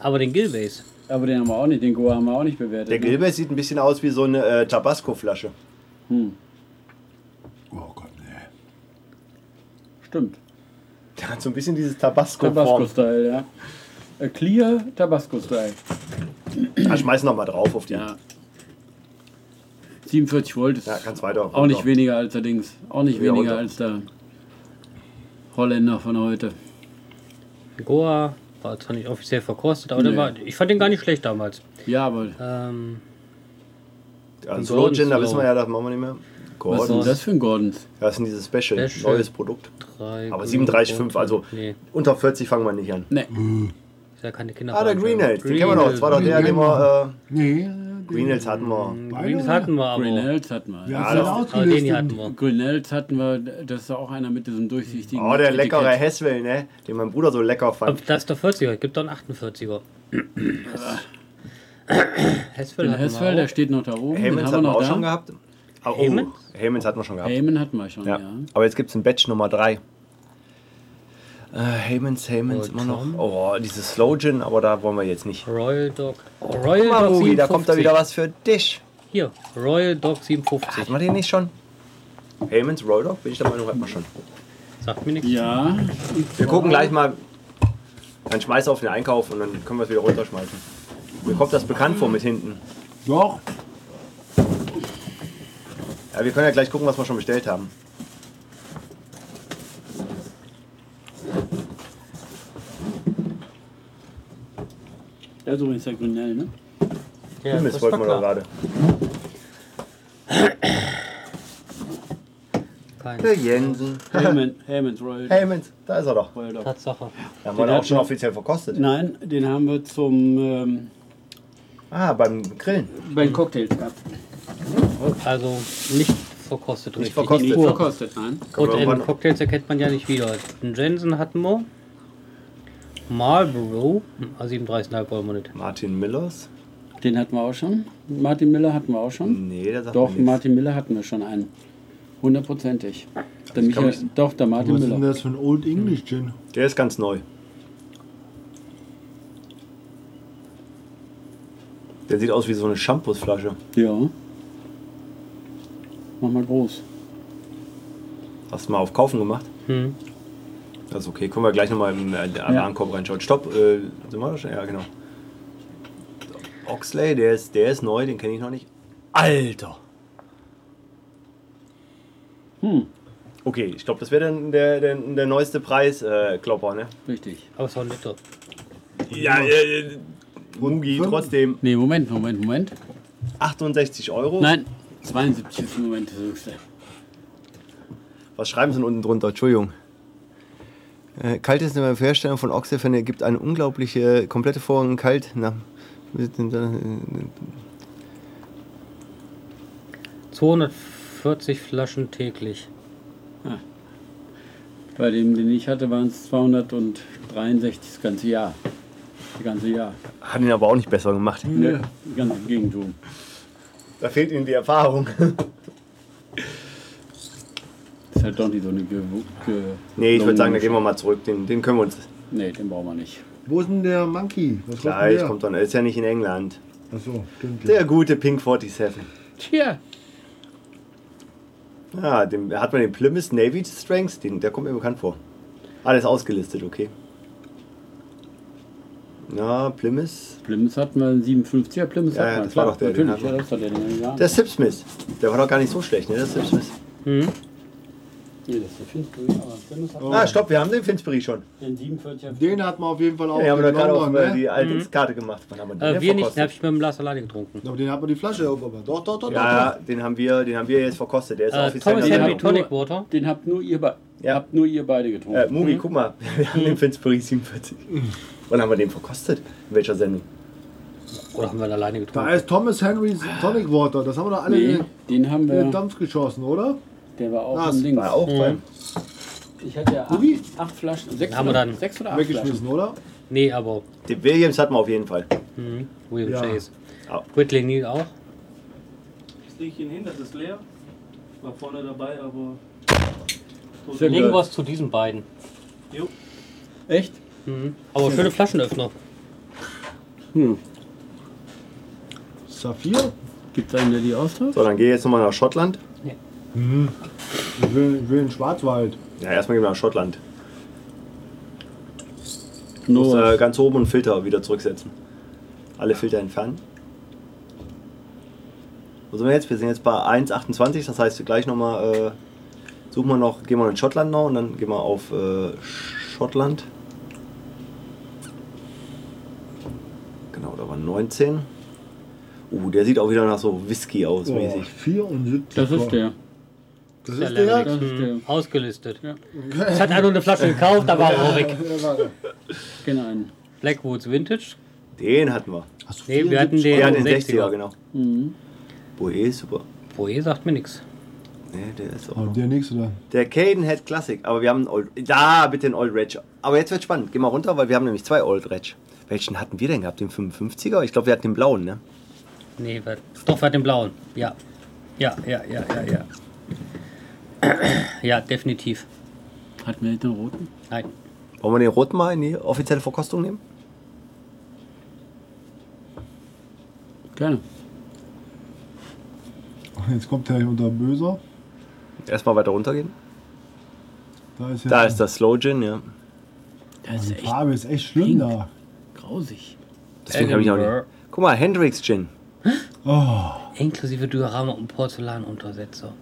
Aber den Gilbase. Aber den haben wir auch nicht, den Goa haben wir auch nicht bewertet. Der ne? Gilbert sieht ein bisschen aus wie so eine äh, Tabasco-Flasche. Oh Gott, nee. Stimmt. Der hat so ein bisschen dieses Tabasco-Form. Tabasco-Style, ja. A clear Tabasco-Style. Ah, schmeiß noch mal drauf auf die. Ja, 47 Volt ist kannst weiter. auch nicht weniger als der Dings. Auch nicht Ja, weniger runter. als der Holländer von heute. Goa war zwar nicht offiziell verkostet, aber der Nee. war, ich fand den gar nicht schlecht damals. Ja, aber Ähm, Also Slow Gin, da Slow. wissen wir ja, das machen wir nicht mehr. was ist denn Gordon. das für ein Gordons? Das sind diese Special, Special. neues Produkt. drei Aber grüne 37,5, rote. also Nee, unter 40 fangen wir nicht an. Nee. ist ja keine Kinder. Ah, der Greenhills, den kennen wir noch. Das war doch der, den wir. Nee, den- Äh, Greenhills hatten wir. Greenhills hatten wir aber. Greenells hatten wir. Wir Ja. haben den das- Aber den hier ausgelistet. hatten wir. Greenells hatten wir, das ist auch einer mit diesem durchsichtigen. Oh, der leckere Etikett. Hesswell, ne? Den mein Bruder so lecker fand. Aber Das ist der 40er, gibt doch einen 48er. Hessfeld Den hatten wir Hessfeld, der auch. steht noch da oben. den Hammonds haben wir hatten wir noch auch da. schon gehabt. Ah, Oh, Hammonds? Hammonds hatten wir schon gehabt. Heyman hatten wir schon, ja. Ja. Aber jetzt gibt es ein Batch Nummer 3. Äh, Haymans, Haymans, Oh, immer noch. Tom. Oh, dieses Slow Gin, aber da wollen wir jetzt nicht. Royal Dog. Oh, Royal Guck mal, Dog Ruby, 57. da kommt da wieder was für dich. Hier, Royal Dog 57. Hatten wir den nicht schon? Haymans Royal Dog, bin ich der Meinung, hatten wir schon. Sagt mir nichts. Ja, Wir Genau. gucken gleich mal. Dann schmeiß auf den Einkauf und dann können wir es wieder runterschmeißen. Mir kommt das bekannt vor mit hinten. Doch, Ja, wir können ja gleich gucken, was wir schon bestellt haben. das ist übrigens der Grünell, ne? Ja, Kümmels wollten wir doch gerade. keinen. Der Jensen. Heyman, Heyman's Royal. Heyman's, da ist er doch. Royal Dog. Tatsache. Da haben wir Den doch hat schon man- offiziell verkostet. Nein, den haben wir zum ähm, Ah, beim Grillen. beim Cocktail gehabt. Also nicht verkostet richtig. verkostet. Nicht Pur. verkostet, nein. Und Aber in wann- Cocktails erkennt man ja nicht wieder. Einen Jensen hatten wir. Marlboro. Ah, 37,5 wollen wir nicht. Martin Millers? Den hatten wir auch schon. Martin Miller hatten wir auch schon. Nee, der sagt Doch, mir nichts. Martin Miller hatten wir schon einen. Hundertprozentig. Der Michael, ich- doch, der Martin Was ist denn Miller. das für ein Old English Gin? Der ist ganz neu. Der sieht aus wie so eine Shampoosflasche. Ja. Mach mal groß. Hast du mal auf Kaufen gemacht? Hm. Das ist okay. Können wir gleich nochmal im äh, Alarmkorb reinschauen. Stopp, äh, sind wir da schon? Ja, genau. Oxley, der ist, der ist neu, den kenne ich noch nicht. Alter! Hm. Okay, ich glaube, das wäre dann der, der, der neueste Preis, äh, Klopper, ne? Richtig. Aber es war ein Liter. Ja, äh, äh, Mugi, 105? trotzdem Nee, Moment, Moment, Moment. 68 Euro. Nein, 72 ist im Moment das höchste. Was schreiben sie denn unten drunter? Entschuldigung. Äh, kalt ist beim Herstellen von Oxyfen ergibt eine unglaubliche, komplette Vorhang kalt. Na, 240 Flaschen täglich. Bei dem, den ich hatte, waren es 263 das ganze Jahr. Das ganze Jahr. hat ihn aber auch nicht besser gemacht. Ne? Das ganze Gegentum. Da fehlt ihnen die Erfahrung. Das ist halt doch nicht so eine Ge Ge Nee, ich würde sagen, da Ge gehen wir mal zurück. Den, den können wir uns. Nee, den brauchen wir nicht. Wo ist denn der Monkey? Was Gleich kommt kommt dann. Er ist ja nicht in England. der? Achso, stimmt. ja. Der gute Pink 47. Tja. Ja, dem, hat man den Plymouth Navy Strengths. Den, der kommt mir bekannt vor. Alles ausgelistet, okay. Na, Plymouth. Plymouth hatten wir, einen 57er Plymouth Ja, ja, hatten wir. das war klar, doch der, den Natürlich, hatten wir. ja, das war der, den wir Der Sipsmith. Der war doch gar nicht so schlecht, ne? Der Sipsmith. Hm. Nee, das ist der Finsbury, aber Plymouth hatten Ah, stopp, wir haben den Finsbury schon. wir den 47er. Oh. Den hat man auf jeden Fall auch. Ja, wir haben doch in gerade auf London, äh, ne? die alte Karte gemacht. Wann haben wir den Mhm. Äh, denn wir nicht, den habe verkostet? ich mit dem Glas alleine getrunken. Aber den hat man die Flasche auf. aber Doch, doch, doch. Ja, doch, ja, den haben wir, den haben wir jetzt verkostet. Der ist Äh, offiziell. Thomas dabei. Henry Ja. Tonic Water. Den habt nur ihr, be Ja. habt nur ihr beide getrunken. Äh, Mugi, Mhm. guck mal, wir haben den Finsbury 47. Wann haben wir den verkostet? In welcher Sendung? Oder haben wir ihn alleine doch. Da getrunken? ist Thomas Henry's Tonic Water. Das haben wir doch alle nee, äh, in den haben in den wir. Dampf geschossen, oder? Der war auch Ah, im das Ding. War auch Mhm. beim. Ich hatte ja acht, Ui. acht Flaschen. Sechs, haben wir oder- dann sechs oder acht Flaschen. Weggeschmissen, oder? Nee, aber Den Williams hatten wir auf jeden Fall. hm, William Ja. Chase. Ja. Whitley Neal auch. Jetzt lege ich ihn hin, das ist leer. War vorne dabei, aber. Also Sehr gut. Irgendwas zu diesen beiden. Jo. Echt? Mhm. Aber schöne Flaschenöffner. Hm. Saphir? Gibt es einen, der die austauscht? So, dann geh jetzt nochmal nach Schottland. Ich will, ich will einen Schwarzwald. Ja, erstmal gehen wir nach Schottland. Du musst Nur äh, ganz oben und Filter wieder zurücksetzen. Alle Filter entfernen. Wo sind wir jetzt? Wir sind jetzt bei 1,28, das heißt gleich nochmal, äh, suchen wir noch, gehen wir in Schottland noch und dann gehen wir auf äh, Schottland. Genau, da waren 19. Uh, der sieht auch wieder nach so Whisky aus, Oh, mäßig. 74. das Hm. ist der. Das ist der? Das ist der. Hm, ausgelistet. Ja. Es hat einer eine Flasche gekauft, aber auch weg. Ja, warte. Genau einen. Blackwoods Vintage. Den hatten wir. Hast du Nee, wir hatten 74? den, Ja, den 60er. 60er, genau. Mhm. Bohe, super. Boje sagt mir nichts. Nee, der ist auch Oh, der nächste da. Der Cadenhead Classic, aber wir haben einen Old. Da, bitte einen Old Reg. Aber jetzt wird spannend. Geh mal runter, weil wir haben nämlich zwei Old Reg. Welchen hatten wir denn gehabt? Den 55er? Ich glaube, wir hatten den blauen, ne? Nee, wir, doch, wir hatten den blauen. Ja. Ja, ja, ja, ja, ja. Ja, definitiv. Hatten wir nicht den roten? Nein. Wollen wir den roten mal in die offizielle Verkostung nehmen? Gerne. Oh, Jetzt kommt der hier unter Böser. Erstmal weiter runtergehen. Da ist jetzt Da ist das Slow Gin, ja. Das ist Die echt Farbe ist echt schlimm da. grausig. Deswegen habe ich auch Edinburgh. nicht. Guck mal, Hendrix Gin. Oh. Inklusive Diorama und Porzellanuntersetzer.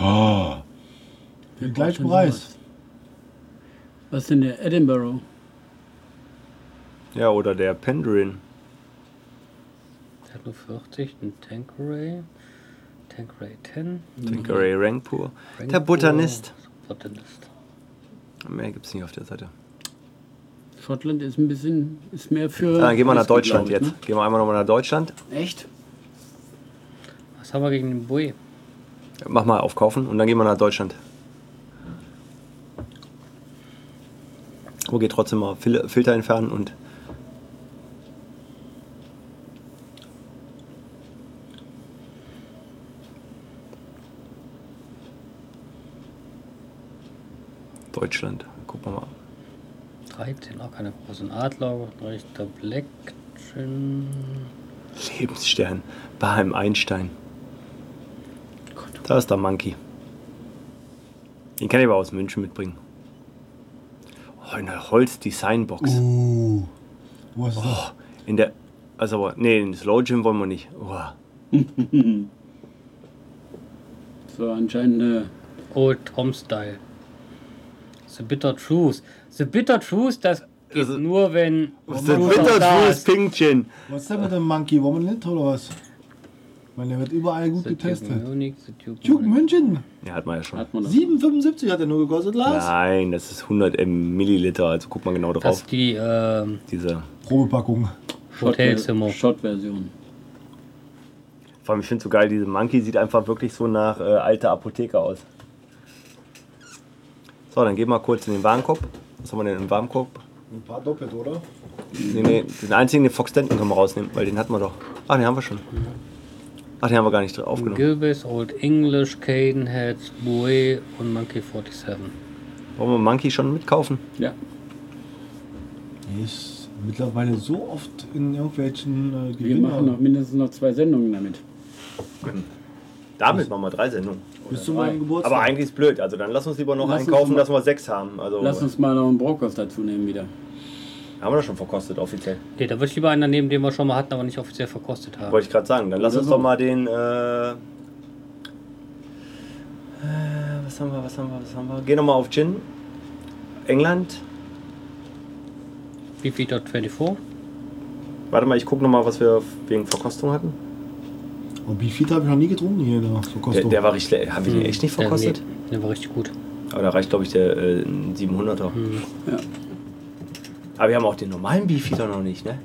Oh. Den gleichen Preis. Was ist denn der Edinburgh? Ja, oder der Penderin. Der hat nur 40, ein Tanqueray. Tanqueray 10. Tanqueray Rank pur. Der Rankpur, Botanist. Botanist. Mehr gibt es nicht auf der Seite. Schottland ist ein bisschen, ist ne? mehr für. Ah, dann gehen wir nach Whisky, Deutschland glaub ich, jetzt. Gehen wir einmal nochmal nach Deutschland. Ne? Echt? Was haben wir gegen den Bui? Mach mal aufkaufen und dann gehen wir nach Deutschland. Wo geht trotzdem mal Fil Filter entfernen und. Deutschland. Gucken wir mal. 13, auch keine großen Adler. Richter Black. Gin. Lebensstern. Baheim Einstein. Da ist der Monkey. Den kann ich aber aus München mitbringen. Oh, in der Holz-Design-Box. Uh. Wo ist das? In der. Also, aber. Nee, in das Low Gym wollen wir nicht. Oh. So anscheinend äh, eine Old Tom Style. The Bitter Truth. The Bitter Truth, das geht Also- nur, wenn. Was ist das? das? Truth auch da Winterfuß ist. Pink Gin. Was ist denn mit dem Monkey? Warum nicht, oder was? Ich meine, der wird überall gut The Duke ne? getestet. Munich, The Duke Duke Munich. München. Ja, hat man ja schon. hat man das. 7,75 hat er nur gekostet, Lars. Nein, das ist 100 M Milliliter. Also, guck mal genau Das drauf. ist die ähm, Diese. Probepackung. Hotelzimmer. Schott-Version. Vor allem, ich finde so geil, diese Monkey sieht einfach wirklich so nach äh, alter Apotheker aus. So, dann gehen wir kurz in den Warenkorb. Was haben wir denn im Warenkorb? Ein paar doppelt, oder? Nee, nee, den einzigen, den Fox Denton können wir rausnehmen, weil den hatten wir doch. Ach, den haben wir schon. Ach, den haben wir gar nicht dr- Genau. aufgenommen. Gilbis, Old English, Cadenheads, Bouet und Monkey 47. Wollen wir Monkey schon mitkaufen? Ja. Die ist mittlerweile so oft in irgendwelchen äh, Wir machen noch Gewinnern. mindestens noch zwei Sendungen damit. Damit machen wir drei Sendungen. Bis zu meinem Geburtstag. Aber eigentlich ist blöd. Also dann lass uns lieber noch Lass einen uns kaufen, mal- dass wir sechs haben. Also Lass uns mal noch einen Brokkos dazu nehmen wieder. haben wir das schon verkostet offiziell. Ne, da würde ich lieber einen nehmen, den wir schon mal hatten, aber nicht offiziell verkostet haben. Wollte ich gerade sagen. Dann lass Oder uns so. doch mal den. Äh, äh, was haben wir? Was haben wir? Was haben wir? Geh nochmal auf Gin. England. BP.24. Warte mal, ich guck nochmal, was wir wegen Verkostung hatten. Oh, Bifita habe ich noch nie getrunken hier in der Der, Verkostung. der war richtig. Haben Hm. wir den echt Äh, nicht verkostet? Der, Äh, nee, der war richtig gut. Aber da reicht, glaube ich, der äh, 700er. Ja. Aber wir haben auch den normalen Beefeater noch nicht, ne?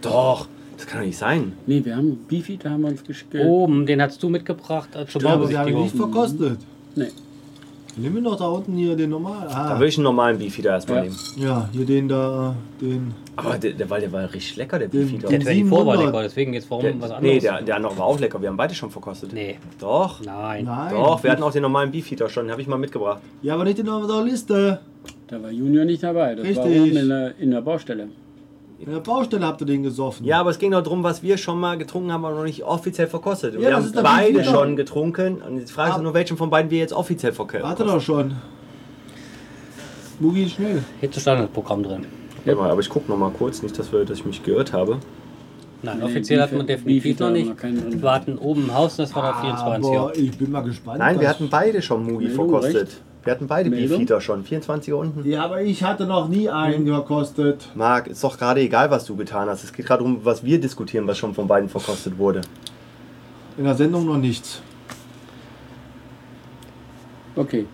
Doch, das kann doch nicht sein. Nee, wir haben Beefy, da haben wir uns geschickt. Oh. Oben, den hast du mitgebracht äh, zur ja, aber den habe ich Baubesichtigung. nicht verkostet. Nee. Nimm mir doch da unten hier den normal. Da Ah, würde ich einen normalen Beefeater erstmal Ja. nehmen. ja, hier den da, den. Aber der, der, weil der war richtig lecker, der Den- Beefeater. Der, Der den- 24 war 700. lecker, deswegen jetzt warum was anderes. nee, der, der andere war auch lecker. Wir haben beide schon verkostet. Nee, Doch. nein. Nein. Doch, wir hatten auch den normalen Beefeater schon, den habe ich mal mitgebracht. Ja, aber nicht den auf der Liste. Da war Junior nicht dabei. Das war Richtig. oben in der, in der Baustelle. In der Baustelle habt ihr den gesoffen. Ja, aber es ging doch darum, was wir schon mal getrunken haben, aber noch nicht offiziell verkostet. Und Ja, wir das haben ist der beide Beefeater. schon getrunken. Und die Frage ist Ah. nur, welchen von beiden wir jetzt offiziell verkosten. Warte doch schon. Mugi, schnell. Hier ist das Standardprogramm drin. Warte mal, aber ich gucke noch mal kurz, nicht, dass, wir, dass ich mich geirrt habe. Nein, Nee, offiziell hat Beefy- man definitiv Beefy noch haben wir nicht. noch keinen drin. Ah, Wir hatten oben im Haus, das war der 24. Aber ich bin mal gespannt. Nein, wir dass- hatten beide schon Mugi Meldung, verkostet. recht? Wir hatten beide Meldung? Beefeater schon. 24er unten. Ja, aber ich hatte noch nie einen Hm. gekostet. Marc, ist doch gerade egal, was du getan hast. Es geht gerade um, was wir diskutieren, was schon von beiden verkostet wurde. In der Sendung noch nichts. Okay.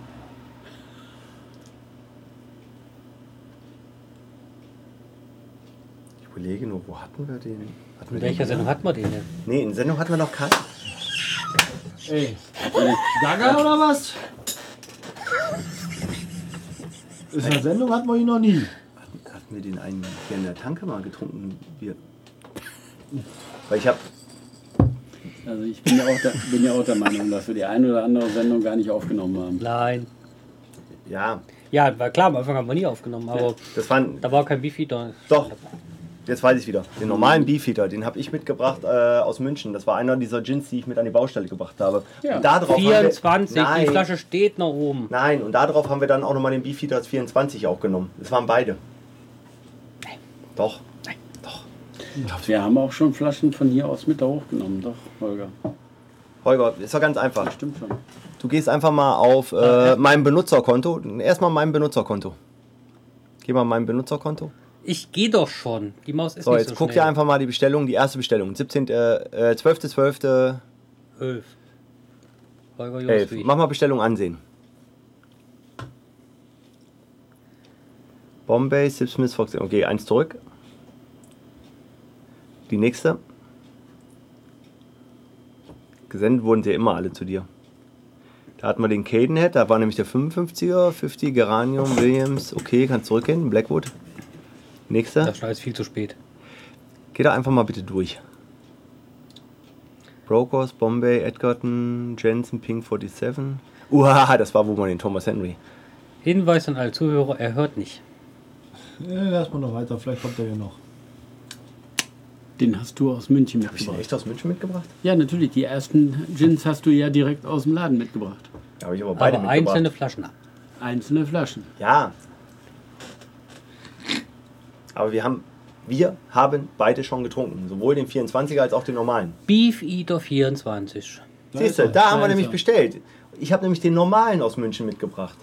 Ich überlege nur, wo hatten wir den? Hatten wir In welcher den? Sendung hat man den denn? Nee, in Sendung hatten wir noch keinen. Ey. Gaga oder was? In der Sendung hatten wir ihn noch nie. Hatten wir den einen hier in der Tanke mal getrunken? Wir. Weil ich habe. Also ich bin ja, auch der, bin ja auch der Meinung, dass wir die eine oder andere Sendung gar nicht aufgenommen haben. Nein. Ja, Ja, war klar, am Anfang haben wir nie aufgenommen, aber das waren. da war kein Beefy da. Doch. Jetzt weiß ich wieder. Den normalen Beefeater, den habe ich mitgebracht äh, aus München. Das war einer dieser Gins, die ich mit an die Baustelle gebracht habe. Ja. Und darauf haben wir- 24, die Nein. Flasche steht noch oben. Nein, und darauf haben wir dann auch nochmal den Beefeater 24 auch genommen. Das waren beide. Doch. Doch. Wir haben auch schon Flaschen von hier aus mit da hochgenommen, doch, Holger. Holger, ist doch ganz einfach. Stimmt schon. Du gehst einfach mal auf äh, mein Benutzerkonto. Erstmal mein Benutzerkonto. Geh mal in mein Benutzerkonto. Ich gehe doch schon. Die Maus ist So, nicht jetzt so guck schnell. dir einfach mal die Bestellung, die erste Bestellung. 17. Äh, äh, 12.12. 11. Holger Jost Elf. wie ich. Mach mal Bestellung ansehen. Bombay, Sip Smith, Fox. Okay, eins zurück. Die nächste. Gesendet wurden sie immer alle zu dir. Da hatten wir den Cadenhead, da war nämlich der 55er, 50 Geranium, Williams. Okay, kannst zurückgehen. Blackwood. Nächster. Das Schneid ist viel zu spät. Geh da einfach mal bitte durch. Brokers, Bombay, Edgerton, Jensen, Pink 47. Uha, das war wohl mal den Thomas Henry. Hinweis an alle Zuhörer, er hört nicht. Ja, lass mal noch weiter, vielleicht kommt er ja noch. Den hast du aus München Hab ich den mitgebracht. echt aus München mitgebracht? Ja, natürlich. Die ersten Gins hast du ja direkt aus dem Laden mitgebracht. Ja, habe ich aber beide Aber mitgebracht. einzelne Flaschen. Einzelne Flaschen. Ja. Aber wir haben, wir haben beide schon getrunken. Sowohl den 24er als auch den normalen. Beef Eater 24. Siehst du, ist er, da haben da wir ist nämlich er. bestellt. Ich habe nämlich den normalen aus München mitgebracht.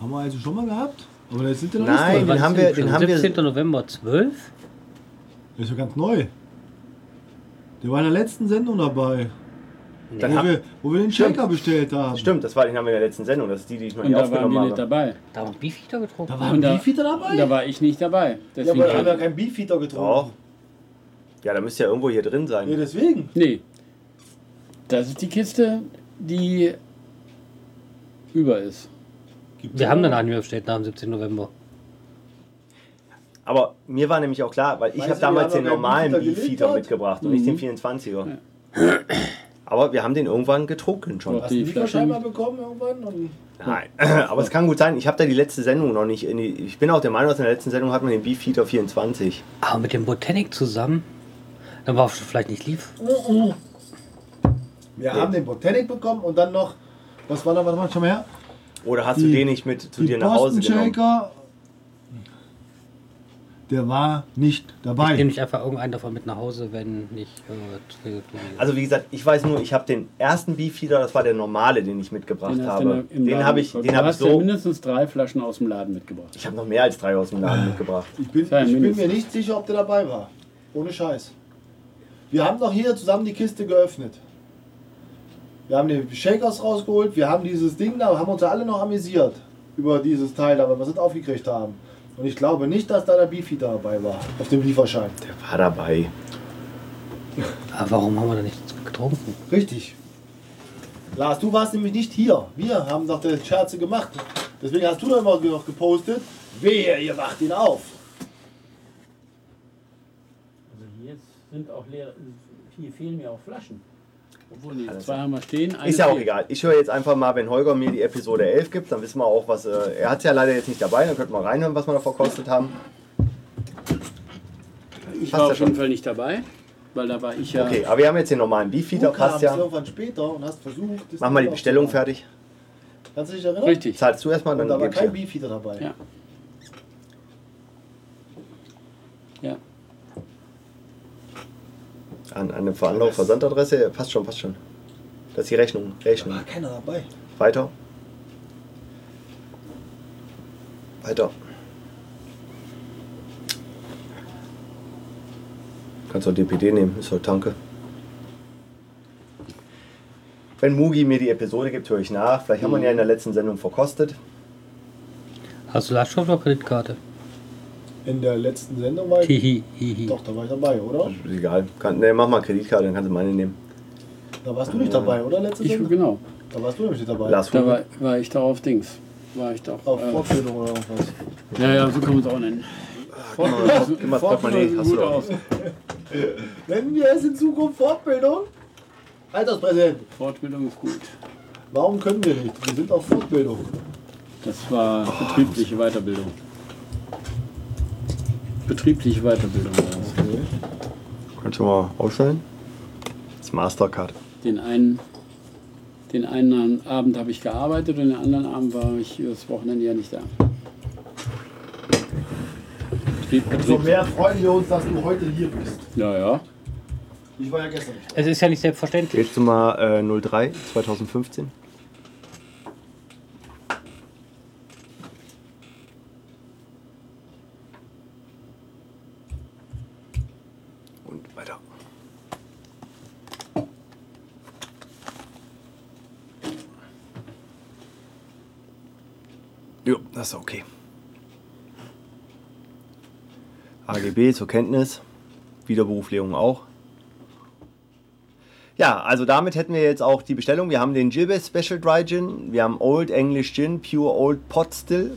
Haben wir also schon mal gehabt? Aber da sind ja noch Nein, nicht den drin. haben wir, den haben 17. wir. November 12. Der ist ja ganz neu. Der war in der letzten Sendung dabei, Dann wo haben, wir, wo wir den Shaker bestellt haben. stimmt, das war den haben wir in der letzten Sendung. Das ist die, die ich noch Und nicht da waren wir aufgenommen nicht habe. dabei. Da haben wir Beef Eater getrunken. Da Und waren da- Beefeater dabei? Da war ich nicht dabei. Ja, Deswegen aber da haben wir ja kann, keinen Beefeater Doch. getrunken. Ja, da müsste ja irgendwo hier drin sein. Ja, deswegen. nee. Das ist die Kiste, die über ist. Gibt's wir haben auch. dann einen bestellt nach dem 17. November. Aber mir war nämlich auch klar, weil ich Weißt habe du, damals wir den haben noch keinen normalen Beefeater gelegt Beefeater dort. mitgebracht und nicht den 24er. Aber wir haben den irgendwann getrunken schon. Ja. Hast du Die einen Flaschen- Lieferschein mal bekommen irgendwann? Und Nein, aber es kann gut sein. Ich habe da die letzte Sendung noch nicht. In die, ich bin auch der Meinung, dass in der letzten Sendung hat man den Beefeater 24. Aber mit dem Botanic zusammen, dann war es vielleicht nicht lief. Mhm. wir Nee. haben den Botanic bekommen und dann noch. Was war da, warte mal, schau mal her. Oder hast du Die- den nicht mit zu Die dir nach Hause Boston genommen? Shaker, der war nicht dabei. Nehme ich einfach irgendeinen davon mit nach Hause, wenn nicht. Äh, Also wie gesagt, ich weiß nur, ich habe den ersten Beefeater, das war der normale, den ich mitgebracht hast habe. du im- im Den Laden habe ich, gekauft. den Du habe ich hast ja so. mindestens drei Flaschen aus dem Laden mitgebracht. Ich habe noch mehr als drei aus dem Laden mitgebracht. Ich bin, ich Ja, bin mir mindestens. nicht sicher, ob der dabei war. Ohne Scheiß. Wir haben doch hier zusammen die Kiste geöffnet. Wir haben den Shakers rausgeholt, wir haben dieses Ding da, haben uns da alle noch amüsiert über dieses Teil, aber wir sind aufgekriegt haben. Und ich glaube nicht, dass da der Beefeater dabei war, auf dem Lieferschein. Der war dabei. aber warum haben wir da nichts getrunken? Richtig. Lars, du warst nämlich nicht hier. Wir haben doch die Scherze gemacht. Deswegen hast du da immer noch gepostet, wehe, ihr macht ihn auf. Also hier sind auch leere, hier fehlen mir auch Flaschen. Obwohl, nee, zwei haben wir stehen. eine Ist ja auch fehlt. egal. Ich höre jetzt einfach mal, wenn Holger mir die Episode 11 gibt, dann wissen wir auch, was. Äh, er hat es ja leider jetzt nicht dabei, dann könnten wir reinhören, was wir da verkostet haben. Passt Ich war ja auf jeden schon. Fall nicht dabei, weil da war ich ja. Okay, aber wir haben jetzt den normalen Beefeater, Du passt kamst ja. irgendwann später und hast versucht... das Mach mal die Ding Bestellung aufzumachen. fertig. Kannst du dich erinnern? Richtig. Zahlst du erstmal, Und dann da war gebe ich kein dir. Beefeater dabei. Ja. Ja. An eine andere Versandadresse. Ja, Passt schon, passt schon. Das ist die Rechnung. Da Rechnung. war keiner dabei. Weiter. Weiter. Kannst auch DPD nehmen, ist halt Tanke. Wenn Mugi mir die Episode gibt, höre ich nach. Vielleicht haben wir ihn ja in der letzten Sendung verkostet. Hast du Lastschrift oder Kreditkarte? In der letzten Sendung war ich. Hihi, hihi. Doch, da war ich dabei, oder? Ist Egal. Kann, ne, mach mal Kreditkarte, dann kannst du meine nehmen. Da warst du nicht dabei, oder? Letzte Ich, Sendung? genau. Da warst du nämlich nicht dabei. Lars Da Huber. war, war ich da auf Dings. War ich doch. Auf Äh, Fortbildung oder irgendwas. ja, ja, so kann man es auch nennen. Gib mal das Portemonnaie, sieht hast du gut doch. aus. Nennen wir es in Zukunft Fortbildung? Alterspräsident, Fortbildung ist gut. warum können wir nicht? Wir sind auf Fortbildung. Das war betriebliche Weiterbildung. Betriebliche Weiterbildung war es. Kannst du mal ausstellen? Das ist Mastercard. Den einen, den einen Abend habe ich gearbeitet und den anderen Abend war ich das Wochenende ja nicht da. Betrieb, Umso Betrieb. mehr freuen wir uns, dass du heute hier bist. Ja, ja. Ich war ja gestern nicht. Es ist ja nicht selbstverständlich. Willst du mal äh, 03 2015? Und weiter. Jo, das ist okay. AGB zur Kenntnis. Wiederberuflegung auch. Ja, also damit hätten wir jetzt auch die Bestellung. Wir haben den Gilbert Special Dry Gin, wir haben Old English Gin, Pure Old Pot Still,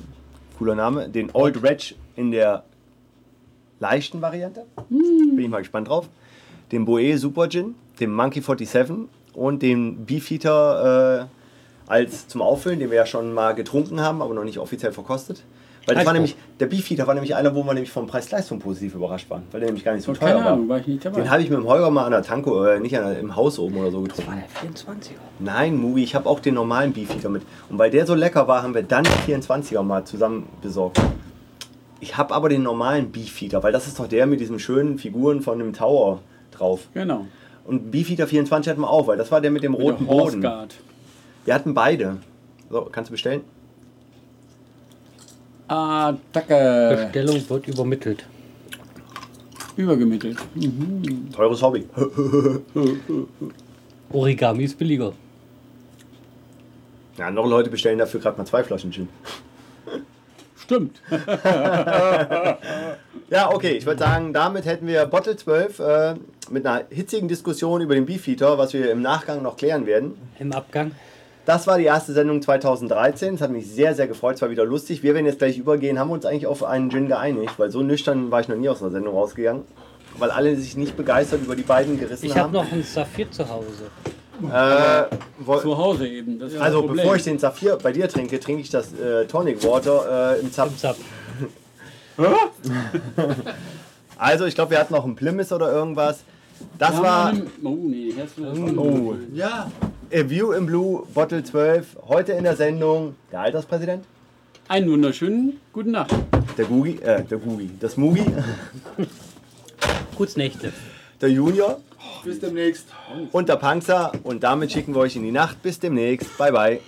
cooler Name, den Old Reg in der leichten Variante, Mm. bin ich mal gespannt drauf, den Boe Super Gin, den Monkey 47 und den Beefeater äh, als zum Auffüllen, den wir ja schon mal getrunken haben, aber noch nicht offiziell verkostet. Weil das war Heißbock. nämlich, der Beefeater war nämlich einer, wo wir nämlich vom Preis-Leistung positiv überrascht waren, weil der nämlich gar nicht so Keine teuer war. Ahnung, war ich nicht dabei. Den habe ich mit dem Holger mal an der Tanko, äh, nicht an der, im Haus oben oder so getrunken. War der 24er? Nein, Mugi, ich habe auch den normalen Beefeater mit. Und weil der so lecker war, haben wir dann den 24er mal zusammen besorgt. Ich habe aber den normalen Beefeater, weil das ist doch der mit diesen schönen Figuren von dem Tower drauf. Genau. Und Beefeater 24 hatten wir auch, weil das war der mit dem roten Mit der Horse Boden. Guard. Wir hatten beide. So, kannst du bestellen? Ah, Attacke. Bestellung wird übermittelt. Übergemittelt. Teures Hobby. Origami ist billiger. Ja, noch Leute bestellen dafür gerade mal zwei Flaschen Gin. Stimmt. Ja, okay, ich würde sagen, damit hätten wir Bottle 12 äh, mit einer hitzigen Diskussion über den Beefeater, was wir im Nachgang noch klären werden. Im Abgang. Das war die erste Sendung 2013. Es hat mich sehr, sehr gefreut. Es war wieder lustig. Wir werden jetzt gleich übergehen. Haben wir uns eigentlich auf einen Gin geeinigt? Weil so nüchtern war ich noch nie aus einer Sendung rausgegangen. Weil alle sich nicht begeistert über die beiden gerissen Ich habe haben. noch einen Saphir zu Hause. äh, wo, Zu Hause eben. Das ist also, das Problem. bevor ich den Saphir bei dir trinke, trinke ich das äh, Tonic Water äh, im Zapf. Zap. Also, ich glaube, wir hatten noch einen Plymouth oder irgendwas. Das Ja, war Mann, Oh nee, jetzt wird das Oh. Ja, A View in Blue, Bottle 12. Heute in der Sendung der Alterspräsident, Einen wunderschönen guten Nacht. der Gugi, äh, der Gugi, das Mugi, Gutes Nächte. der Junior. bis demnächst. unter Panzer und damit schicken wir euch in die Nacht. Bis demnächst. Bye bye.